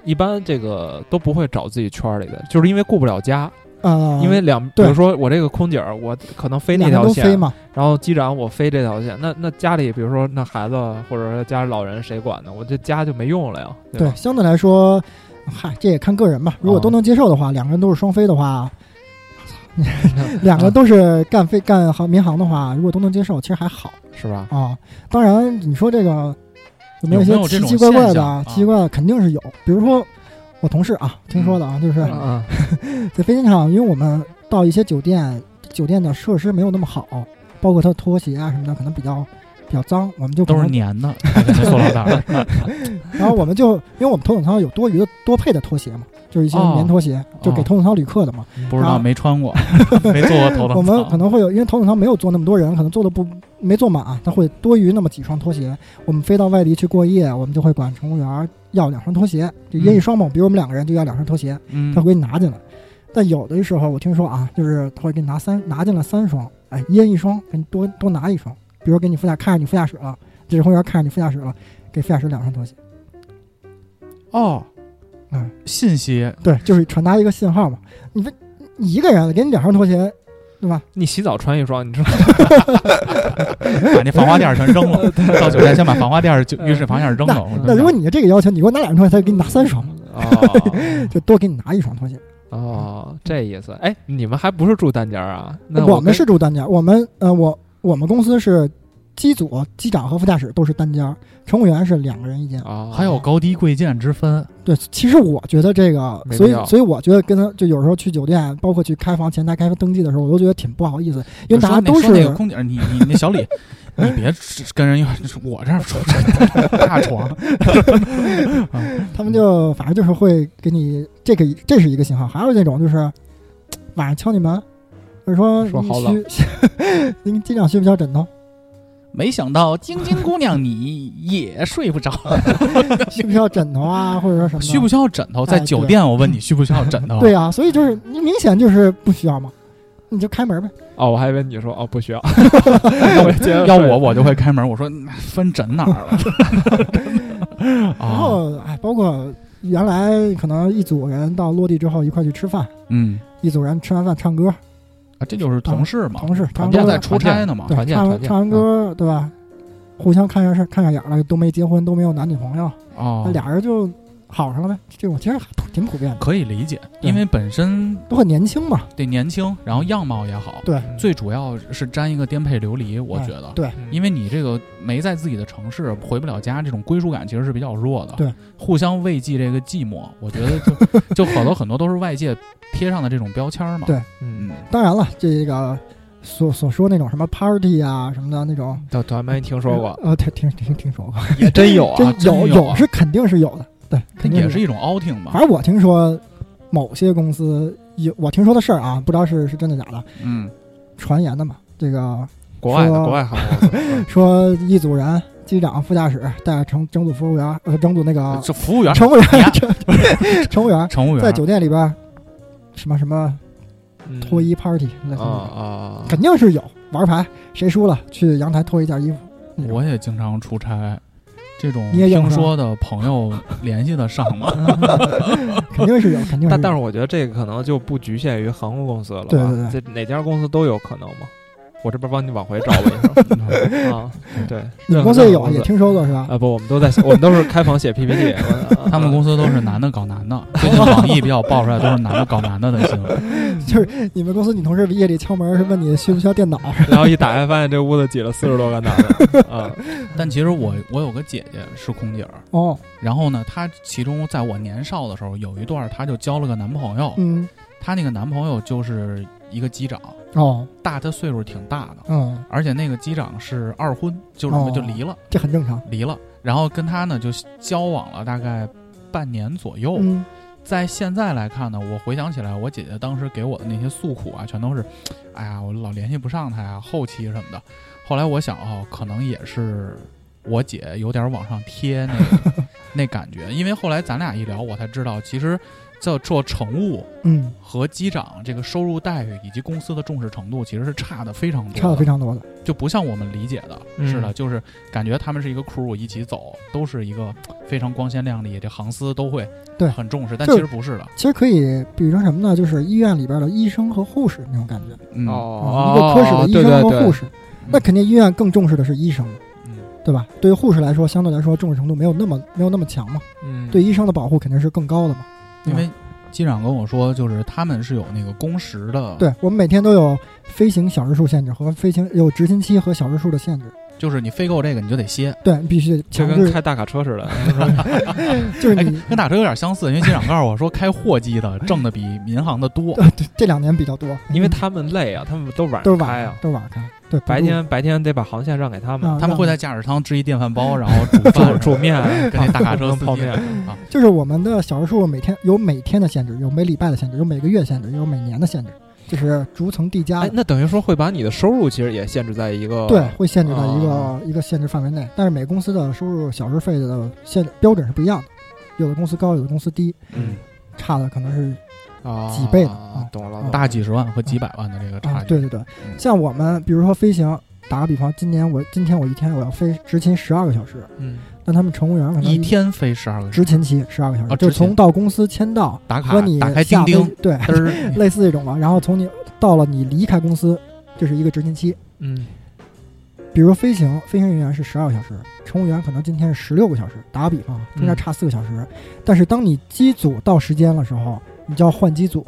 Speaker 4: 一般这个都不会找自己圈儿里的，就是因为顾不了家，
Speaker 5: 呃，
Speaker 4: 因为两，比
Speaker 5: 对
Speaker 4: 如说我这个空姐儿，我可能飞那
Speaker 5: 两个
Speaker 4: 条
Speaker 5: 都
Speaker 4: 线，啊
Speaker 5: 飞嘛，
Speaker 4: 然后机长我飞这条线，那那家里比如说那孩子或者说家里老人谁管呢？我这家就没用了呀。
Speaker 5: 对， [LAUGHS]
Speaker 4: 吧，哦
Speaker 5: 相对来说，嗨，这也看个人吧。如果都能接受的话，两个人都是双飞的
Speaker 4: [LAUGHS]
Speaker 5: 话，
Speaker 4: 嗯
Speaker 5: 两个都是干飞干航民航的话，如果都能接受，其实还好
Speaker 4: 是吧？
Speaker 5: 啊。当然，你说这个有没一
Speaker 3: 有
Speaker 5: 些
Speaker 3: 没有这
Speaker 5: 奇
Speaker 3: 种
Speaker 5: 奇怪怪
Speaker 3: 现
Speaker 5: 的
Speaker 3: 象啊
Speaker 5: 奇奇怪怪的肯定是有。比如说，我同事啊听说的啊，就是
Speaker 3: 嗯
Speaker 4: 啊，
Speaker 5: 在飞机场，因为我们到一些酒店，酒店的设施没有那么好，包括它的拖鞋啊什么的，可能比较比较脏，我们就可
Speaker 3: 都是
Speaker 5: 能
Speaker 3: 粘的，那塑料袋儿。
Speaker 5: 然后我们就因为我们头等舱有多余的多配的拖鞋嘛，就是一些
Speaker 3: 哦
Speaker 5: 棉拖鞋，就给头等舱旅客的嘛。
Speaker 3: 不知道没穿
Speaker 5: [LAUGHS]
Speaker 3: 过，没坐过头等舱。
Speaker 5: 啊我们可能会有，因为头等舱没有坐那么多人，可能坐的不没坐满、它会多余那么几双拖鞋。我们飞到外地去过夜，我们就会管乘务员要两双拖鞋，就一人一双嘛。比如我们两个人就要两双拖鞋，
Speaker 3: 嗯
Speaker 5: 他会给你拿进来。但有的时候我听说啊，就是他会给你拿三拿进来三双，哎，一人一双，给你多多拿一双。比如给你副驾看着你副驾驶了，这乘务员看着你副驾驶了，给副驾驶两双拖鞋。
Speaker 3: 哦，
Speaker 5: 嗯
Speaker 3: 信息
Speaker 5: 对，就是传达一个信号嘛。你这你一个人给你两双拖鞋，对吧？
Speaker 4: 你洗澡穿一双，你知道
Speaker 3: 把那防滑垫儿全扔了，到酒店先把防滑垫儿、就浴室防滑垫儿扔了。我跟你
Speaker 5: 那如果
Speaker 3: 讲
Speaker 5: 你这个要求，你给我拿两双拖鞋，他就给你拿三双，[LAUGHS]
Speaker 4: 嗯吗？
Speaker 5: 就多给你拿一双拖鞋。
Speaker 4: 哦，哦，这意思。哎，你们还不是住单间儿啊？那
Speaker 5: 我
Speaker 4: 跟
Speaker 5: 们是住单间，我们呃，我我们公司是机组、机长和副驾驶都是单间，乘务员是两个人一间。
Speaker 4: 哦，
Speaker 3: 还有高低贵贱之分，
Speaker 5: 对，其实我觉得这个，
Speaker 4: 没必
Speaker 5: 所以
Speaker 4: 要
Speaker 5: 所以我觉得跟他就有时候去酒店，包括去开房前台开登记的时候，我都觉得挺不好意思，因
Speaker 3: 就
Speaker 5: 为大
Speaker 3: 说
Speaker 5: 家
Speaker 3: 那
Speaker 5: 都
Speaker 3: 说那
Speaker 5: 是
Speaker 3: 个空姐儿，你你那小李，你别跟人要我这儿说 [LAUGHS] 大床，
Speaker 5: 他们就反正就是会给你这个这是一个信号，还有那种就是嘖晚上敲你门，或者说
Speaker 4: 说好
Speaker 5: 你需 [LAUGHS] 您机长需不需要枕头？ [LAUGHS]
Speaker 3: 没想到晶晶姑娘你也睡不着，
Speaker 5: 需不需要枕头啊？或者说什么的？
Speaker 3: 需不需要枕头？在
Speaker 5: 哎对
Speaker 3: 酒店我问你需不需要枕头？
Speaker 5: 对啊，所以就是你明显就是不需要嘛，你就开门呗。
Speaker 4: 哦，我还以为你说哦不
Speaker 5: [LAUGHS]
Speaker 4: 需要，我接着
Speaker 3: 要
Speaker 4: 睡
Speaker 3: 我我就会开门，我说那分枕哪儿了？
Speaker 5: [LAUGHS] 然
Speaker 3: 哦，
Speaker 5: 后哎，包括原来可能一组人到落地之后一块去吃饭，
Speaker 3: 嗯，
Speaker 5: 一组人吃完饭唱歌，
Speaker 3: 啊，这就是同事嘛，
Speaker 5: 同事
Speaker 3: 他
Speaker 5: 他
Speaker 3: 们
Speaker 5: 们
Speaker 3: 都
Speaker 5: 都
Speaker 3: 在
Speaker 5: 在
Speaker 3: 出差呢嘛。
Speaker 5: 对
Speaker 4: 团，建
Speaker 5: 唱
Speaker 4: 团
Speaker 5: 完
Speaker 4: 建
Speaker 5: 唱
Speaker 3: 嗯
Speaker 5: 完歌对吧？互相看上事看上眼了，都没结婚，都没有男女朋友，
Speaker 3: 哦
Speaker 5: 那，俩人就好上了呗。这种其实还普挺普遍的，
Speaker 3: 可以理解，
Speaker 5: 对
Speaker 3: 因为本身
Speaker 5: 都很年轻嘛。
Speaker 3: 得年轻，然后样貌也好，
Speaker 5: 对
Speaker 4: 嗯
Speaker 5: 哎
Speaker 3: 最主要是沾一个颠沛流离，我觉得。
Speaker 5: 对
Speaker 3: 因为你这个没在自己的城市，回不了家，这种归属感其实是比较弱的。
Speaker 5: 对，
Speaker 3: 互相慰藉这个寂寞，我觉得
Speaker 5: [LAUGHS]
Speaker 3: 就就好多很多都是外界贴上的这种标签嘛。
Speaker 5: 对
Speaker 4: 嗯，
Speaker 3: 嗯，
Speaker 5: 当然了，这个所所说那种什么 party 啊什么的那种，
Speaker 4: 到团没听说过，
Speaker 5: 呃，听听听听说过，
Speaker 4: 也
Speaker 5: [LAUGHS]
Speaker 4: 真有啊，
Speaker 5: 哎真有
Speaker 3: 哎真有啊
Speaker 5: 是肯定是有的，对，
Speaker 3: 它
Speaker 5: 肯定
Speaker 3: 也
Speaker 5: 是
Speaker 3: 是
Speaker 5: 有。
Speaker 3: 一种 outing 嘛
Speaker 5: 反。正我听说某些公司有我听说的事儿啊，不知道是是真的假的，
Speaker 3: 嗯，
Speaker 5: 传言的嘛。这个
Speaker 4: 国外的
Speaker 5: 说
Speaker 4: 国外航空公司
Speaker 5: 说一组人，机长、副驾驶带着乘整组服务员，呃，整组那个
Speaker 3: 这服务员、
Speaker 5: 乘务员
Speaker 3: 你呀，
Speaker 5: 乘务员
Speaker 3: 乘务员
Speaker 5: 在酒店里边儿什么什么
Speaker 4: 嗯
Speaker 5: [LAUGHS] 脱衣 party，类似
Speaker 4: 啊
Speaker 5: 于
Speaker 4: 啊，啊
Speaker 5: 肯定是有玩牌，谁输了去阳台脱一件衣服。
Speaker 4: [LAUGHS]
Speaker 5: 那种
Speaker 3: 我也经常出差，这种
Speaker 5: 你也嗯用
Speaker 3: 听
Speaker 5: 是吧
Speaker 3: 说的朋友联系得上
Speaker 5: [LAUGHS]
Speaker 3: 吗？
Speaker 5: 肯定是有，肯定是有。
Speaker 4: 但但是我觉得这个可能就不局限于航空公司了吧？
Speaker 5: 对对
Speaker 4: 这哪家公司都有可能嘛。我这边帮你往回找吧一
Speaker 5: [LAUGHS]
Speaker 4: 下啊，对，
Speaker 5: 你们公司也有，也听说过是吧？
Speaker 4: 啊，不，我们都在，我们都是开房写
Speaker 5: [LAUGHS]
Speaker 4: PPT，我
Speaker 3: 他们公司都是男的搞男的，最近网易比较爆出来都是男的搞男的的新闻。
Speaker 4: 嗯
Speaker 5: 就是你们公司女同事夜里敲门是问你需不需要电
Speaker 4: [LAUGHS]
Speaker 5: 脑，
Speaker 4: 然后一打开发现这屋子挤了四十多个男的啊，
Speaker 3: 但其实我我有个姐姐是空姐儿，
Speaker 5: 哦，
Speaker 3: 然后呢，她其中在我年少的时候有一段儿她就交了个男朋友，
Speaker 5: 嗯，
Speaker 3: 她那个男朋友就是一个机长，
Speaker 5: 哦，
Speaker 3: 大她岁数挺大的，
Speaker 5: 嗯，
Speaker 3: 而且那个机长是二婚，就是什么
Speaker 5: 哦
Speaker 3: 就离了
Speaker 5: 这很正常。
Speaker 3: 离了，然后跟她呢就交往了大概半年左
Speaker 4: 哦
Speaker 3: 右，
Speaker 5: 嗯，
Speaker 3: 在现在来看呢，我回想起来，我姐姐当时给我的那些诉苦啊，全都是，哎呀，我老联系不上她呀，后期什么的。后来我想，哦，可能也是我姐有点往上贴那个
Speaker 5: [LAUGHS]
Speaker 3: 那感觉，因为后来咱俩一聊，我才知道，其实这做乘务
Speaker 5: 嗯，
Speaker 3: 和机长这个收入待遇以及公司的重视程度，其实是差的非常多，
Speaker 5: 差的非，常多的。
Speaker 3: 就不像我们理解的，
Speaker 4: 嗯
Speaker 3: 是的，就是感觉他们是一个 crew 一起走，都是一个非常光鲜亮丽，这航司都会
Speaker 5: 对
Speaker 3: 很重视，但
Speaker 5: 就
Speaker 3: 其
Speaker 5: 是
Speaker 3: 实不是的。
Speaker 5: 其实可以比喻成什么呢？就是医院里边的医生和护士那种感觉，
Speaker 3: 嗯
Speaker 5: 啊一个科室的医
Speaker 4: 哦对
Speaker 5: 生
Speaker 4: 对
Speaker 5: 和护
Speaker 4: 对，嗯
Speaker 5: 士。那肯定医院更重视的是医生，
Speaker 3: 嗯
Speaker 5: 对吧？对于护士来说，相对来说重视程度没有那么没有那么强嘛，
Speaker 4: 嗯，
Speaker 5: 对医生的保护肯定是更高的嘛。
Speaker 3: 因为机长跟我说，就是他们是有那个工时的，，
Speaker 5: 对我们每天都有飞行小时数限制和飞行有执勤期和小时数的限制，
Speaker 3: 就是你飞够这个你就得歇，
Speaker 5: 对，你必须得
Speaker 4: 就
Speaker 5: 强
Speaker 4: 跟
Speaker 5: 制，嗯
Speaker 4: 开大卡车似的。
Speaker 5: 就是
Speaker 3: 哎
Speaker 5: 你，
Speaker 3: 跟打车有点相似，因为机长告诉我说，开货机的挣的比民航的多，
Speaker 5: 呃，对，这两年比较多，
Speaker 4: [LAUGHS]
Speaker 5: 嗯
Speaker 4: 因为他们累啊，他们都晚
Speaker 5: 都
Speaker 4: 上
Speaker 5: 是晚
Speaker 4: 开
Speaker 5: 上
Speaker 4: 啊，，
Speaker 5: 都是晚上开，对，
Speaker 4: 白
Speaker 5: 不
Speaker 4: 天白天得把航线让给他们，
Speaker 5: 啊，
Speaker 3: 他们
Speaker 5: 让
Speaker 3: 会在驾驶舱支一电饭煲，然后煮
Speaker 5: [LAUGHS]
Speaker 4: 煮
Speaker 3: 饭
Speaker 4: 煮面啊
Speaker 3: 跟那大卡车司
Speaker 4: 泡
Speaker 3: 机
Speaker 4: 面
Speaker 3: 啊，
Speaker 5: 就是我们的小人数每天有每天的限制，有每礼拜的限制，有每个月限制，有每年的限制，就是逐层递加
Speaker 3: 啊
Speaker 4: 哎，
Speaker 5: 的。
Speaker 4: 那等于说会把你的收入其实也限制在一个
Speaker 5: 对，会限制到一个、
Speaker 4: 哦
Speaker 5: 一个限制范围内，但是每公司的收入小时费的限标准是不一样的，有的公司高，有的公司低，
Speaker 4: 嗯
Speaker 5: 差的可能是
Speaker 4: 啊
Speaker 5: 几倍的
Speaker 4: 啊
Speaker 5: 啊
Speaker 4: 懂了
Speaker 5: 啊
Speaker 3: 嗯大几十万和几百万的这个差
Speaker 5: 啊，
Speaker 3: 距，嗯
Speaker 5: 对对对，像我们比如说飞行，打个比方，今年我今天我一天我要飞执勤十二个小时，
Speaker 4: 嗯
Speaker 5: 那他们乘务员可能
Speaker 3: 一天飞十二个小
Speaker 5: 执
Speaker 3: 时，
Speaker 5: 勤期十二个小时，
Speaker 3: 啊
Speaker 5: 就是
Speaker 3: 执勤
Speaker 5: 从到公司签到
Speaker 3: 打卡
Speaker 5: 和你
Speaker 3: 打开钉
Speaker 5: 下飞
Speaker 3: 钉，嗯
Speaker 5: 对，
Speaker 3: 嘚儿，
Speaker 5: [LAUGHS] 类似这种吧。然后从你到了你离开公司，这是一个执勤期。
Speaker 4: 嗯
Speaker 5: 比如飞行，飞行人员是十二个小时，乘务员可能今天是十六个小时，打个比方，中
Speaker 3: 嗯
Speaker 5: 间差四个小时。但是当你机组到时间的时候，你就要换机组，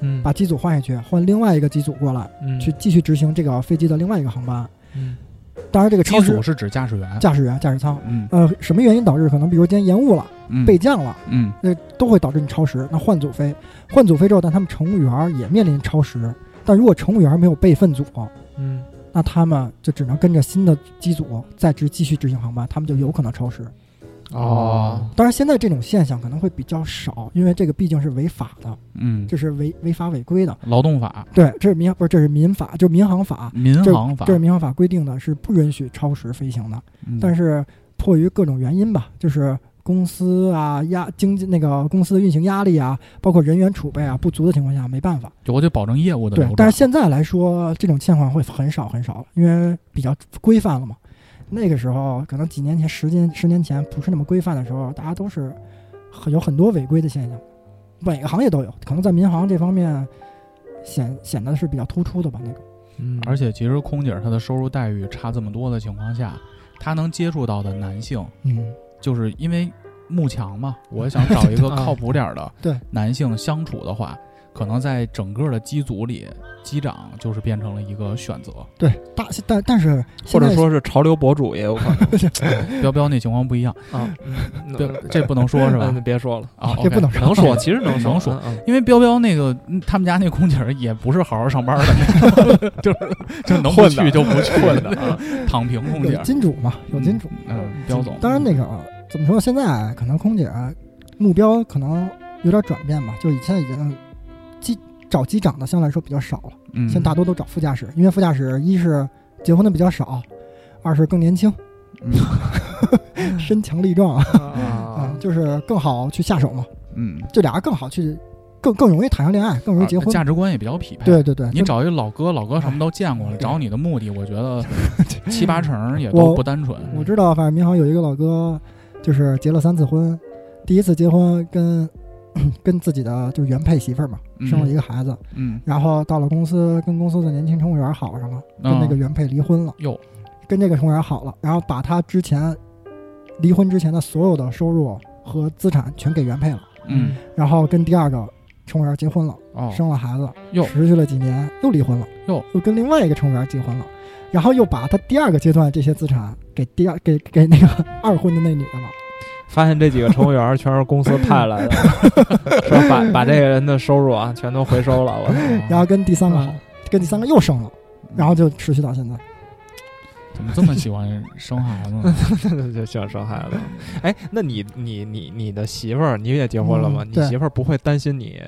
Speaker 4: 嗯
Speaker 5: 把机组换下去，换另外一个机组过来，
Speaker 4: 嗯
Speaker 5: 去继续执行这个飞机的另外一个航班。
Speaker 4: 嗯
Speaker 5: 当然，这个
Speaker 3: 机
Speaker 5: 超
Speaker 3: 组
Speaker 5: 时
Speaker 3: 是指驾驶员，
Speaker 5: 驾驶员、驾驶舱，
Speaker 3: 嗯
Speaker 5: 呃，什么原因导致？可能比如今天延误了、
Speaker 3: 嗯
Speaker 5: 备降了，
Speaker 3: 嗯
Speaker 5: 那都会导致你超时。那换组飞，换组飞之后，但他们乘务员儿也面临超时。但如果乘务员儿没有备份组，
Speaker 4: 嗯
Speaker 5: 那他们就只能跟着新的机组再执继续执行航班，他们就有可能超时。
Speaker 4: 哦，
Speaker 5: 当然，现在这种现象可能会比较少，因为这个毕竟是违法的，
Speaker 3: 嗯，
Speaker 5: 这是违违法违规的。
Speaker 3: 劳动法、
Speaker 5: 对，这是民不是这是民法，就民航法，
Speaker 3: 民
Speaker 5: 这
Speaker 3: 航法
Speaker 5: 这，是民航法规定的，是不允许超时飞行的。
Speaker 3: 嗯
Speaker 5: 但是迫于各种原因吧，就是公司啊压经济那个公司的运行压力啊，包括人员储备啊不足的情况下，没办法。
Speaker 3: 就我得保证业务的
Speaker 5: 对
Speaker 3: 流，
Speaker 5: 但
Speaker 3: 转
Speaker 5: 是。现在来说，这种情况会很少很少了，因为比较规范了嘛。那个时候，可能几年前、十年十年前不是那么规范的时候，大家都是很有很多违规的现象，每个行业都有。可能在民航这方面显显得是比较突出的吧。那个，
Speaker 4: 嗯
Speaker 3: 而且其实空姐她的收入待遇差这么多的情况下，她能接触到的男性，
Speaker 5: 嗯，
Speaker 3: 就是因为慕强嘛，我想找
Speaker 5: [LAUGHS]
Speaker 3: 一个
Speaker 4: 啊
Speaker 3: 靠谱点儿的
Speaker 5: 对
Speaker 3: 男性相处的话，可能在整个的机组里，机长就是变成了一个选择。
Speaker 5: 对，大但但是
Speaker 4: 或
Speaker 5: 现在
Speaker 4: 者说是潮流博主
Speaker 3: [LAUGHS]
Speaker 4: 也有可
Speaker 3: 彪彪那情况不一样，
Speaker 4: 能啊，
Speaker 3: 彪这不能说是吧
Speaker 4: 嗯？别说了，
Speaker 3: 啊，
Speaker 5: 这
Speaker 3: OK
Speaker 5: 不能说
Speaker 4: 能说，其实能
Speaker 3: 能
Speaker 4: 说
Speaker 3: 说，
Speaker 4: 嗯
Speaker 3: 因为彪彪那个嗯他们家那空姐儿也不是好好上班的， [LAUGHS] 就是就能不
Speaker 4: 混的
Speaker 3: 去就不去
Speaker 4: 混的啊，
Speaker 3: 躺平空姐
Speaker 5: 有
Speaker 3: 儿。
Speaker 5: 金主嘛，有金主。
Speaker 3: 嗯，嗯，彪总，
Speaker 5: 当然，那个啊怎么说？现在可能空姐啊目标可能有点转变吧，就以前已经机找机长的相对来说比较少了，
Speaker 3: 嗯，
Speaker 5: 现在大多都找副驾驶，因为副驾驶一是结婚的比较少，二是更年轻，
Speaker 3: 嗯
Speaker 5: 身强力壮啊、
Speaker 4: 嗯啊
Speaker 5: 嗯，就是更好去下手嘛，
Speaker 3: 嗯，
Speaker 5: 就俩人更好去更更容易谈上恋爱，更容易结婚。
Speaker 3: 啊价值观也比较匹配。
Speaker 5: 对对对，
Speaker 3: 你
Speaker 5: 就
Speaker 3: 找一老哥，老哥什么都见过了，
Speaker 5: 对
Speaker 3: 找你的目的，我觉
Speaker 5: [LAUGHS]
Speaker 3: 得七八成也都
Speaker 5: 我
Speaker 3: 不单纯。
Speaker 5: 我知道，反正民航有一个老哥，就是结了三次婚，第一次结婚跟 [COUGHS] 跟自己的就是原配媳妇儿嘛，生了一个孩子。
Speaker 3: 嗯，
Speaker 5: 然后到了公司，跟公司的年轻乘务员好上了，跟
Speaker 3: 嗯
Speaker 5: 那个原配离婚了，
Speaker 3: 哟，
Speaker 5: 跟这个乘务员好了，然后把他之前离婚之前的所有的收入和资产全给原配了，
Speaker 3: 嗯，
Speaker 5: 然后跟第二个乘务员结婚了，
Speaker 3: 哦，
Speaker 5: 生了孩子，
Speaker 3: 哟
Speaker 5: 持续了几年又离婚了，
Speaker 3: 哟
Speaker 5: 又跟另外一个乘务员结婚了，然后又把他第二个阶段这些资产给第二给给那个 [LAUGHS] 二婚的那女的了，
Speaker 3: 哦
Speaker 4: 发现这几个乘务员儿全是公司派来的，说把把这个人的收入啊全都回收了，
Speaker 3: [LAUGHS]
Speaker 4: 我
Speaker 5: 然后跟第三个
Speaker 3: 哦
Speaker 5: 好
Speaker 4: 嗯
Speaker 5: 跟第三个又生了，
Speaker 3: 嗯
Speaker 5: 然后就持续到现在。
Speaker 3: 怎么这么喜欢生孩子
Speaker 5: [LAUGHS]
Speaker 3: 呢？
Speaker 4: 就喜欢生孩子。哎，那你你你你的媳妇儿，你也结婚了吗？
Speaker 5: 嗯
Speaker 4: 你
Speaker 5: 对
Speaker 4: 媳妇儿不会担心你？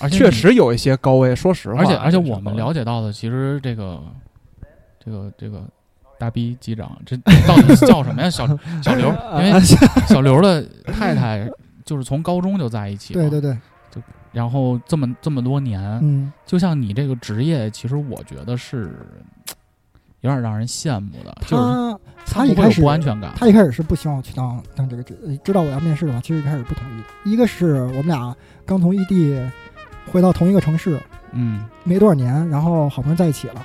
Speaker 3: 而且
Speaker 4: 确
Speaker 3: 你，
Speaker 4: 实有一些高危，说实话，
Speaker 3: 而且而且我
Speaker 4: 这
Speaker 3: 们
Speaker 4: 事儿
Speaker 3: 了解到的，其实这个这个这个大逼机长，这到底叫什么呀？小小
Speaker 4: [LAUGHS]
Speaker 3: 刘，因
Speaker 4: 啊
Speaker 5: [LAUGHS]
Speaker 3: 为小刘的太太就是从高中就在一起，
Speaker 5: 对对，对，
Speaker 3: 然后这么这么多年，
Speaker 5: 嗯，
Speaker 3: 就像你这个职业，其实我觉得是有点让人羡慕的，就是
Speaker 5: 嗯
Speaker 3: 他
Speaker 5: 他他一
Speaker 3: 不会
Speaker 5: 开
Speaker 3: 有
Speaker 5: 始
Speaker 3: 不安全感。
Speaker 5: 他一开始是不希望我去当当这个职，呃知道我要面试的话，其实一开始不同意的。一个是我们俩刚从异地回到同一个城市
Speaker 3: 嗯
Speaker 5: 没多少年，然后好不容易在一起了；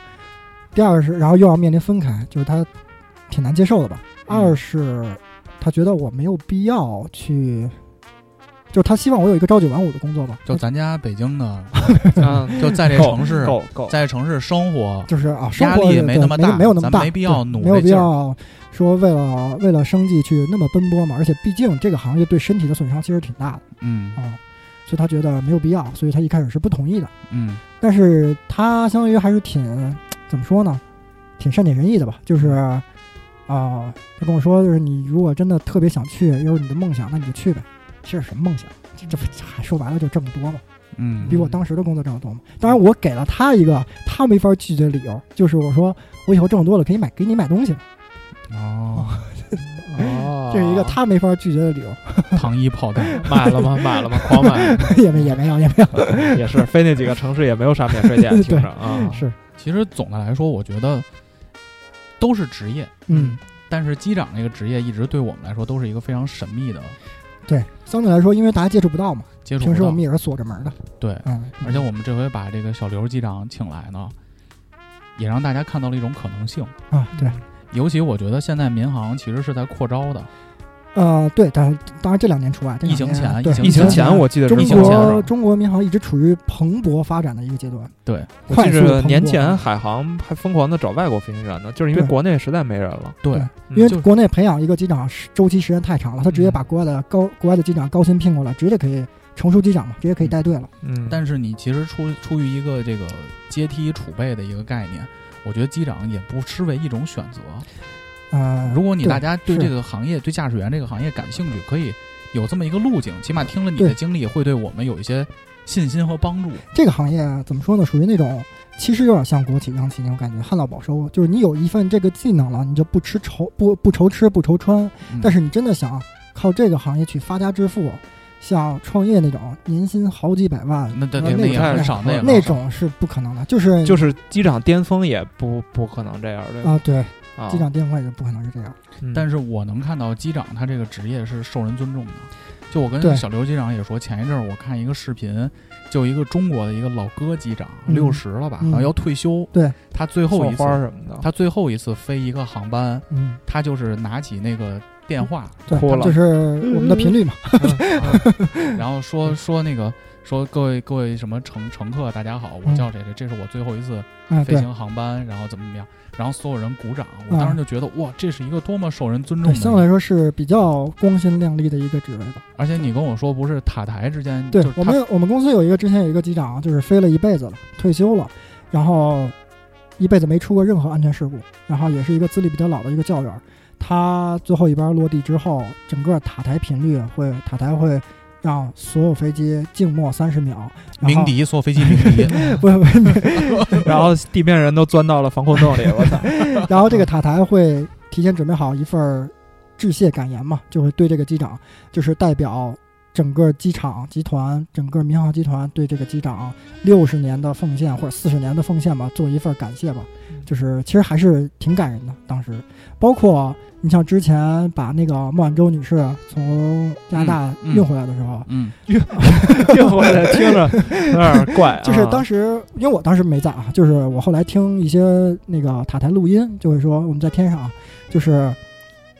Speaker 5: 第二个是，然后又要面临分开，就是他挺难接受的吧。
Speaker 3: 嗯
Speaker 5: 二是他觉得我没有必要去就是他希望我有一个朝九晚五的工作嘛，
Speaker 3: 就咱家北京的，
Speaker 4: 嗯，
Speaker 3: 就在这城市，啊
Speaker 4: 够够，
Speaker 3: 在这城市生活，
Speaker 5: 就是啊，生
Speaker 3: 压
Speaker 5: 活
Speaker 3: 力
Speaker 5: 对
Speaker 3: 没那么大，
Speaker 5: 没有那么
Speaker 3: 咱
Speaker 5: 大，
Speaker 3: 没必要
Speaker 5: 对
Speaker 3: 努
Speaker 5: 没有
Speaker 3: 那
Speaker 5: 必
Speaker 3: 劲儿。
Speaker 5: 要说为了为了生计去那么奔波嘛。而且毕竟这个行业对身体的损伤其实挺大的
Speaker 3: 嗯
Speaker 5: 啊、所以他觉得没有必要，所以他一开始是不同意的。
Speaker 3: 嗯
Speaker 5: 但是他相当于还是挺怎么说呢，挺善解人意的吧，就是。啊、他跟我说，就是你如果真的特别想去，又是你的梦想，那你就去呗。这是什么梦想？这这这说白了就挣得多嘛。
Speaker 3: 嗯
Speaker 5: 比我当时的工作挣得多嘛。当然，我给了他一个他没法拒绝的理由，就是我说我以后挣得多了，可以买给你买东西了，
Speaker 3: 哦，啊
Speaker 4: 哦，
Speaker 5: 这是一个他没法拒绝的理由， [LAUGHS]
Speaker 3: 糖衣炮弹，
Speaker 4: 买了吗？买了吗？狂买，
Speaker 5: 也没也没有也
Speaker 3: 啊
Speaker 5: 没有，
Speaker 4: [LAUGHS] 也是非那几个城市也没有啥免税店，听着啊，
Speaker 5: 是
Speaker 3: 其实总的来说，我觉得都是职业，
Speaker 5: 嗯，
Speaker 3: 但是机长这个职业一直对我们来说都是一个非常神秘的
Speaker 5: 对，相对来说，因为大家接触不到嘛，
Speaker 3: 接触不到。
Speaker 5: 平时我们也是锁着门的，
Speaker 3: 对，
Speaker 5: 嗯，
Speaker 3: 而且我们这回把这个小刘机长请来呢，也让大家看到了一种可能性。
Speaker 5: 啊对。
Speaker 3: 尤其我觉得现在民航其实是在扩招的，
Speaker 5: 呃，对，当然，当然这两年除外，这两
Speaker 3: 疫情
Speaker 5: 年
Speaker 3: 前
Speaker 5: 对
Speaker 3: 疫情
Speaker 4: 疫情前我记得是
Speaker 5: 中
Speaker 3: 疫情前啊
Speaker 5: 国中国民航一直处于蓬勃发展的一个阶段，
Speaker 3: 对
Speaker 4: 我
Speaker 5: 快
Speaker 4: 记
Speaker 5: 速
Speaker 4: 着
Speaker 5: 蓬勃
Speaker 4: 年前啊海航还疯狂的找外国飞行员呢，就是因为
Speaker 5: 对
Speaker 4: 国内实在没人了。
Speaker 3: 对
Speaker 5: 对，
Speaker 4: 嗯
Speaker 5: 因为
Speaker 3: 就是
Speaker 5: 国内培养一个机长时周期时间太长了，他直接把国外的高国外的机长高薪聘过来，直接就可以成熟机长嘛，直接可以带队了。
Speaker 4: 嗯，
Speaker 3: 但是你其实出出于一个这个阶梯储备的一个概念，我觉得机长也不失为一种选择。
Speaker 5: 呃，
Speaker 3: 如果你
Speaker 5: 对
Speaker 3: 大家对
Speaker 5: 是
Speaker 3: 这个行业、对驾驶员这个行业感兴趣，可以有这么一个路径，起码听了你
Speaker 5: 对
Speaker 3: 的经历，会对我们有一些信心和帮助。
Speaker 5: 这个行业啊怎么说呢，属于那种其实有点像国企、央企那种感觉，旱涝保收。就是你有一份这个技能了，你就不吃愁不不愁吃不愁穿。
Speaker 3: 嗯
Speaker 5: 但是你真的想靠这个行业去发家致富，像创业那种年薪好几百万，
Speaker 3: 那那
Speaker 5: 呃
Speaker 3: 那
Speaker 5: 那
Speaker 3: 也很
Speaker 5: 种
Speaker 3: 少，那也很
Speaker 5: 那
Speaker 3: 少
Speaker 5: 种是不可能的。就是
Speaker 4: 就是机长巅峰也不不可能这样，对吧？
Speaker 5: 啊，对，
Speaker 4: 啊，
Speaker 5: 机长巅峰也不可能是这样。
Speaker 4: 嗯，
Speaker 3: 但
Speaker 4: 是
Speaker 3: 是我能看到机长他这个职业是受人尊重的。就我
Speaker 5: 对
Speaker 3: 跟小刘机长也说，前一阵儿我看一个视频，就一个中国的一个老哥机长，
Speaker 5: 嗯
Speaker 3: 六十了吧，
Speaker 5: 嗯
Speaker 3: 好像要退休。
Speaker 5: 对，
Speaker 3: 他最后
Speaker 4: 送
Speaker 3: 一
Speaker 4: 花
Speaker 3: 次，
Speaker 4: 什么的，
Speaker 3: 他最后一次飞一个航班，
Speaker 5: 嗯，
Speaker 3: 他就是拿起那个电话，
Speaker 5: 对
Speaker 4: 哭，了
Speaker 5: 就是我们的频率嘛。嗯
Speaker 3: 然后说说那个说各位各位什么乘乘客大家好，我
Speaker 5: 嗯
Speaker 3: 叫谁谁，这是我最后一次
Speaker 5: 啊，
Speaker 3: 飞
Speaker 5: 对，
Speaker 3: 行航班，然后怎么怎么样，然后所有人鼓掌，我当时就觉得哇，这是一个多么受人尊重
Speaker 5: 嗯对
Speaker 3: 的一
Speaker 5: 相
Speaker 3: 个
Speaker 5: 对来说是比较光鲜亮丽的一个职位吧。
Speaker 3: 而且你跟我说不是塔台之间，
Speaker 5: 对
Speaker 3: 就是
Speaker 5: 我
Speaker 3: 他
Speaker 5: 们我们公司有一个之前有一个机长，啊就是飞了一辈子了，退休了，然后一辈子没出过任何安全事故，然后也是一个资历比较老的一个教员儿。他最后一班落地之后，整个塔台频率会塔台会让所有飞机静默三十秒，然后
Speaker 3: 鸣笛，所有飞机鸣
Speaker 5: [LAUGHS]
Speaker 3: 笛，
Speaker 5: 不不不，
Speaker 4: 然后地面人都钻到了防空洞里，我操！ [LAUGHS]
Speaker 5: 然后这个塔台会提前准备好一份儿致谢感言嘛，就会对这个机长，就是代表整个机场集团、整个民航集团对这个机长六十年的奉献或者四十年的奉献吧，做一份感谢吧。
Speaker 3: 嗯
Speaker 5: 就是其实还是挺感人的，当时包括你像之前把那个孟晚舟女士啊从加拿大
Speaker 3: 嗯嗯
Speaker 5: 运回来的时候。
Speaker 3: 嗯，
Speaker 4: 听我的听着有点怪 [LAUGHS] 啊，
Speaker 5: 就是当时，因为我当时没在啊，就是我后来听一些那个塔台录音，就会说我们在天上啊，就是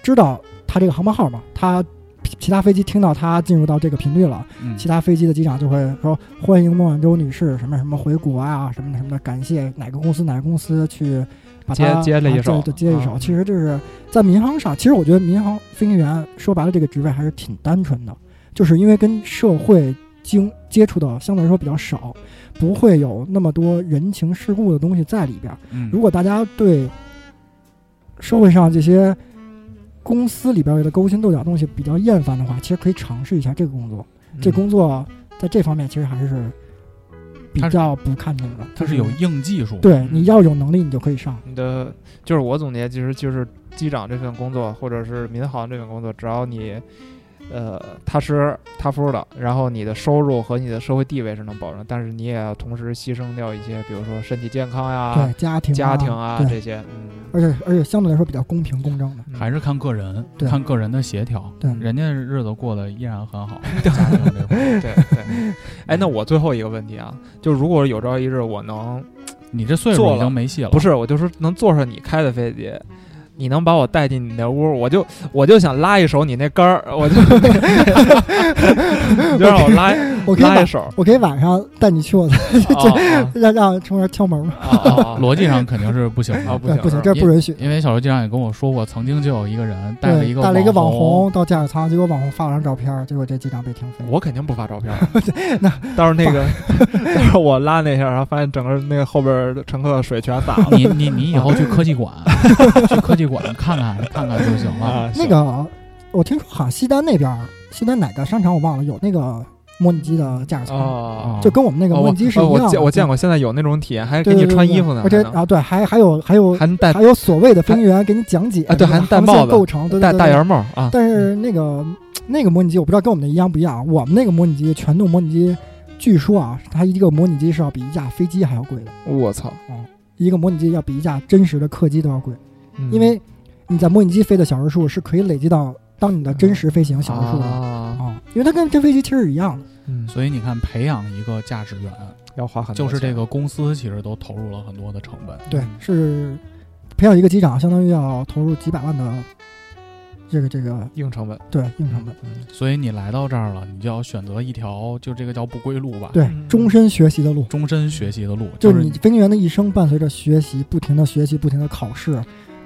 Speaker 5: 知道他这个航班号嘛，他其其他飞机听到他进入到这个频率了，
Speaker 3: 嗯
Speaker 5: 其他飞机的机长就会说欢迎孟晚舟女士什么什么回国啊，什么的什么的，感谢哪个公司哪个公司去把她
Speaker 4: 接接了一
Speaker 5: 啊
Speaker 4: 手
Speaker 5: 对对接了一手。
Speaker 4: 嗯
Speaker 5: 其实就是在民航上，其实我觉得民航飞行员说白了这个职位还是挺单纯的，就是因为跟社会经接触的相对来说比较少，不会有那么多人情世故的东西在里边儿。
Speaker 3: 嗯
Speaker 5: 如果大家对社会上这些公司里边的勾心斗角的东西比较厌烦的话，其实可以尝试一下这个工作。
Speaker 4: 嗯
Speaker 5: 这工作在这方面其实还是比
Speaker 3: 它是
Speaker 5: 较不看重的，
Speaker 3: 它是有硬技术，，
Speaker 4: 嗯
Speaker 5: 对你要有能力你就可以上。
Speaker 4: 你的就是我总结，其实就是机长这份工作，或者是民航这份工作，只要你呃踏实踏夫的，然后你的收入和你的社会地位是能保证，但是你也要同时牺牲掉一些，比如说身体健康呀
Speaker 5: 对、家庭、
Speaker 4: 家
Speaker 5: 家
Speaker 4: 庭啊
Speaker 5: 对，
Speaker 4: 这些。嗯，
Speaker 5: 而且而且相对来说比较公平公正的。
Speaker 3: 还是看个人，
Speaker 5: 对嗯
Speaker 3: 看个人的协调，
Speaker 5: 对
Speaker 3: 人家日子过得依然很
Speaker 5: [LAUGHS]
Speaker 3: 好，家庭这块儿，
Speaker 4: 嗯对对。哎，那我最后一个问题啊，就是如果有朝一日我能
Speaker 3: 你这岁
Speaker 4: 做
Speaker 3: 数
Speaker 4: 了
Speaker 3: 已经没戏了，
Speaker 4: 不是，我就说能坐上你开的飞机，你能把我带进你那屋，我就我就想拉一手你那杆儿，我就你就让我拉
Speaker 5: 我可以
Speaker 4: 拉一
Speaker 5: 晚，
Speaker 4: 手，
Speaker 5: 我可以晚上带你去我的，
Speaker 4: 啊
Speaker 5: 让让从这敲门吗？
Speaker 4: 啊啊啊
Speaker 3: 逻辑上肯定是不行的
Speaker 4: 啊不
Speaker 5: 对
Speaker 4: 行
Speaker 5: 哎不行，
Speaker 4: 是
Speaker 5: 这
Speaker 3: 吧
Speaker 4: 吧
Speaker 5: 不允许。
Speaker 3: 因为小刘经常也跟我说过，曾经就有一个人带了一
Speaker 5: 对，
Speaker 3: 个
Speaker 5: 带了一个网
Speaker 3: 红，
Speaker 5: 红到驾驶舱，结果网红发了张照片儿，结果这机长被停飞。
Speaker 4: 我肯定不发照片儿，到时候那个到时候我拉那一下，然后发现整个那个后边儿的乘客的水全打了
Speaker 3: 你你你以后去科技馆，去科技馆看看看看就行了。
Speaker 4: 啊，
Speaker 5: 那个我听说好像西单那边儿，西单哪个商场我忘了，有那个模拟机的驾驶舱，
Speaker 4: 啊
Speaker 3: 啊
Speaker 5: 就跟我们那个
Speaker 4: 哦
Speaker 5: 模
Speaker 4: 我
Speaker 5: 拟机是一
Speaker 4: 哦
Speaker 5: 样的。
Speaker 4: 我见我见
Speaker 5: 过，
Speaker 4: 过，现在有那种体验，还给
Speaker 5: 对
Speaker 4: 你
Speaker 5: 对
Speaker 4: 穿
Speaker 5: 对
Speaker 4: 衣服呢，
Speaker 5: 而且
Speaker 4: 还能
Speaker 5: 啊，对，还还有还有
Speaker 4: 还能戴
Speaker 5: 还有所谓的飞行员给你讲解
Speaker 4: 啊
Speaker 5: 这
Speaker 4: 对
Speaker 5: 个
Speaker 4: 还戴
Speaker 5: 航
Speaker 4: 帽
Speaker 5: 线
Speaker 4: 子
Speaker 5: 构成，对
Speaker 4: 戴
Speaker 5: 对
Speaker 4: 大
Speaker 5: 对
Speaker 4: 檐帽啊，
Speaker 5: 但是那个那个模拟机，我不知道跟我们的一样不一样。我们那个模拟机，全动模拟机，据说啊，它一个模拟机是要比一架飞机还要贵的，
Speaker 4: 我操，
Speaker 5: 一个模拟机要比一架真实的客机都要贵，
Speaker 4: 嗯
Speaker 5: 因为你在模拟机飞的小时数是可以累积到当你的真实飞行小时数的啊、
Speaker 4: 啊，
Speaker 5: 因为它跟真飞机其实是一样的。
Speaker 4: 嗯
Speaker 3: 所以你看，培养一个驾驶员，
Speaker 4: 要花很多
Speaker 3: 就是这
Speaker 4: 钱
Speaker 3: 个公司其实都投入了很多的成本。
Speaker 4: 嗯
Speaker 5: 对，是培养一个机长，相当于要投入几百万的这个这个
Speaker 4: 硬成本，
Speaker 5: 对硬成本。
Speaker 4: 嗯
Speaker 3: 所以你来到这儿了，你就要选择一条就这个叫不归路吧，
Speaker 5: 对，
Speaker 4: 嗯
Speaker 5: 终身学习的路，
Speaker 3: 终身学习的路，
Speaker 5: 就是是你飞行员的一生伴随着学习，不停的学习，不停的考试，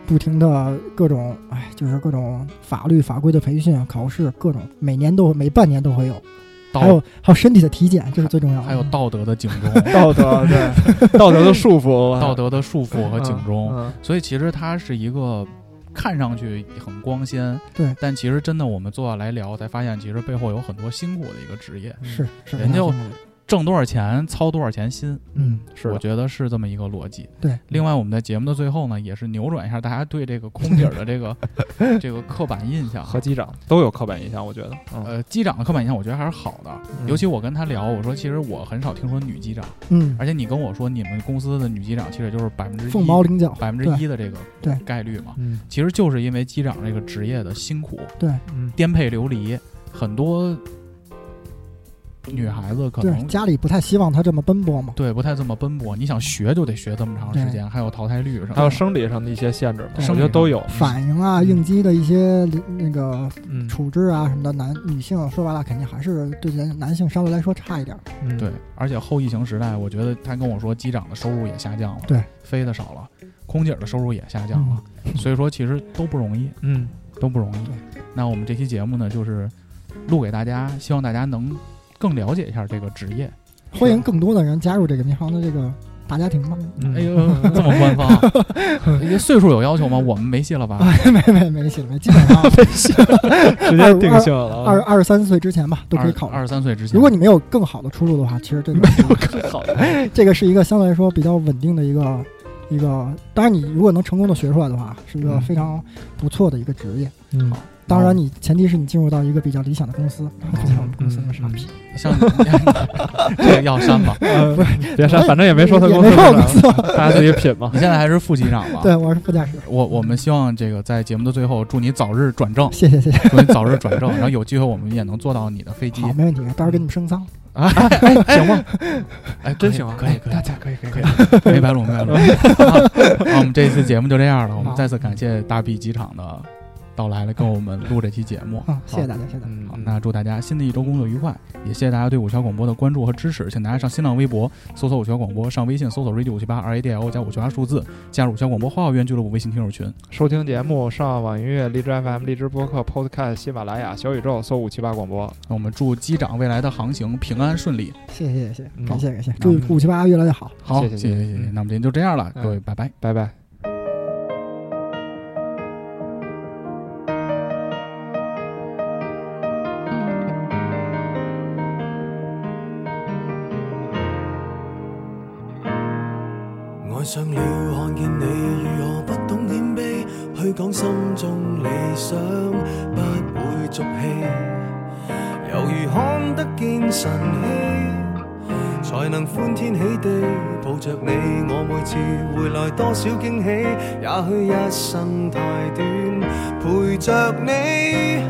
Speaker 5: 不停的各种，哎，就是各种法律法规的培训、考试，各种每年都每半年都会有，还有
Speaker 3: 道
Speaker 5: 还有身体的体检，这是最重要的。
Speaker 3: 还有道德的警钟，
Speaker 4: 道德
Speaker 3: [LAUGHS]
Speaker 4: 对道德的束缚，
Speaker 3: 道德的束缚和警钟。
Speaker 4: 嗯，
Speaker 3: 所以其实它是一个看上去很光鲜，
Speaker 5: 对
Speaker 3: 但其实真的我们坐下来聊，才发现其实背后有很多辛苦的一个职
Speaker 4: 嗯
Speaker 3: 业，
Speaker 5: 是是，
Speaker 3: 人家
Speaker 5: 是
Speaker 3: 挣多少钱操多少钱心，
Speaker 5: 嗯，
Speaker 4: 是
Speaker 3: 我
Speaker 4: 的
Speaker 3: 觉得是这么一个逻辑。
Speaker 5: 对，
Speaker 3: 另外我们在节目的最后呢，也是扭转一下大家对这个空姐儿的
Speaker 5: [LAUGHS]
Speaker 3: 这个这个刻板印象。
Speaker 4: 和机长都有刻板印象，我觉得，嗯
Speaker 3: 呃，机长的刻板印象我觉得还是好的，
Speaker 4: 嗯
Speaker 3: 尤其我跟他聊，我说其实我很少听说女机长，
Speaker 5: 嗯，
Speaker 3: 而且你跟我说你们公司的女机长其实就是百分之
Speaker 5: 凤毛麟角，
Speaker 3: 百分之一的这
Speaker 5: 对
Speaker 3: 个概率嘛，
Speaker 4: 嗯
Speaker 3: 其实就是因为机长这个职业的辛苦，
Speaker 4: 嗯，
Speaker 3: 颠沛流离，很多女孩子可
Speaker 5: 对
Speaker 3: 能
Speaker 5: 家里不太希望他这么奔波嘛。
Speaker 3: 对不太这么奔波，你想学就得学这么长时间，还有淘汰率什么的，
Speaker 4: 还有生理上的一些限制嘛，我
Speaker 3: 生
Speaker 4: 觉
Speaker 3: 理
Speaker 4: 得都
Speaker 3: 上
Speaker 4: 有，
Speaker 5: 反应啊，
Speaker 4: 嗯
Speaker 5: 应激的一些那个
Speaker 4: 嗯，
Speaker 5: 处置啊什么的，男女性说白了肯定还是对人男性相对来说差一点儿。
Speaker 4: 嗯
Speaker 3: 对，，而且后疫情时代，我觉得他跟我说，机长的收入也下降了，
Speaker 5: 对，嗯
Speaker 3: 飞的少了，空姐的收入也下降了，所以说其实都不容易，
Speaker 4: 嗯，
Speaker 3: 都不容易
Speaker 5: 对。
Speaker 3: 那我们这期节目呢，就是录给大家，希望大家能更了解一下这个职业。
Speaker 5: 欢迎更多的人加入这个民航的这个大家庭吧。
Speaker 4: 嗯
Speaker 3: 哎呦，这么官方、啊，
Speaker 5: [LAUGHS]
Speaker 3: 也岁数有要求吗？我们没戏了吧？
Speaker 5: 哎， [LAUGHS] 没没没戏没，基本
Speaker 4: [LAUGHS]
Speaker 5: 上
Speaker 4: 直接定性了啊，
Speaker 5: 二二十三岁之前吧都可以
Speaker 3: 二
Speaker 5: 考虑
Speaker 3: 二。十三岁之前，
Speaker 5: 如果你没有更好的出路的话，其实这个没有
Speaker 4: 更好，
Speaker 5: [LAUGHS] 这个是一个相对来说比较稳定的一个一个。当然，你如果能成功的学出来的话，是一个
Speaker 4: 嗯
Speaker 5: 非常不错的一个职业。
Speaker 3: 哦
Speaker 4: 嗯，
Speaker 5: 当然，你前提是你进入到一个比较理想的公司，
Speaker 4: 哦
Speaker 5: 不像我们公司那么傻
Speaker 4: 嗯
Speaker 5: 逼。
Speaker 3: 像你 [LAUGHS] 这个要删吧，
Speaker 4: 呃别
Speaker 5: 我
Speaker 4: 删，
Speaker 3: 哎
Speaker 5: 也
Speaker 4: 反正也没说他
Speaker 5: 哎也
Speaker 4: 公
Speaker 5: 没
Speaker 4: 司
Speaker 5: 说我
Speaker 4: 多
Speaker 5: 公司
Speaker 4: 少，大家自己品嘛
Speaker 3: [LAUGHS] 你。现在还是副机长吧？
Speaker 5: 对，，我是副驾驶。
Speaker 3: 我我们希望这个在节目的最后，祝你早日转正。
Speaker 5: 谢谢谢谢，
Speaker 3: 祝你早日转正，然后有机会我们也能坐到你的飞机
Speaker 5: 好，没问题，到时候给你们升舱。
Speaker 4: 嗯
Speaker 3: 啊，哎哎行吗？ [LAUGHS] 哎，
Speaker 4: 真
Speaker 3: 可以
Speaker 4: 行啊
Speaker 3: 可以可
Speaker 4: 大
Speaker 3: 以
Speaker 4: 家可以可以
Speaker 3: 可以，没白录没白
Speaker 4: [LAUGHS]
Speaker 3: 录。好，我们这次节目就这样了，我们
Speaker 5: 好
Speaker 3: 再次感谢大 B 机场的到来，来跟我们录这期节目。
Speaker 5: 啊，谢谢大家，谢谢大家。
Speaker 4: 嗯
Speaker 3: 好，那祝大家新的一周工作愉快，也谢谢大家对五七八广播的关注和支持，请大家上新浪微博搜索五七八广播，上微信搜索 radio 五七八 r a d l 加五七八数字，加入五七八广播花好院俱乐部微信听友群。
Speaker 4: 收听节目，上网音乐、荔枝 FM、荔枝播客、Podcast、喜马拉雅、小宇宙搜五七八广播。
Speaker 3: 那我们祝机长未来的航行平安顺利。
Speaker 5: 谢谢谢谢，
Speaker 4: 嗯
Speaker 5: 感谢感谢，祝五七八越来越好。
Speaker 3: 好，
Speaker 4: 谢谢
Speaker 3: 谢
Speaker 4: 谢谢
Speaker 3: 谢谢，
Speaker 4: 嗯
Speaker 3: 那我们今天就这样了，
Speaker 4: 嗯
Speaker 3: 各位拜拜。
Speaker 4: 拜拜。
Speaker 6: 爱上了，看见你如何不懂谦卑，去讲心中理想，不会俗气。猶如看得見晨曦，才能歡天喜地抱着你。我每次回來多少驚喜，也許一生太短，陪着你，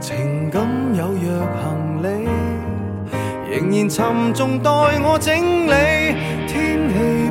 Speaker 6: 情感有若行李。仍然沉重待我整理。天氣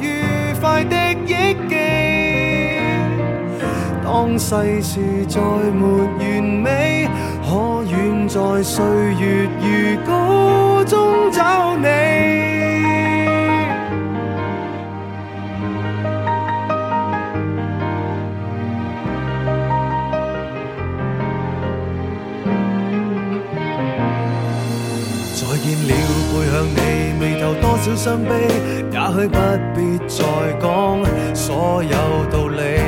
Speaker 6: 愉快的憶記。當世事再沒完美，可遠在歲月如歌中找你。再見了，背向你，眉頭多少傷悲，也許不必再講所有道理。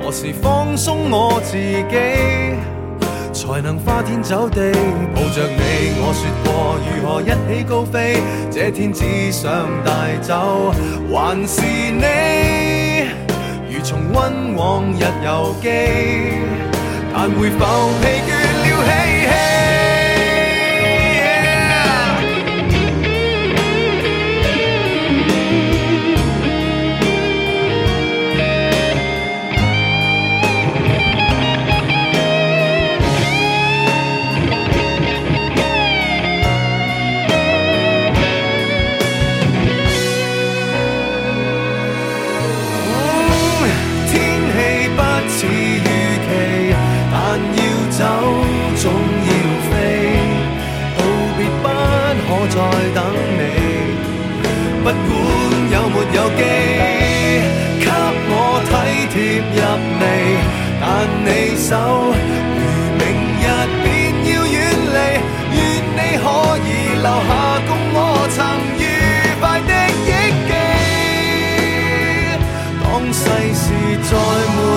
Speaker 6: 何時放鬆我自己，才能花天酒地抱着你？我說過如何一起高飛，這天只想帶走，還是你？如重温往日遊記，但會否疲倦了嬉戲？天氣不似預期，但要走總要飛，道別不可再等你。不管有沒有機，給我體貼入微，但你手如明日便要遠離，願你可以留下共我曾愉快的憶記。當世事再沒